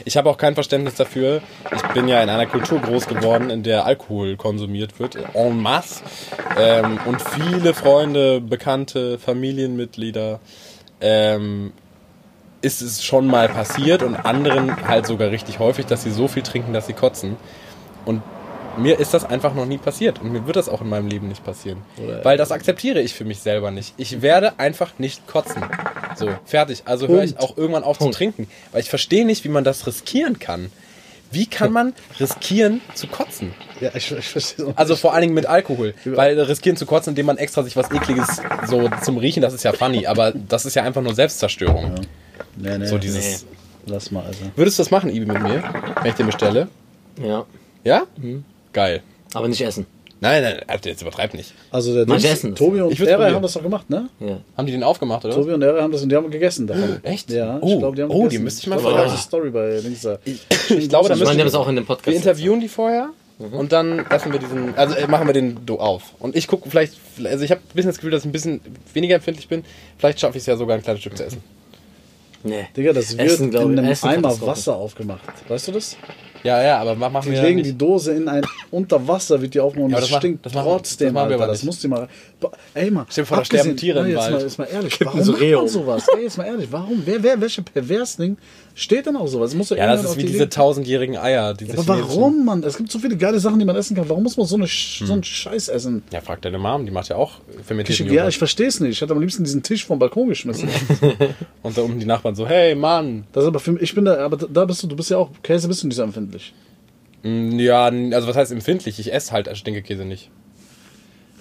Speaker 1: Ich habe auch kein Verständnis dafür. Ich bin ja in einer Kultur groß geworden, in der Alkohol konsumiert wird, en masse. Ähm, und viele Freunde, Bekannte, Familienmitglieder. Ähm, ist es schon mal passiert und anderen halt sogar richtig häufig, dass sie so viel trinken, dass sie kotzen. Und mir ist das einfach noch nie passiert und mir wird das auch in meinem Leben nicht passieren. Weil das akzeptiere ich für mich selber nicht. Ich werde einfach nicht kotzen. So, fertig. Also höre ich auch irgendwann auf zu trinken. Weil ich verstehe nicht, wie man das riskieren kann. Wie kann man riskieren zu kotzen?
Speaker 3: Ja, ich, ich verstehe es auch.
Speaker 1: Also vor allen Dingen mit Alkohol. Weil riskieren zu kotzen, indem man extra sich was Ekliges so zum Riechen, das ist ja funny, aber das ist ja einfach nur Selbstzerstörung.
Speaker 3: Nee, nee,
Speaker 1: So dieses.
Speaker 3: Lass mal, Alter.
Speaker 1: Würdest du das machen, Ibi, mit mir, wenn ich den bestelle?
Speaker 2: Ja.
Speaker 1: Ja? Geil.
Speaker 2: Aber nicht essen.
Speaker 1: Nein, nein, Alter, jetzt übertreib nicht.
Speaker 3: Also der
Speaker 2: Mal
Speaker 3: Dings-
Speaker 2: essen.
Speaker 3: Tobi und
Speaker 1: Ich würd's
Speaker 3: Eray
Speaker 1: probieren.
Speaker 3: haben das doch gemacht, ne?
Speaker 2: Ja.
Speaker 1: Haben die den aufgemacht, oder?
Speaker 3: Tobi und Eray haben das und die haben gegessen davon.
Speaker 1: Echt?
Speaker 3: Ja, ich
Speaker 1: Oh,
Speaker 3: glaube, die haben
Speaker 1: oh, die
Speaker 3: gegessen.
Speaker 1: müsste ich mal
Speaker 3: glaube, da
Speaker 2: fragen.
Speaker 3: gab's eine Story bei Dings da.
Speaker 1: Ich glaube, da müssen
Speaker 2: Ich meine, die
Speaker 1: wir,
Speaker 2: haben es auch in dem Podcast.
Speaker 1: wir interviewen die vorher und dann lassen wir diesen, also äh, machen wir den Do auf. Und ich gucke vielleicht, also ich habe ein bisschen das Gefühl, dass ich ein bisschen weniger empfindlich bin. Vielleicht schaffe ich es ja sogar ein kleines Stück zu essen.
Speaker 2: Nee.
Speaker 3: Digga, das wird
Speaker 2: Essen, glaub
Speaker 3: in
Speaker 2: ich.
Speaker 3: einem
Speaker 2: Essen,
Speaker 3: Eimer
Speaker 2: Katastrophe.
Speaker 3: Wasser aufgemacht. Weißt du das?
Speaker 1: Ja, ja, aber mach- machen
Speaker 3: Die
Speaker 1: wir ja
Speaker 3: legen
Speaker 1: nicht.
Speaker 3: die Dose in ein unter Wasser wird die aufgenommen.
Speaker 1: Ja, aber
Speaker 3: das,
Speaker 1: das machen-
Speaker 3: stinkt
Speaker 1: das machen-
Speaker 3: trotzdem.
Speaker 1: das machen wir
Speaker 3: Alter,
Speaker 1: aber
Speaker 3: das
Speaker 1: nicht.
Speaker 3: musst du mal. Ba- Ey mal,
Speaker 1: Stell dir vor, da
Speaker 3: abgesehen-
Speaker 1: sterben Tiere
Speaker 3: Nein,
Speaker 1: im
Speaker 3: jetzt
Speaker 1: Wald.
Speaker 3: Mal, jetzt mal
Speaker 1: [LAUGHS]
Speaker 3: ehrlich, warum
Speaker 2: so
Speaker 3: macht
Speaker 2: Rehe
Speaker 3: man
Speaker 2: um.
Speaker 3: sowas? Ey, jetzt mal ehrlich, warum? Wer, wer, welche Perversling steht denn auf sowas? Muss doch
Speaker 1: Ja, das
Speaker 3: irgendjemand
Speaker 1: ist
Speaker 3: auf
Speaker 1: wie
Speaker 3: die
Speaker 1: diese
Speaker 3: Idee-
Speaker 1: tausendjährigen Eier. Diese
Speaker 3: Aber
Speaker 1: chinesischen.
Speaker 3: warum, Mann? Es gibt so viele geile Sachen, die man essen kann. Warum muss man so, eine, Sch- so einen Scheiß essen?
Speaker 1: Ja, frag deine Mom, die macht ja auch fermentierten
Speaker 3: Ja,
Speaker 1: Joghurt.
Speaker 3: ich verstehe es nicht. Ich hätte am liebsten diesen Tisch vom Balkon geschmissen. [LAUGHS]
Speaker 1: Und da unten die Nachbarn so, hey [LAUGHS] Mann.
Speaker 3: Das ist aber für mich, ich bin da, aber da bist du, du bist ja auch, Käse bist du nicht so empfindlich.
Speaker 1: Mm, Ja, n- also was heißt empfindlich? Ich esse halt Stinkekäse nicht.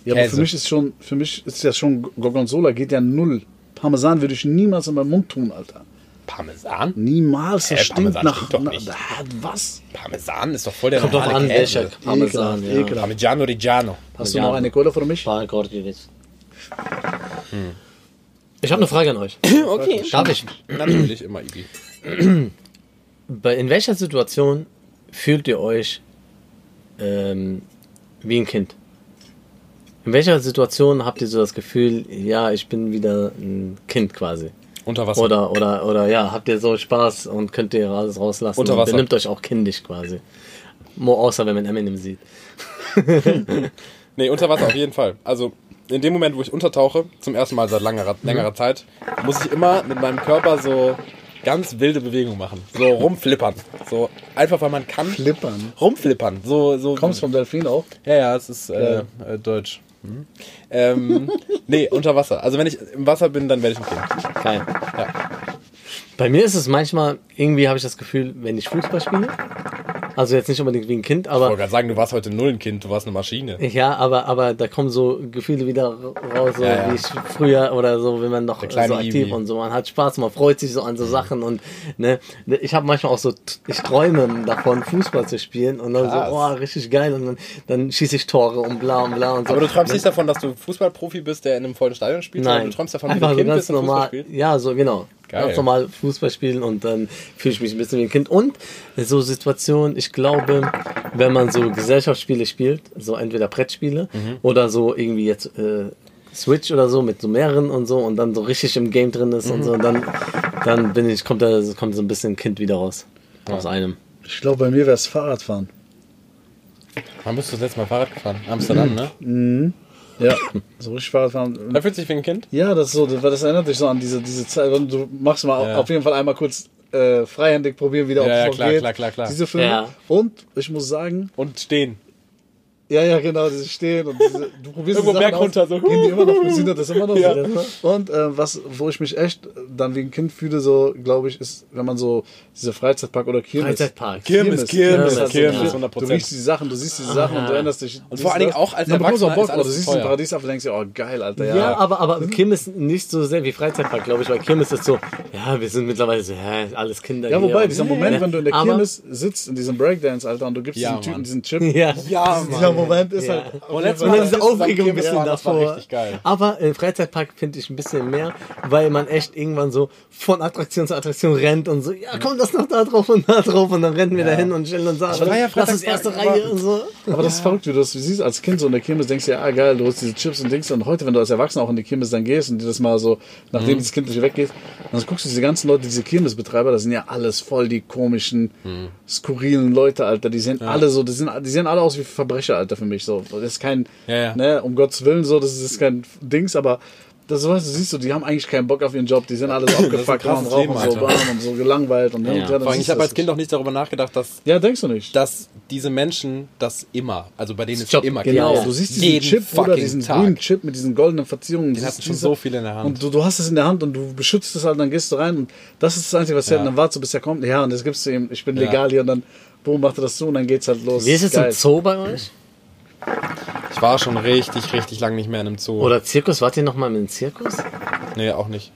Speaker 3: Ja, aber
Speaker 1: Käse.
Speaker 3: für mich ist schon, für mich ist ja schon, Gorgonzola geht ja null. Parmesan würde ich niemals in meinen Mund tun, Alter.
Speaker 1: Parmesan?
Speaker 3: Niemals, das
Speaker 1: Hä,
Speaker 3: stinkt
Speaker 1: Äh, Parmesan
Speaker 3: nach.
Speaker 1: stinkt doch
Speaker 3: na-
Speaker 1: nicht.
Speaker 3: Ah, was?
Speaker 1: Parmesan ist doch voll der
Speaker 2: Kommt drauf an, welcher
Speaker 1: Käse.
Speaker 2: Parmesan.
Speaker 3: Ekelhaft,
Speaker 2: ja.
Speaker 3: ekelhaft.
Speaker 1: Parmigiano
Speaker 2: [LAUGHS]
Speaker 1: Reggiano.
Speaker 3: Hast du noch eine Cola für mich?
Speaker 2: Paar Cordilis.
Speaker 3: Hm.
Speaker 2: Ich habe eine Frage an
Speaker 3: [LAUGHS]
Speaker 2: euch.
Speaker 1: Okay.
Speaker 2: Darf ich?
Speaker 1: Natürlich immer, Ibi.
Speaker 2: Bei, in welcher Situation fühlt ihr euch ähm, wie ein Kind? In welcher Situation habt ihr so das Gefühl, ja, ich bin wieder ein Kind quasi?
Speaker 1: Unter Wasser.
Speaker 2: Oder, oder, oder ja, habt ihr so Spaß und könnt ihr alles rauslassen?
Speaker 1: Unter
Speaker 2: und
Speaker 1: Wasser.
Speaker 2: Benimmt euch auch kindisch quasi. Mo, außer wenn man Eminem sieht.
Speaker 1: Nee, unter Wasser auf jeden Fall. Also in dem Moment, wo ich untertauche, zum ersten Mal seit längerer, längerer Zeit, muss ich immer mit meinem Körper so ganz wilde Bewegungen machen. So rumflippern. So einfach, weil man kann.
Speaker 3: Flippern.
Speaker 1: Rumflippern. So, so.
Speaker 3: Kommst vom Delfin auch?
Speaker 1: Ja, ja, es ist äh, äh, deutsch. Hm. Ähm, nee, unter Wasser. Also wenn ich im Wasser bin, dann werde ich ein Kind.
Speaker 2: Geil. Bei mir ist es manchmal, irgendwie habe ich das Gefühl, wenn ich Fußball spiele, also jetzt nicht unbedingt wie ein Kind,
Speaker 1: Ich wollte
Speaker 2: aber
Speaker 1: gerade sagen, du warst heute null ein Kind, du warst eine Maschine.
Speaker 2: ja, aber, aber da kommen so Gefühle wieder raus, so
Speaker 1: Ja, ja.
Speaker 2: wie ich früher oder so, wenn man noch so
Speaker 1: kleine
Speaker 2: aktiv
Speaker 1: Ibi.
Speaker 2: und so, man hat Spaß, man freut sich so an so Sachen und ne, ich habe manchmal auch so, ich träume davon, Fußball zu spielen und dann
Speaker 1: Krass.
Speaker 2: so, oh, richtig geil und dann, dann schieße ich Tore und bla und bla und so.
Speaker 1: Aber du träumst nicht davon, dass du Fußballprofi bist, der in einem vollen Stadion spielt, sondern
Speaker 2: Nein,
Speaker 1: du träumst davon, wie du
Speaker 2: einfach so
Speaker 1: Kind
Speaker 2: ganz
Speaker 1: bist und Fußball
Speaker 2: normal.
Speaker 1: spielst.
Speaker 2: Ja, so genau.
Speaker 1: Geil.
Speaker 2: Ganz normal Fußball spielen und dann fühle ich mich ein bisschen wie ein Kind. Und so Situationen, ich glaube, wenn man so Gesellschaftsspiele spielt, so entweder Brettspiele
Speaker 1: Mhm.
Speaker 2: oder so irgendwie jetzt äh, Switch oder so mit so mehreren und so und dann so richtig im Game drin ist
Speaker 1: Mhm.
Speaker 2: und so, dann, dann bin ich, kommt, da, kommt so ein bisschen Kind wieder raus. Aus einem.
Speaker 3: Ich glaube, bei mir wäre es Fahrradfahren.
Speaker 1: Wann bist du das letzte Mal Fahrrad gefahren? Amsterdam, ne?
Speaker 3: Ja, so richtig Fahrradfahren.
Speaker 1: Da fühlt sich wie ein Kind.
Speaker 3: Ja, das ist so, das, das erinnert dich so an diese, diese Zeit. wenn Du machst mal
Speaker 1: Ja.
Speaker 3: auf jeden Fall einmal kurz äh, freihändig probieren,
Speaker 1: Ja,
Speaker 3: wieder ob es
Speaker 1: ja,
Speaker 3: noch
Speaker 1: klar,
Speaker 3: geht.
Speaker 1: klar, klar, klar.
Speaker 3: Diese Filme.
Speaker 2: Ja.
Speaker 3: Und ich muss sagen,
Speaker 1: Und stehen.
Speaker 3: ja, ja, genau, diese stehen und diese, du probierst
Speaker 1: Irgendwo
Speaker 3: die Sachen aus,
Speaker 1: bergunter, so.
Speaker 3: Gehen die
Speaker 1: [LAUGHS]
Speaker 3: immer noch, sind das immer noch
Speaker 1: Ja.
Speaker 3: so. Und äh, was, wo ich mich echt dann wie ein Kind fühle, so glaube ich, ist, wenn man so diese Freizeitpark oder Kirmes.
Speaker 2: Freizeitpark.
Speaker 1: Kirmes, Kirmes,
Speaker 3: hast du
Speaker 1: Kirmes,
Speaker 3: Gefühl,
Speaker 1: 100%.
Speaker 3: Du riechst die Sachen, du siehst die Sachen und du erinnerst dich. Und
Speaker 1: vor allen Dingen auch als Erwachsener
Speaker 3: Bock,
Speaker 1: ist
Speaker 3: oder
Speaker 1: alles
Speaker 3: du siehst
Speaker 1: teuer.
Speaker 3: den Paradiesapfel und denkst dir, oh geil, Alter, ja. mhm.
Speaker 2: Ja, aber, aber Kirmes nicht so sehr wie Freizeitpark, glaube ich, weil Kirmes ist so, ja, wir sind mittlerweile so, ja, alles Kinder.
Speaker 3: Ja,
Speaker 2: hier
Speaker 3: wobei,
Speaker 2: und-
Speaker 3: dieser Moment, wenn du in der
Speaker 2: Aber-
Speaker 3: Kirmes sitzt, in diesem Breakdance, Alter, und du gibst
Speaker 1: Ja,
Speaker 3: diesem Typen
Speaker 1: Mann.
Speaker 3: diesen Chip.
Speaker 2: Ja.
Speaker 1: Ja,
Speaker 3: Dieser Moment ist
Speaker 2: Ja.
Speaker 3: halt.
Speaker 1: Und letztes
Speaker 2: Und
Speaker 1: Mal
Speaker 2: dann diese
Speaker 1: das ist
Speaker 2: Aufregung ein
Speaker 1: am Kirmes
Speaker 2: bisschen
Speaker 1: war, das war
Speaker 2: davor.
Speaker 1: richtig geil.
Speaker 2: Aber äh, Freizeitpark finde ich ein bisschen mehr, weil man echt irgendwann so von Attraktion zu Attraktion rennt und so, ja komm, das noch da drauf und da drauf und dann rennen wir dahin und stellen uns sagen,
Speaker 1: war ja
Speaker 2: das ist erste
Speaker 1: Freizeitpark,
Speaker 2: Reihe
Speaker 1: aber-
Speaker 2: und so.
Speaker 3: Aber das ist verrückt, wie du das siehst als Kind so in der Kirmes, denkst dir, ah geil, du holst diese Chips und Dings. Und heute, wenn du als Erwachsener auch in die Kirmes dann gehst und dir das mal so, nachdem
Speaker 1: Mhm.
Speaker 3: dieses Kind nicht weggeht, dann guckst du diese ganzen Leute, diese Kirmesbetreiber, das sind ja alles voll die komischen,
Speaker 1: Mhm.
Speaker 3: skurrilen Leute, Alter. Die sehen alle so, die, sind, die sehen alle aus wie Verbrecher, Alter, für mich. So. Das ist kein,
Speaker 1: Ja, ja.
Speaker 3: ne, um Gottes Willen, so, das ist kein Dings, aber. Das weißt du, siehst du, die haben eigentlich keinen Bock auf ihren Job, die sind alle so abgefuckt, haben
Speaker 1: krasses
Speaker 3: Rauchen
Speaker 1: Leben,
Speaker 3: so,
Speaker 1: Alter.
Speaker 3: bam, und so gelangweilt und hin und her, dann
Speaker 1: Vor allem,
Speaker 3: siehst
Speaker 1: ich habe
Speaker 3: du
Speaker 1: als
Speaker 3: das
Speaker 1: Kind auch nicht darüber nachgedacht, dass,
Speaker 3: nicht. Ja, denkst du nicht?
Speaker 1: dass diese Menschen das immer, also bei denen ist
Speaker 2: Job,
Speaker 1: immer
Speaker 3: Genau,
Speaker 2: Ja.
Speaker 3: du siehst diesen
Speaker 1: Jeden
Speaker 3: Chip, Bruder,
Speaker 1: fucking
Speaker 3: diesen
Speaker 1: Tag.
Speaker 3: grünen Chip mit diesen goldenen Verzierungen. Den
Speaker 1: hatten schon so viele in der Hand.
Speaker 3: Und du, du hast es in der Hand und du beschützt es halt, dann gehst du rein und das ist das Einzige, was ja.
Speaker 1: Ja.
Speaker 3: dann wartest du, bis er kommt. Ja, und jetzt gibst du ihm, ich bin legal hier und dann, boom, macht er das zu und dann geht's halt los.
Speaker 2: Wie ist es
Speaker 3: Geil.
Speaker 2: im Zoo bei euch?
Speaker 1: Ich war schon richtig, richtig lang nicht mehr in einem Zoo.
Speaker 2: Oder Zirkus? Wart ihr noch mal im Zirkus?
Speaker 1: Nee, auch nicht.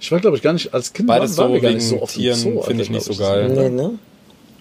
Speaker 3: Ich war, glaube ich, gar nicht, als Kind
Speaker 1: Beides
Speaker 3: waren, waren
Speaker 1: so
Speaker 3: wir gar
Speaker 1: wegen
Speaker 3: nicht so oft im
Speaker 1: Tieren
Speaker 3: Zoo, Alter,
Speaker 1: finde ich
Speaker 3: glaub
Speaker 1: nicht so geil.
Speaker 2: Nee, ne?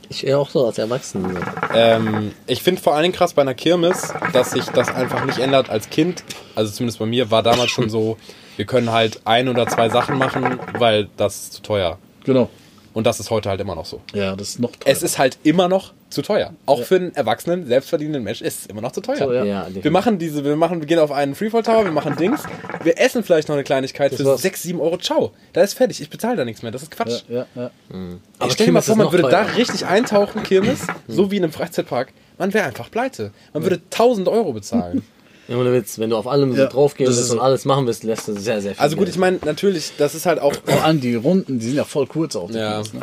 Speaker 2: Ich eher auch so als Erwachsene.
Speaker 1: Ähm, ich finde vor allen Dingen krass bei einer Kirmes, dass sich das einfach nicht ändert als Kind. Also zumindest bei mir war damals schon
Speaker 3: [LAUGHS]
Speaker 1: so, wir können halt ein oder zwei Sachen machen, weil das ist zu teuer.
Speaker 3: Genau.
Speaker 1: Und das ist heute halt immer noch so.
Speaker 3: Ja, das ist noch
Speaker 1: Es ist halt immer noch zu teuer. Auch für einen erwachsenen, selbstverdienenden Menschen ist es immer noch zu teuer.
Speaker 3: So, ja.
Speaker 2: Ja,
Speaker 1: Wir machen diese, wir machen, wir gehen auf einen Freefall Tower, wir machen Dings, wir essen vielleicht noch eine Kleinigkeit für
Speaker 3: war's.
Speaker 1: 6, 7 Euro. Ciao. Da ist fertig. Ich bezahle da nichts mehr. Das ist Quatsch.
Speaker 3: ja, ja, ja.
Speaker 1: Ey,
Speaker 2: Aber
Speaker 1: stell dir mal
Speaker 2: Kirmes
Speaker 1: vor,
Speaker 2: ist
Speaker 1: man
Speaker 2: noch
Speaker 1: würde da
Speaker 2: teurer.
Speaker 1: richtig eintauchen,
Speaker 3: [LAUGHS]
Speaker 1: Kirmes, so wie in einem Freizeitpark. Man wäre einfach pleite. Man würde 1000 Euro bezahlen.
Speaker 2: Ja, ohne Witz, wenn du auf allem so
Speaker 3: Ja,
Speaker 2: draufgehen
Speaker 3: das
Speaker 2: willst
Speaker 3: ist
Speaker 2: und
Speaker 3: so.
Speaker 2: alles machen willst, lässt du sehr, sehr viel.
Speaker 1: Also gut,
Speaker 2: Geld.
Speaker 1: ich meine, natürlich, das ist
Speaker 3: [LAUGHS]
Speaker 1: halt auch.
Speaker 3: Vor allem die Runden, die sind ja voll kurz auch. die
Speaker 1: Ja.
Speaker 3: Videos, ne?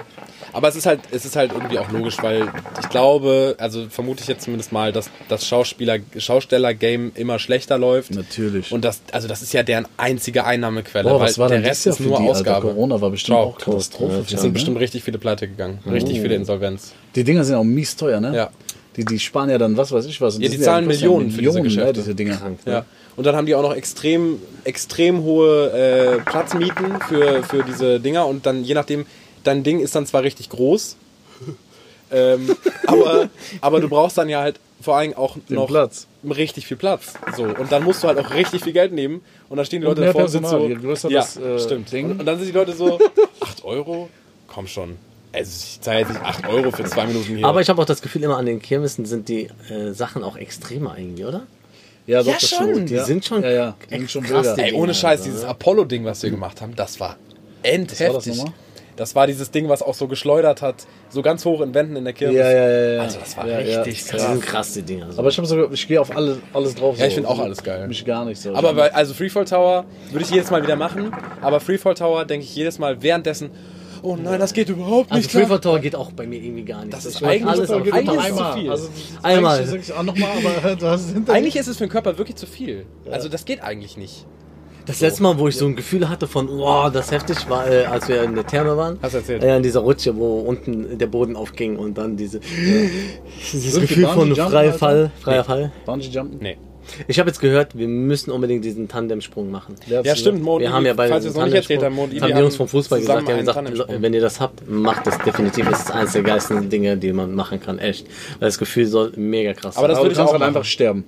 Speaker 1: Aber es ist halt, es ist halt irgendwie auch logisch, weil ich glaube, also vermute ich jetzt zumindest mal, dass das Schauspieler, Schausteller-Game immer schlechter läuft.
Speaker 3: Natürlich.
Speaker 1: Und das, also das ist ja deren einzige Einnahmequelle,
Speaker 3: Boah,
Speaker 1: weil
Speaker 3: was war
Speaker 1: der
Speaker 3: denn
Speaker 1: Rest
Speaker 3: dieses
Speaker 1: ist
Speaker 3: Jahr für
Speaker 1: nur
Speaker 3: die, Alter?
Speaker 1: Ausgabe.
Speaker 3: Corona war bestimmt
Speaker 1: Ciao.
Speaker 3: auch Katastrophe.
Speaker 1: Es
Speaker 3: Ja,
Speaker 1: sind
Speaker 3: ne?
Speaker 1: bestimmt richtig viele pleite gegangen.
Speaker 3: Oh.
Speaker 1: Richtig viele Insolvenz.
Speaker 3: Die Dinger sind auch mies teuer, ne?
Speaker 1: Ja.
Speaker 3: Die, die sparen ja dann was weiß ich was. Und
Speaker 1: Ja,
Speaker 3: das
Speaker 1: die
Speaker 3: sind
Speaker 1: zahlen
Speaker 3: kostet
Speaker 1: Millionen für diese
Speaker 3: ne,
Speaker 1: Geschäfte.
Speaker 3: diese Dinger.
Speaker 2: Krank, ne?
Speaker 1: Ja. Und dann haben die auch noch extrem, extrem hohe äh, Platzmieten für, für diese Dinger und dann je nachdem, Dein Ding ist dann zwar richtig
Speaker 3: [LAUGHS]
Speaker 1: groß, ähm, aber, aber du brauchst dann ja halt vor allem auch noch
Speaker 3: Platz.
Speaker 1: richtig viel Platz. So. Und dann musst du halt auch richtig viel Geld nehmen. Und dann stehen die Leute
Speaker 3: mehr
Speaker 1: davor und sind
Speaker 3: Personal.
Speaker 1: so.
Speaker 3: Je größer
Speaker 1: ja,
Speaker 3: das, äh,
Speaker 1: stimmt.
Speaker 3: Ding.
Speaker 1: Und, und dann sind die Leute
Speaker 3: [LAUGHS]
Speaker 1: so, 8 Euro? Komm schon. Also ich zahle jetzt nicht 8 Euro für zwei Minuten hier.
Speaker 2: Aber ich habe auch das Gefühl, immer an den Kirmessen sind die äh, Sachen auch extremer irgendwie, oder?
Speaker 3: Ja, doch,
Speaker 1: Ja,
Speaker 3: das
Speaker 1: schon.
Speaker 3: stimmt,
Speaker 2: Die
Speaker 3: ja.
Speaker 2: sind schon
Speaker 3: ja, ja. Die
Speaker 2: echt
Speaker 3: sind schon
Speaker 2: krass,
Speaker 3: Bilder.
Speaker 2: die
Speaker 1: Ey, ohne
Speaker 2: Dinger,
Speaker 1: Scheiß, dieses Apollo-Ding, was wir gemacht haben, das war
Speaker 3: war das
Speaker 1: endheftig.
Speaker 3: nochmal?
Speaker 1: das war dieses Ding, was auch so geschleudert hat, so ganz hoch in Wänden in der Kirche.
Speaker 3: Ja, ja, ja, ja.
Speaker 1: Also das war
Speaker 3: ja,
Speaker 1: richtig
Speaker 3: ja.
Speaker 2: Das sind krass, die Dinger. So.
Speaker 3: Aber ich habe sogar, ich gehe auf alles, alles drauf.
Speaker 1: Ja, ich
Speaker 3: so.
Speaker 1: find auch alles geil.
Speaker 3: Mich gar nicht so.
Speaker 1: Aber bei, also Freefall Tower würde ich jedes Mal wieder machen, aber Freefall Tower denke ich jedes Mal währenddessen, oh nein, das geht überhaupt
Speaker 2: also
Speaker 1: nicht klar.
Speaker 2: Freefall Tower geht auch bei mir irgendwie gar nicht.
Speaker 1: Das ist
Speaker 2: mag
Speaker 1: eigentlich-
Speaker 2: alles
Speaker 1: Freefall
Speaker 2: auf
Speaker 1: geht
Speaker 2: einmal.
Speaker 1: immer einmal. viel.
Speaker 3: Also, das ist
Speaker 2: Einmal.
Speaker 3: eigentlich- das sag ich auch nochmal, [LAUGHS] aber du hast es hinter
Speaker 1: Eigentlich ist es für den Körper wirklich zu viel. Also das geht eigentlich nicht.
Speaker 2: Das letzte Mal, wo ich so ein Gefühl hatte von, wow, das ist heftig, war, äh, als wir in der Therme waren.
Speaker 1: Hast du erzählt.
Speaker 2: Ja, in dieser Rutsche, wo unten der Boden aufging und dann diese, dieses
Speaker 3: Wirklich
Speaker 2: Gefühl von
Speaker 3: Bungee-Jumpen,
Speaker 2: freier
Speaker 3: Alter?
Speaker 2: Fall, freier Fall.
Speaker 3: Bungee Jumpen?
Speaker 1: Nee.
Speaker 2: Ich habe jetzt gehört, wir müssen unbedingt diesen Tandemsprung machen.
Speaker 1: Ja, stimmt, Mond
Speaker 2: Wir haben ja bei
Speaker 1: falls ihr es noch nicht erzählt habt, Mond
Speaker 2: haben die Jungs vom Fußball gesagt, die haben gesagt,
Speaker 1: Tandemsprung.
Speaker 2: wenn ihr das habt, macht das definitiv. Das ist eines der geilsten Dinge, die man machen kann, echt. Weil das Gefühl soll mega krass
Speaker 1: Aber das
Speaker 3: Aber
Speaker 1: würde
Speaker 3: du
Speaker 1: ich
Speaker 3: kannst
Speaker 1: auch
Speaker 3: halt
Speaker 1: machen.
Speaker 3: einfach sterben.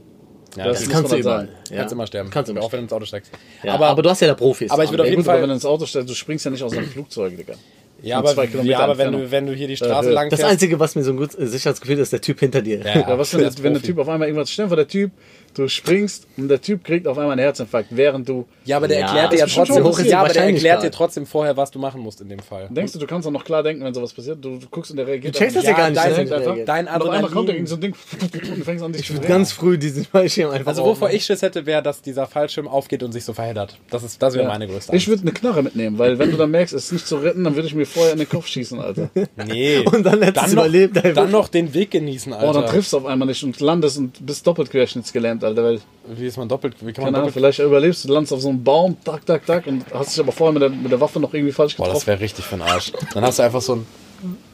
Speaker 1: Ja, das
Speaker 3: das
Speaker 1: halt
Speaker 2: das
Speaker 3: muss
Speaker 2: kannst du
Speaker 3: man
Speaker 2: überall.
Speaker 3: sagen.
Speaker 2: Ja.
Speaker 1: kannst immer sterben.
Speaker 2: Kannst du immer
Speaker 1: auch wenn du ins Auto steigst.
Speaker 2: Ja, aber, du hast ja da Profis.
Speaker 1: Aber ich würde auf
Speaker 2: dran.
Speaker 1: jeden
Speaker 3: Gut,
Speaker 1: Fall-
Speaker 3: aber wenn du ins Auto stellst, du springst ja nicht aus einem Flugzeug, Digga.
Speaker 1: ja,
Speaker 3: Nur
Speaker 1: aber,
Speaker 3: zwei Kilometer
Speaker 1: ja, aber wenn du,
Speaker 3: Entfernung.
Speaker 1: wenn du hier die Straße
Speaker 3: Äh,
Speaker 1: lang
Speaker 2: Das
Speaker 1: fährst,
Speaker 2: Einzige, was mir so ein gut äh, sicheres Gefühl ist, der Typ hinter dir.
Speaker 3: Ja, was, wenn,
Speaker 1: als
Speaker 3: der, wenn der
Speaker 1: Profi.
Speaker 3: Typ auf einmal irgendwas stellen vor der Typ, du springst und der Typ kriegt auf einmal einen Herzinfarkt, während du.
Speaker 1: Ja, aber der
Speaker 2: Ja,
Speaker 1: erklärt dir
Speaker 2: das
Speaker 1: ja
Speaker 2: ist schon
Speaker 1: trotzdem,
Speaker 2: hoch, ist die
Speaker 1: ja, aber der erklärt dir
Speaker 2: Wahrscheinlichkeit.
Speaker 1: trotzdem vorher, was du machen musst in dem Fall.
Speaker 3: Denkst du, du kannst doch noch klar denken, wenn sowas passiert? Du, du guckst und der reagiert.
Speaker 2: Du checkst
Speaker 3: einfach
Speaker 2: das ja gar nicht,
Speaker 1: dein,
Speaker 2: dass er
Speaker 3: nicht
Speaker 1: dein,
Speaker 2: reagiert.
Speaker 1: dein
Speaker 3: nicht. Und auf einmal kommt er
Speaker 1: Adrenalin.
Speaker 3: gegen so ein Ding [LAUGHS] und du fängst an, dich zu
Speaker 2: [LAUGHS]
Speaker 3: drehen.
Speaker 2: Ganz früh diesen Fallschirm einfach
Speaker 1: Also
Speaker 2: auf-
Speaker 1: wovor ich Schiss hätte, wäre, dass dieser Fallschirm aufgeht und sich so verheddert. Das ist das wäre
Speaker 3: Ja.
Speaker 1: meine größte
Speaker 3: Ich
Speaker 1: Angst.
Speaker 3: würde eine Knarre mitnehmen, weil wenn du dann merkst, es ist nicht zu retten, dann würde ich mir vorher in den Kopf schießen, Alter. Oh, Boah,
Speaker 1: [LAUGHS] nee.
Speaker 2: Und dann hättest du überlebt,
Speaker 1: Noch,
Speaker 2: einfach.
Speaker 1: dann noch den Weg genießen, Alter.
Speaker 3: Oh, dann triffst du auf einmal nicht und landest und bist doppelt querschnittsgelähmt, Alter. Weil,
Speaker 1: Wie ist man doppelt? Wie kann man
Speaker 3: keine Ahnung,
Speaker 1: doppelt?
Speaker 3: vielleicht überlebst du, landest auf so einem Baum, tak, tak, tak und hast dich aber vorher mit der, mit der Waffe noch irgendwie falsch
Speaker 1: Boah, das
Speaker 3: getroffen.
Speaker 1: wäre richtig für den Arsch. Dann hast du einfach so ein,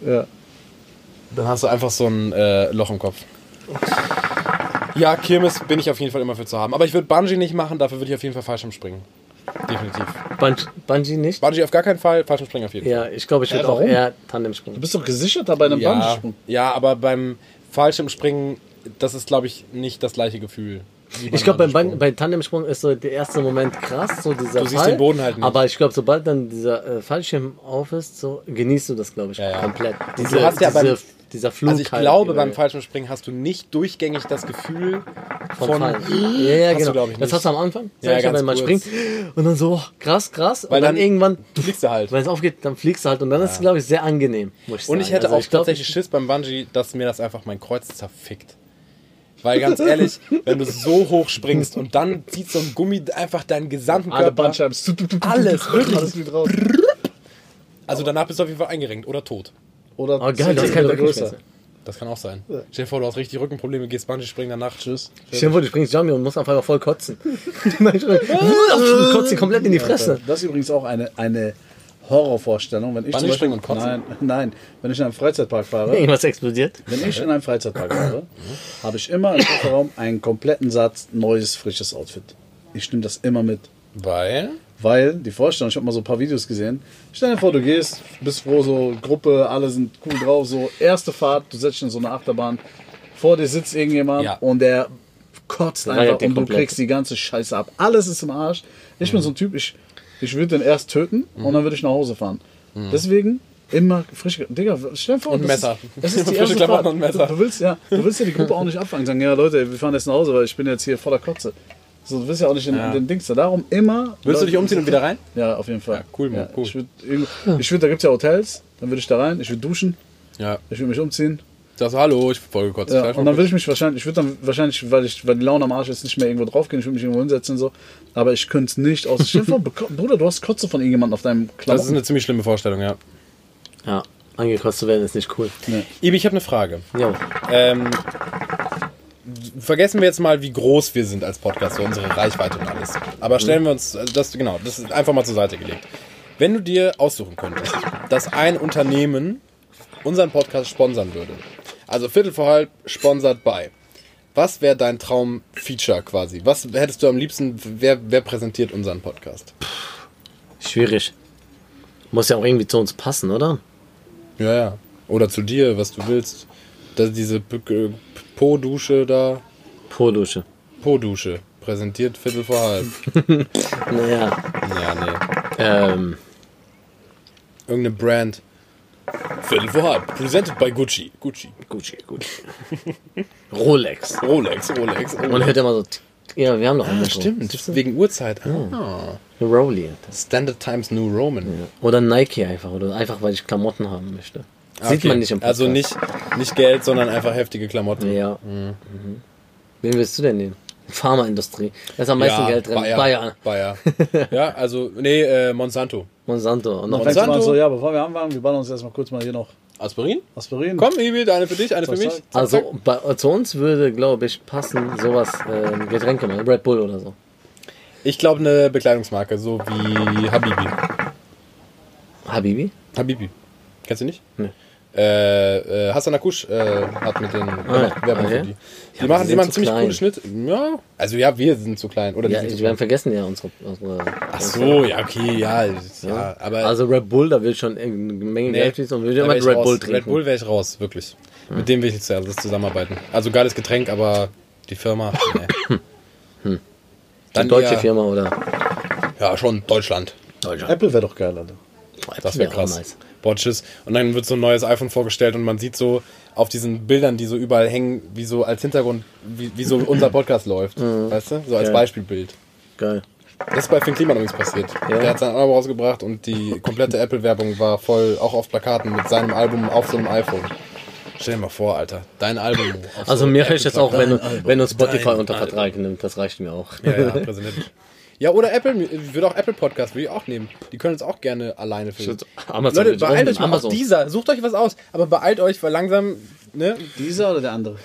Speaker 3: ja.
Speaker 1: dann hast du einfach so ein äh, Loch im Kopf. Ja, Kirmes bin ich auf jeden Fall immer für zu haben. Aber ich würde Bungee nicht machen, dafür würde ich auf jeden Fall Fallschirm springen. Definitiv.
Speaker 2: Bungee, Bungee nicht?
Speaker 1: Bungee auf gar keinen Fall, Fallschirm springen auf jeden Fall.
Speaker 2: Ja, ich glaube, ich würde auch
Speaker 3: warum?
Speaker 2: eher Tandem
Speaker 3: Du
Speaker 2: springen.
Speaker 3: bist doch gesichert da bei einem
Speaker 1: Ja,
Speaker 3: Bungee-Sprung.
Speaker 1: ja, aber beim Fallschirmspringen, das ist, glaube ich, nicht das gleiche Gefühl. wie beim
Speaker 2: Ich glaube, beim,
Speaker 1: Bungee-Sprung.
Speaker 2: Ban- bei Tandemsprung ist so der erste Moment krass, so dieser
Speaker 1: Du siehst
Speaker 2: Fall.
Speaker 1: den Boden halt nicht.
Speaker 2: Aber ich glaube, sobald dann dieser äh, Fallschirm auf ist, so genießt du das, glaube ich,
Speaker 1: Ja, ja.
Speaker 2: komplett.
Speaker 1: du
Speaker 2: Diese,
Speaker 1: hast ja
Speaker 2: diese,
Speaker 1: beim-
Speaker 2: dieser Flug.
Speaker 1: Also ich
Speaker 2: halt
Speaker 1: glaube,
Speaker 2: über-
Speaker 1: beim Fallschirmspringen hast du nicht durchgängig das Gefühl
Speaker 2: vom
Speaker 1: von... Hm?
Speaker 2: Fallen. Ja, ja,
Speaker 1: Hast du,
Speaker 2: genau.
Speaker 1: glaub ich,
Speaker 2: das
Speaker 1: nicht.
Speaker 2: hast du am Anfang,
Speaker 1: Ja,
Speaker 2: sag ich
Speaker 1: ganz
Speaker 2: wenn man
Speaker 1: kurz.
Speaker 2: springt. Und dann so, oh, krass, krass.
Speaker 1: Weil
Speaker 2: und dann,
Speaker 1: dann
Speaker 2: irgendwann,
Speaker 1: fliegst du halt.
Speaker 2: Wenn es aufgeht, dann fliegst du halt. Und dann ist es, glaube ich, sehr angenehm. Muss ich
Speaker 1: Und
Speaker 2: sagen.
Speaker 1: ich hätte
Speaker 2: Also
Speaker 1: auch
Speaker 2: glaub,
Speaker 1: tatsächlich Schiss beim Bungee, dass mir das einfach mein Kreuz zerfickt. Weil ganz ehrlich,
Speaker 2: [LAUGHS]
Speaker 1: wenn du so hoch springst und dann zieht so ein Gummi einfach deinen gesamten
Speaker 3: Alle
Speaker 1: Körper...
Speaker 3: Bandscheiben. [LAUGHS] tu, tu, tu, tu,
Speaker 1: Alles, wirklich.
Speaker 3: Alles wieder raus.
Speaker 1: Also danach bist du auf jeden Fall eingerenkt oder tot.
Speaker 3: Oder
Speaker 2: Oh, geil, das ist keine größer.
Speaker 1: Das kann auch sein. Stell dir vor, du hast richtig Rückenprobleme, gehst Bungee springen danach. Tschüss.
Speaker 2: Stell dir vor, du springst Jamie und musst auf einmal voll kotzen. [LAUGHS]
Speaker 1: [LAUGHS]
Speaker 2: kotzen komplett in die Fresse.
Speaker 3: Äh, Das ist übrigens auch eine, eine Horrorvorstellung. Wenn ich
Speaker 1: Bungee
Speaker 3: zum Beispiel,
Speaker 1: springen und kotzen?
Speaker 3: Nein, nein, wenn ich in einem Freizeitpark fahre,
Speaker 2: Irgendwas explodiert.
Speaker 3: wenn ich in einem Freizeitpark fahre, habe ich immer im Kofferraum einen kompletten Satz neues, frisches Outfit. Ich nehme das immer mit.
Speaker 1: Weil...
Speaker 3: Weil die Vorstellung, ich habe mal so ein paar Videos gesehen. Stell dir vor, du gehst, bist froh, so Gruppe, alle sind cool drauf, so erste Fahrt, du setzt dich in so eine Achterbahn, vor dir sitzt irgendjemand
Speaker 1: Ja.
Speaker 3: und der kotzt
Speaker 2: Reiert
Speaker 3: einfach
Speaker 2: dir
Speaker 3: und du
Speaker 2: komplett.
Speaker 3: kriegst die ganze Scheiße ab. Alles ist im Arsch. Ich
Speaker 1: Mhm.
Speaker 3: bin so ein Typ, ich, ich würde den erst töten und dann würde ich nach Hause fahren. Deswegen immer frisch. Digga, stell dir vor,
Speaker 1: Mhm. Und
Speaker 3: das
Speaker 1: Messer.
Speaker 3: Ist, das ist
Speaker 1: [LAUGHS]
Speaker 3: die
Speaker 1: Frische
Speaker 3: erste
Speaker 1: Klamotten
Speaker 3: Fahrt.
Speaker 1: und Messer.
Speaker 3: Du, du, willst, ja, du willst ja die Gruppe auch nicht abfangen. Sagen, ja Leute, wir fahren jetzt nach Hause, weil ich bin jetzt hier voller Kotze. So, du willst ja auch nicht in
Speaker 1: Ja.
Speaker 3: den Dings da. Darum immer.
Speaker 1: Willst du dich
Speaker 3: Leute-
Speaker 1: umziehen und wieder rein?
Speaker 3: ja, auf jeden Fall.
Speaker 1: Ja, cool, Mann,
Speaker 3: ja,
Speaker 1: cool.
Speaker 3: Ich würde, ich würd, da gibt's ja Hotels, dann würde ich da rein, ich würde duschen,
Speaker 1: Ja.
Speaker 3: ich würde mich umziehen.
Speaker 1: Das hallo, ich folge kurz.
Speaker 3: Ja, und dann würde ich mich wahrscheinlich, ich würde dann wahrscheinlich, weil, ich, weil die Laune am Arsch ist, nicht mehr irgendwo draufgehen, ich würde mich irgendwo hinsetzen und so. Aber ich könnte es nicht aus. Stell dir vor, beko- Bruder, du hast Kotze von irgendjemandem auf deinem
Speaker 1: das ist
Speaker 3: Klamotten.
Speaker 1: eine ziemlich schlimme Vorstellung, ja.
Speaker 2: Ja, angekotzt zu werden ist nicht cool.
Speaker 1: Ibi, ich habe eine Frage.
Speaker 2: Ja.
Speaker 1: Ähm, vergessen wir jetzt mal, wie groß wir sind als Podcast, so unsere Reichweite und alles. Aber stellen wir uns also das genau, das ist einfach mal zur Seite gelegt. Wenn du dir aussuchen könntest, dass ein Unternehmen unseren Podcast sponsern würde, also Viertel vor halb sponsert bei, was wäre dein Traum-Feature quasi? Was hättest du am liebsten? Wer, wer präsentiert unseren Podcast?
Speaker 2: Schwierig. Muss ja auch irgendwie zu uns passen, oder?
Speaker 1: Ja, ja. Oder zu dir, was du willst. Das, diese P- äh, Po-Dusche da.
Speaker 2: Po-Dusche.
Speaker 1: Po-Dusche. Präsentiert Viertel vor halb.
Speaker 2: Naja,
Speaker 1: ja, nee.
Speaker 2: ähm,
Speaker 1: Irgendeine Brand. Viertel vor halb. Presented by Gucci. Gucci.
Speaker 2: Gucci,
Speaker 1: [LAUGHS]
Speaker 2: Gucci. Rolex.
Speaker 1: Rolex, Rolex. Rolex.
Speaker 2: Man hört immer so, tick, tick. ja, wir haben noch einen.
Speaker 1: Ah, Stimmt, wegen Uhrzeit. Ah.
Speaker 2: Rolli.
Speaker 1: Standard Times New Roman.
Speaker 2: Oder Nike einfach, oder einfach, weil ich Klamotten haben möchte. Sieht
Speaker 1: Okay.
Speaker 2: man nicht im Podcast.
Speaker 1: Also nicht, nicht Geld, sondern einfach heftige Klamotten.
Speaker 2: Ja. Mhm. Wen willst du denn nehmen? Pharmaindustrie. Da ist am meisten Geld drin. Bayer.
Speaker 1: Bayer.
Speaker 2: [LAUGHS]
Speaker 1: ja, also, nee, äh, Monsanto.
Speaker 2: Monsanto. Und noch
Speaker 3: Dann
Speaker 1: Monsanto.
Speaker 3: man so, ja, bevor wir anfangen, wir ballern uns erstmal kurz mal hier noch
Speaker 1: Aspirin?
Speaker 3: Aspirin.
Speaker 1: Komm, Emil, eine für dich, eine für
Speaker 3: Was
Speaker 1: mich.
Speaker 3: soll-
Speaker 2: also bei, zu uns würde, glaube ich, passen sowas, ähm, Getränke mal, Red Bull oder so.
Speaker 1: Ich glaube, eine Bekleidungsmarke, so wie Habibi.
Speaker 2: Habibi?
Speaker 1: Habibi. Kennst du nicht?
Speaker 2: Nee.
Speaker 1: Äh, äh, Hassan Akush äh, hat mit den
Speaker 2: ja.
Speaker 1: Werbung
Speaker 2: Ah, Okay.
Speaker 1: für die. Die
Speaker 2: aber
Speaker 1: machen,
Speaker 2: die
Speaker 1: die
Speaker 2: sind
Speaker 1: machen
Speaker 2: zu
Speaker 1: ziemlich
Speaker 2: klein.
Speaker 1: coole Schnitt. Ja, also ja, wir sind zu klein. Oder die
Speaker 2: Ja,
Speaker 1: sind zu
Speaker 2: wir haben
Speaker 1: klein.
Speaker 2: vergessen ja unsere. unsere
Speaker 1: Ach so, ja, okay, ja. ja aber
Speaker 2: Also Red Bull, da will schon irgendeine Menge Geld fließen und will
Speaker 1: da
Speaker 2: immer
Speaker 1: wär ich
Speaker 2: Red
Speaker 1: raus.
Speaker 2: Bull trinken.
Speaker 1: Red Bull wäre ich raus, wirklich. Mit dem will ich nicht zuerst zusammenarbeiten. Also geiles Getränk, aber die Firma. Nee.
Speaker 2: Die Hm. deutsche
Speaker 1: eher-
Speaker 2: Firma oder
Speaker 1: Ja, schon Deutschland.
Speaker 2: Deutschland.
Speaker 3: Apple wäre doch geil, Alter.
Speaker 1: Das wäre krass. Boah, tschüss. Und dann wird so ein neues iPhone vorgestellt und man sieht so auf diesen Bildern, die so überall hängen, wie so als Hintergrund, wie, wie so
Speaker 2: [LAUGHS]
Speaker 1: unser Podcast läuft. Weißt du? So als
Speaker 2: Mhm. Ja.
Speaker 1: Beispielbild.
Speaker 2: Geil.
Speaker 1: Das ist bei Finn Kliman übrigens passiert.
Speaker 2: Ja.
Speaker 1: Der hat sein Album rausgebracht und die komplette Apple-Werbung war voll, auch auf Plakaten mit seinem Album auf so einem iPhone. Stell dir mal vor, Alter, dein Album. auf so
Speaker 2: Also
Speaker 1: einem
Speaker 2: mir reicht jetzt auch, wenn,
Speaker 1: Apple-Plakat.
Speaker 2: wenn uns Spotify
Speaker 1: Dein
Speaker 2: unter Vertrag nimmt, das reicht mir auch.
Speaker 1: Ja, ja, präsentiert. Ja, oder Apple, ich würde auch Apple Podcast, würde ich auch nehmen. Die können uns auch gerne alleine filmen.
Speaker 2: Amazon
Speaker 1: Leute,
Speaker 2: würde ich auch
Speaker 1: beeilt
Speaker 2: nehmen.
Speaker 1: euch mal
Speaker 2: Amazon.
Speaker 1: auf dieser. Sucht euch was aus, aber beeilt euch, weil langsam, ne?
Speaker 3: Dieser oder der andere?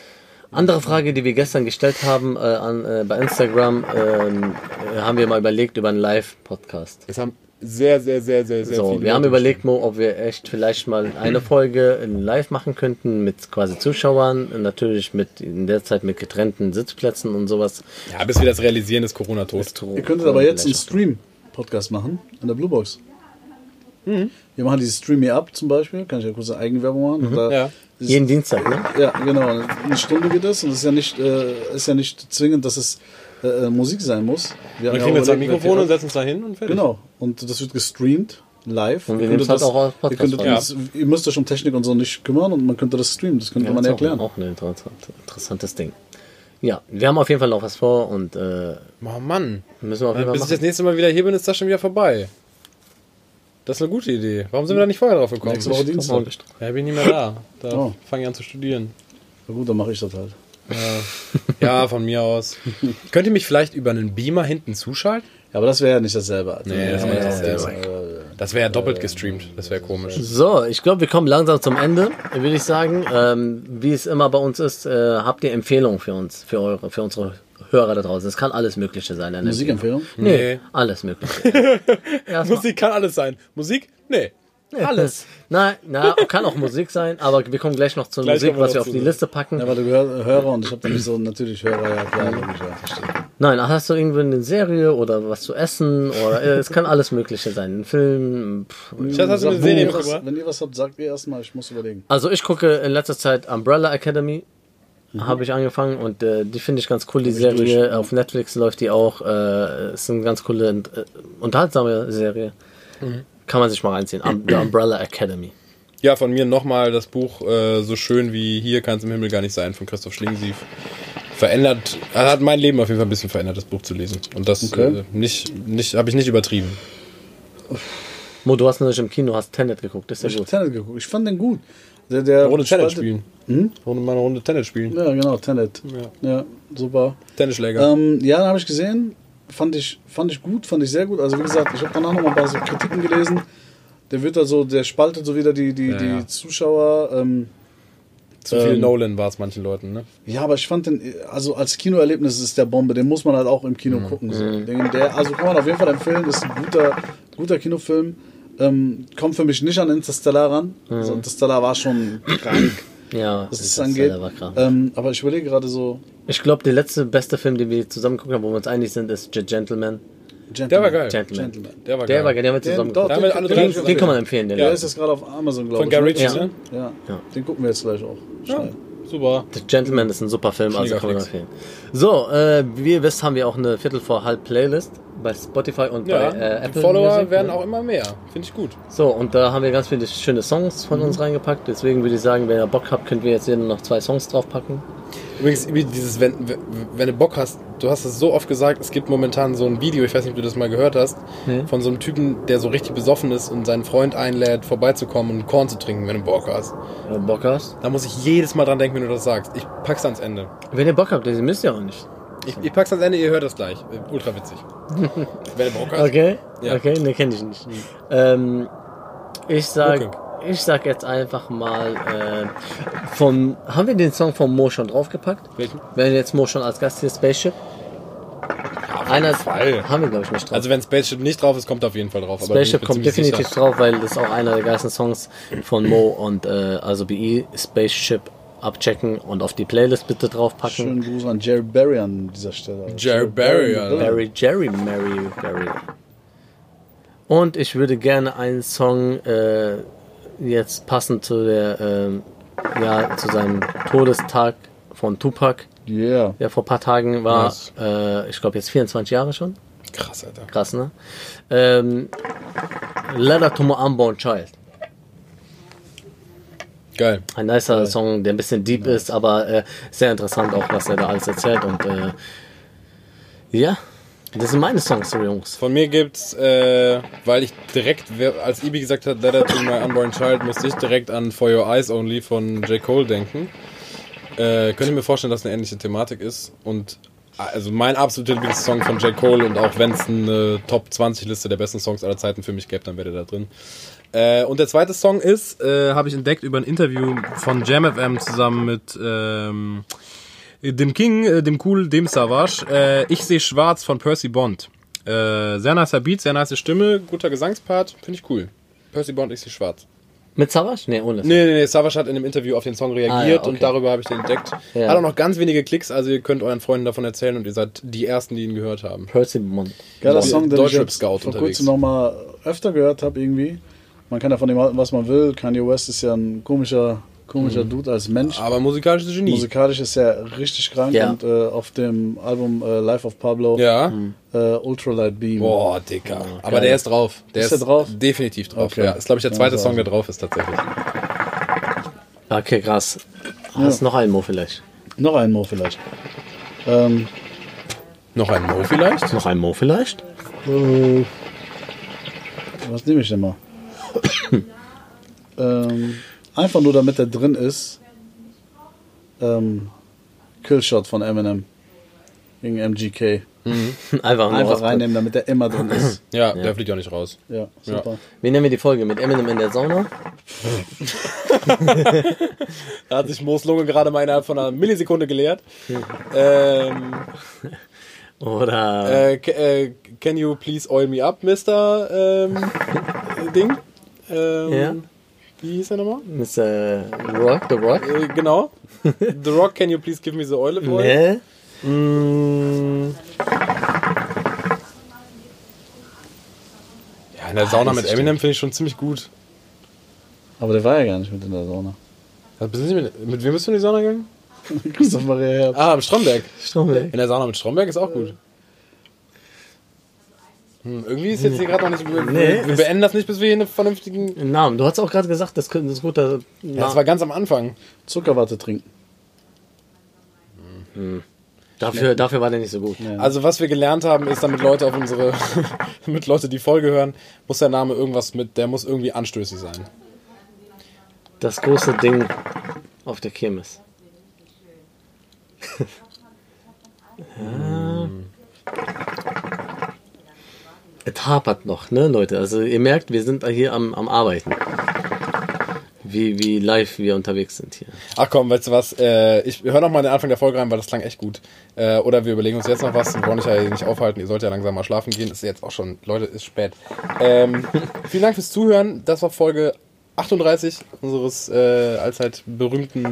Speaker 2: Andere Frage, die wir gestern gestellt haben äh, an, äh, bei Instagram, ähm, äh, haben wir mal überlegt über einen Live-Podcast.
Speaker 1: Es haben sehr, sehr, sehr, sehr, sehr
Speaker 2: So,
Speaker 1: viele
Speaker 2: wir haben
Speaker 1: Leute
Speaker 2: überlegt, Mo, ob wir echt vielleicht mal eine Folge in live machen könnten mit quasi Zuschauern, äh, natürlich mit in der Zeit mit getrennten Sitzplätzen und sowas.
Speaker 1: geschrieben. Ja, bis wir das realisieren, ist Corona tot.
Speaker 3: Ihr könntet aber jetzt einen Stream-Podcast machen an der Bluebox.
Speaker 2: Mhm.
Speaker 3: Wir machen dieses Stream Me Up zum Beispiel, kann ich ja kurz eine Eigenwerbung machen.
Speaker 2: Mhm.
Speaker 3: Und da
Speaker 1: Ja.
Speaker 3: ist-
Speaker 2: jeden Dienstag, ne?
Speaker 3: Ja, genau. Eine Stunde geht das und es ist ja nicht, äh, ist ja nicht zwingend, dass es äh, äh, Musik sein muss. Wir
Speaker 1: Dann
Speaker 3: haben ja
Speaker 1: kriegen wir
Speaker 3: auch
Speaker 1: zwei
Speaker 3: überlegt,
Speaker 1: Mikrofone und
Speaker 3: wir-
Speaker 1: setzen uns da hin und fertig.
Speaker 3: Genau. Und das wird gestreamt live.
Speaker 2: Und wir
Speaker 3: Ihr
Speaker 2: nehmen
Speaker 3: könntet
Speaker 2: es halt
Speaker 3: das-
Speaker 2: auch als Podcast
Speaker 3: ihr, könntet
Speaker 2: auf. Ja.
Speaker 3: das, ihr müsst euch um Technik und so nicht kümmern und man könnte das streamen. Das könnte man
Speaker 2: das ist
Speaker 3: erklären.
Speaker 2: Auch, auch ein interessant- interessantes Ding. Ja, wir haben auf jeden Fall noch was vor und äh,
Speaker 1: Oh Mann.
Speaker 2: müssen
Speaker 3: Äh,
Speaker 2: wir auf
Speaker 1: Bis
Speaker 2: jeden Fall
Speaker 1: ich das
Speaker 2: machen.
Speaker 1: nächste Mal wieder hier bin, ist das schon wieder vorbei. Das ist eine gute Idee. Warum sind wir da nicht vorher drauf gekommen?
Speaker 3: Nächste Woche
Speaker 1: Ja,
Speaker 3: Dienstag.
Speaker 1: bin ich nicht mehr da. Da
Speaker 3: Oh.
Speaker 1: fange ich an zu studieren.
Speaker 3: Na gut, dann mache ich das halt.
Speaker 1: Ja. [LAUGHS] ja, von mir aus. Könnt ihr mich vielleicht über einen Beamer hinten zuschalten?
Speaker 3: Ja, aber das wäre ja nicht dasselbe. Alter.
Speaker 1: Nee, das
Speaker 3: ja, äh,
Speaker 1: wäre
Speaker 3: ja,
Speaker 1: nicht dasselbe.
Speaker 3: ja, ja.
Speaker 1: Das wäre ja doppelt gestreamt. Das wäre komisch.
Speaker 2: So, ich glaube, wir kommen langsam zum Ende, würde ich sagen. Ähm, wie es immer bei uns ist, äh, habt ihr Empfehlungen für uns, für eure, für unsere Hörer da draußen. Es kann alles Mögliche sein. eine
Speaker 3: Musikempfehlung?
Speaker 2: Empfehlung. Nee,
Speaker 1: Nee.
Speaker 2: alles Mögliche.
Speaker 1: [LAUGHS]
Speaker 2: Erstmal-
Speaker 1: Musik kann alles sein. Musik? Nee. Alles.
Speaker 2: [LAUGHS] Nein, na, kann auch Musik sein, aber wir kommen gleich noch zur
Speaker 1: Gleich
Speaker 2: Musik,
Speaker 1: kommen wir
Speaker 2: was wir auf
Speaker 1: dazu,
Speaker 2: die
Speaker 1: ne?
Speaker 2: Liste packen.
Speaker 3: Ja, weil du gehör- Hörer und ich habe nämlich so natürlich Hörer, ja klar,
Speaker 1: Mhm.
Speaker 3: logisch, ja, verstehe.
Speaker 2: Nein, ach, hast du irgendwie eine Serie oder was zu essen oder äh, es kann alles Mögliche sein. Ein Film. Pff.
Speaker 1: Schatz, hast du eine
Speaker 3: Sag,
Speaker 1: Serie
Speaker 3: wenn, ihr was,
Speaker 1: mitgebracht?
Speaker 3: wenn ihr was habt, sagt ihr erstmal, ich muss überlegen.
Speaker 2: Also ich gucke in letzter Zeit Umbrella Academy. Habe ich angefangen und äh, die finde ich ganz cool, die
Speaker 3: Hab ich
Speaker 2: Serie.
Speaker 3: durch.
Speaker 2: Auf Netflix läuft die auch. Äh, ist eine ganz coole, und, äh, unterhaltsame Serie. Kann man sich mal reinziehen. Um, The Umbrella Academy.
Speaker 1: Ja, von mir nochmal das Buch äh, So schön wie hier kann es im Himmel gar nicht sein von Christoph Schlingensief. Verändert, hat mein Leben auf jeden Fall ein bisschen verändert, das Buch zu lesen. Und das
Speaker 3: Okay.
Speaker 1: äh, nicht, nicht, habe ich nicht übertrieben.
Speaker 2: Mo, du hast noch nicht im Kino, hast Tenet geguckt, ist ja
Speaker 3: Ich hab
Speaker 2: gut.
Speaker 3: Tenet geguckt. Ich fand den gut. Der, der
Speaker 1: Runde Tennis
Speaker 3: spaltet-
Speaker 1: spielen. Runde, mal eine Runde Tennis spielen.
Speaker 3: Ja, genau, Tenet. Ja, super.
Speaker 1: Tennisschläger.
Speaker 3: Ähm, ja, dann habe ich gesehen. Fand ich, fand ich gut, fand ich sehr gut. Also wie gesagt, ich habe danach noch mal ein paar so Kritiken gelesen. Der wird da so, der spaltet so wieder die, die,
Speaker 1: Ja,
Speaker 3: die
Speaker 1: ja.
Speaker 3: Zuschauer. Ähm,
Speaker 1: Zu viel
Speaker 3: ähm,
Speaker 1: Nolan war es manchen Leuten, ne?
Speaker 3: ja, aber ich fand den, also als Kinoerlebnis ist der Bombe, den muss man halt auch im Kino
Speaker 2: Mhm.
Speaker 3: gucken. So. Den, der, also kann man auf jeden Fall empfehlen, ist ein guter, guter Kinofilm. Ähm, kommt für mich nicht an Interstellar ran.
Speaker 2: Mhm.
Speaker 3: Also Interstellar war schon krank,
Speaker 2: Ja,
Speaker 3: was das
Speaker 2: ist halt
Speaker 3: angeht.
Speaker 2: selber
Speaker 1: Äh,
Speaker 2: krank.
Speaker 3: Ähm, aber ich überlege gerade so,
Speaker 2: Ich glaube, der letzte beste Film, den wir zusammen geguckt haben, wo wir uns einig sind, ist The Gentleman.
Speaker 3: Gentleman.
Speaker 1: Der war geil.
Speaker 2: Gentleman.
Speaker 3: Gentleman.
Speaker 1: Der war geil.
Speaker 2: Der war geil, der haben wir
Speaker 3: Den-
Speaker 2: zusammen
Speaker 3: doch,
Speaker 2: geguckt.
Speaker 1: Da haben wir alle drei
Speaker 3: den-
Speaker 1: zusammen
Speaker 2: Den kann man empfehlen, den.
Speaker 3: Der
Speaker 2: Ja.
Speaker 3: ist jetzt gerade auf Amazon, glaube
Speaker 1: Von
Speaker 3: ich.
Speaker 1: Guy
Speaker 3: ne?
Speaker 1: Ritchie,
Speaker 2: Ja.
Speaker 1: ne?
Speaker 3: Ja.
Speaker 2: Ja.
Speaker 3: den gucken wir jetzt gleich auch.
Speaker 1: Ja,
Speaker 3: Schnell.
Speaker 1: super.
Speaker 2: The Gentleman ist ein super Film, also
Speaker 1: Mega
Speaker 2: kann man
Speaker 1: fix.
Speaker 2: empfehlen. So, äh, wie ihr wisst, haben wir auch eine Viertel vor halb Playlist bei Spotify und
Speaker 1: Ja,
Speaker 2: bei äh,
Speaker 1: die
Speaker 2: Apple
Speaker 1: Follower
Speaker 2: Music,
Speaker 1: werden
Speaker 2: ne?
Speaker 1: auch immer mehr. Finde ich gut.
Speaker 2: So, und da haben wir ganz viele schöne Songs von
Speaker 1: Mhm.
Speaker 2: uns reingepackt. Deswegen würde ich sagen, wenn ihr Bock habt, könnt wir jetzt hier noch zwei Songs draufpacken.
Speaker 1: Übrigens, über dieses, wenn, wenn du Bock hast, du hast es so oft gesagt, es gibt momentan so ein Video, ich weiß nicht, ob du das mal gehört hast,
Speaker 2: Nee.
Speaker 1: von so einem Typen, der so richtig besoffen ist und seinen Freund einlädt, vorbeizukommen und Korn zu trinken, wenn du Bock hast.
Speaker 2: Wenn ihr Bock hast.
Speaker 1: Da muss ich jedes Mal dran denken, wenn du das sagst. Ich pack's ans Ende.
Speaker 2: Wenn ihr Bock habt, das müsst ihr auch nicht.
Speaker 1: Ich, ich pack's ans Ende, ihr hört das gleich. Äh, Ultra
Speaker 2: [LAUGHS]
Speaker 1: witzig. wenn du Bock hast.
Speaker 2: Okay?
Speaker 1: Ja. Hm.
Speaker 2: Okay, ne, kenne ich nicht. Ähm, ich sag.
Speaker 1: Okay.
Speaker 2: Ich sag jetzt einfach mal, äh, von, haben wir den Song von Mo schon draufgepackt?
Speaker 1: Welchen?
Speaker 2: Wenn jetzt Mo schon als Gast hier Spaceship?
Speaker 1: auf
Speaker 2: Einer
Speaker 1: Fall.
Speaker 2: haben wir, glaube ich, nicht drauf.
Speaker 1: Also wenn Spaceship nicht drauf ist, kommt auf jeden Fall drauf. aber bin ich
Speaker 2: Spaceship
Speaker 1: mir
Speaker 2: kommt
Speaker 1: ziemlich
Speaker 2: definitiv
Speaker 1: sicher.
Speaker 2: drauf, weil das ist auch einer der geilsten Songs von Mo und äh, also BE Spaceship abchecken und auf die Playlist bitte draufpacken.
Speaker 3: Schönen Gruß an Jerry Barry an dieser Stelle.
Speaker 1: Jerry Barry, Alter.
Speaker 2: Barry Jerry, Mary Barry. Und ich würde gerne einen Song äh, jetzt passend zu der ähm, ja zu seinem Todestag von Tupac,
Speaker 3: Yeah.
Speaker 2: der vor ein paar Tagen war.
Speaker 1: Nice.
Speaker 2: Äh, ich glaube jetzt 24 Jahre schon.
Speaker 1: Krass, Alter.
Speaker 2: Krass, ne? Ähm, Letter to my unborn child.
Speaker 1: Geil.
Speaker 2: Ein nicer Song, der ein bisschen deep ist, aber äh, sehr interessant auch, was er da alles erzählt. Und äh, ja, das sind meine Songs, so Jungs.
Speaker 1: Von mir gibt's, äh, weil ich direkt, wer- als Ibi gesagt hat, Letter to my unborn child, musste ich direkt an For Your Eyes Only von J. Cole denken. Äh, könnte mir vorstellen, dass eine ähnliche Thematik ist. Und also mein absoluter Lieblingssong von J. Cole und auch wenn es eine Top 20 Liste der besten Songs aller Zeiten für mich gäbe, dann wäre der da drin. Äh, und der zweite Song ist, äh, habe ich entdeckt über ein Interview von Jam FM zusammen mit ähm, dem King, äh, dem Cool, dem Savage. Äh, ich sehe schwarz von Percy Bond. Äh, sehr nicer Beat, sehr nice Stimme, guter Gesangspart, finde ich cool. Percy Bond, ich sehe schwarz.
Speaker 2: Mit Savas? Nee, ohne.
Speaker 1: Nee, nee, nee, Savage hat in dem Interview auf den Song reagiert
Speaker 2: Ah, ja, okay.
Speaker 1: und darüber habe ich den entdeckt.
Speaker 2: Ja.
Speaker 1: Hat auch noch ganz wenige Klicks, also ihr könnt euren Freunden davon erzählen und ihr seid die Ersten, die ihn gehört haben.
Speaker 2: Percy Mond.
Speaker 3: Geiler
Speaker 1: Deutsch-
Speaker 3: Song, den ich
Speaker 1: Genau. Deutschrap
Speaker 3: jetzt
Speaker 1: Scout
Speaker 3: vor
Speaker 1: unterwegs.
Speaker 3: kurzem nochmal öfter gehört habe irgendwie. Man kann ja von dem halten, was man will. Kanye West ist ja ein komischer, komischer
Speaker 1: Mhm.
Speaker 3: Dude als Mensch.
Speaker 1: Aber musikalisches Genie.
Speaker 3: Musikalisch ist er richtig krank
Speaker 2: Ja.
Speaker 3: und äh, auf dem Album äh, Life of Pablo
Speaker 1: ja.
Speaker 3: äh, Ultralight Beam.
Speaker 1: Boah, Dicker. Aber der ist drauf. Der
Speaker 3: Ist der drauf?
Speaker 1: Definitiv drauf.
Speaker 3: Okay.
Speaker 1: Ja, ist, glaube ich, der
Speaker 3: Ja,
Speaker 1: zweite
Speaker 3: also.
Speaker 1: Song, der drauf ist tatsächlich.
Speaker 2: Okay, krass. Hast noch einen Mo vielleicht?
Speaker 3: Noch ein Mo vielleicht. Ähm,
Speaker 1: Noch ein Mo vielleicht?
Speaker 2: Noch einen Mo vielleicht? [LAUGHS]
Speaker 3: was nehme ich denn mal? ähm, einfach nur damit er drin ist. Ähm, Killshot von Eminem gegen MGK.
Speaker 2: Einfach, nur
Speaker 3: Einfach
Speaker 2: aus-
Speaker 3: reinnehmen, damit er immer [CLEARS THROAT] drin ist.
Speaker 1: Ja, der fliegt auch nicht raus.
Speaker 3: Ja, super.
Speaker 2: Wie nennen wir die Folge? Mit Eminem in der Sauna?
Speaker 1: Da hat sich Mo's Lunge gerade mal innerhalb von einer Millisekunde geleert. ähm,
Speaker 2: Oder
Speaker 1: äh, ca- äh, can you please oil me up, Mr. Ähm, Ding? Ähm,
Speaker 2: Ja.
Speaker 1: Wie hieß er nochmal?
Speaker 2: Mr. Rock, The Rock?
Speaker 1: Äh, genau. The Rock, can you please give me the oil, boy?
Speaker 2: Nee.
Speaker 1: Ja, in der
Speaker 2: Ah,
Speaker 1: Sauna mit Eminem finde ich schon ziemlich gut.
Speaker 3: Aber der war ja gar nicht mit in der Sauna.
Speaker 1: Ja, bist du nicht Mit, mit wem bist du in die Sauna gegangen?
Speaker 3: [LAUGHS] Christoph Maria Herbst.
Speaker 1: Ah, im Stromberg.
Speaker 2: Stromberg.
Speaker 1: In der Sauna mit Stromberg ist auch gut. Hm, irgendwie ist jetzt hier gerade noch nicht. Wir,
Speaker 2: Nee,
Speaker 1: wir
Speaker 2: es-
Speaker 1: beenden das nicht, bis wir hier einen vernünftigen.
Speaker 2: Namen. Du hast auch gerade gesagt, das könnte- das ist ein guter
Speaker 1: Ja, das war ganz am Anfang.
Speaker 3: Zuckerwatte trinken.
Speaker 2: Dafür, dafür war der nicht so gut.
Speaker 1: Also was wir gelernt haben, ist, damit Leute auf unsere, [LAUGHS] damit Leute die Folge hören, muss der Name irgendwas mit, der muss irgendwie anstößig sein.
Speaker 2: Das große Ding auf der Kirmes. [LAUGHS] ja. Es hapert noch, ne, Leute? Also ihr merkt, wir sind hier am, am Arbeiten. Wie, wie live wir unterwegs sind hier.
Speaker 1: Ach komm, weißt du was? Äh, ich höre noch mal den Anfang der Folge rein, weil das klang echt gut. Äh, oder wir überlegen uns jetzt noch was. Wir wollen euch ja hier nicht aufhalten. Ihr sollt ja langsam mal [LAUGHS] schlafen gehen. Ist jetzt auch schon, Leute, ist spät. Ähm, vielen Dank fürs Zuhören. Das war Folge 38 unseres äh, allzeit berühmten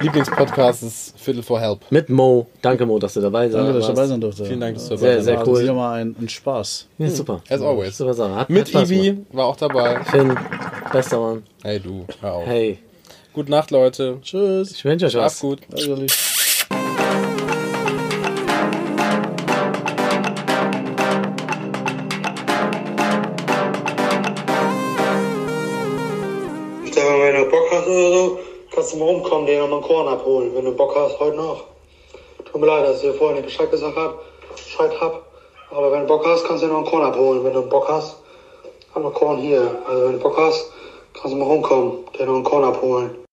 Speaker 1: Lieblingspodcasts Viertel for Help.
Speaker 2: Mit Mo. Danke, Mo, dass du dabei
Speaker 3: Danke, dass ich
Speaker 2: warst.
Speaker 3: dabei sein durfte.
Speaker 1: Vielen Dank, dass du dabei
Speaker 2: Sehr,
Speaker 1: warst.
Speaker 2: sehr
Speaker 3: War
Speaker 2: cool.
Speaker 3: wieder mal ein, ein Spaß.
Speaker 2: Ja, super.
Speaker 1: As always.
Speaker 2: Super Sache. Hat,
Speaker 1: Mit
Speaker 2: hat Spaß
Speaker 1: Ibi war auch dabei.
Speaker 2: gemacht. Finn, bester Mann.
Speaker 1: Hey du, hör auf.
Speaker 2: Hey,
Speaker 1: Gute Nacht, Leute.
Speaker 3: Tschüss.
Speaker 2: ich wünsche euch
Speaker 1: Schlaf
Speaker 2: was.
Speaker 1: gut.
Speaker 3: Ehrlich.
Speaker 4: Stefan, wenn du Bock hast oder so, kannst du mal rumkommen, den nochmal einen Korn abholen, wenn du Bock hast, heute noch. Tut mir leid, dass ich dir vorher nicht Bescheid gesagt hab, Bescheid hab. Aber wenn du Bock hast, kannst du dir noch einen Korn abholen. Wenn du Bock hast, hab noch Korn hier. Also wenn du Bock hast, kannst du mal rumkommen, dir noch einen Korn abholen.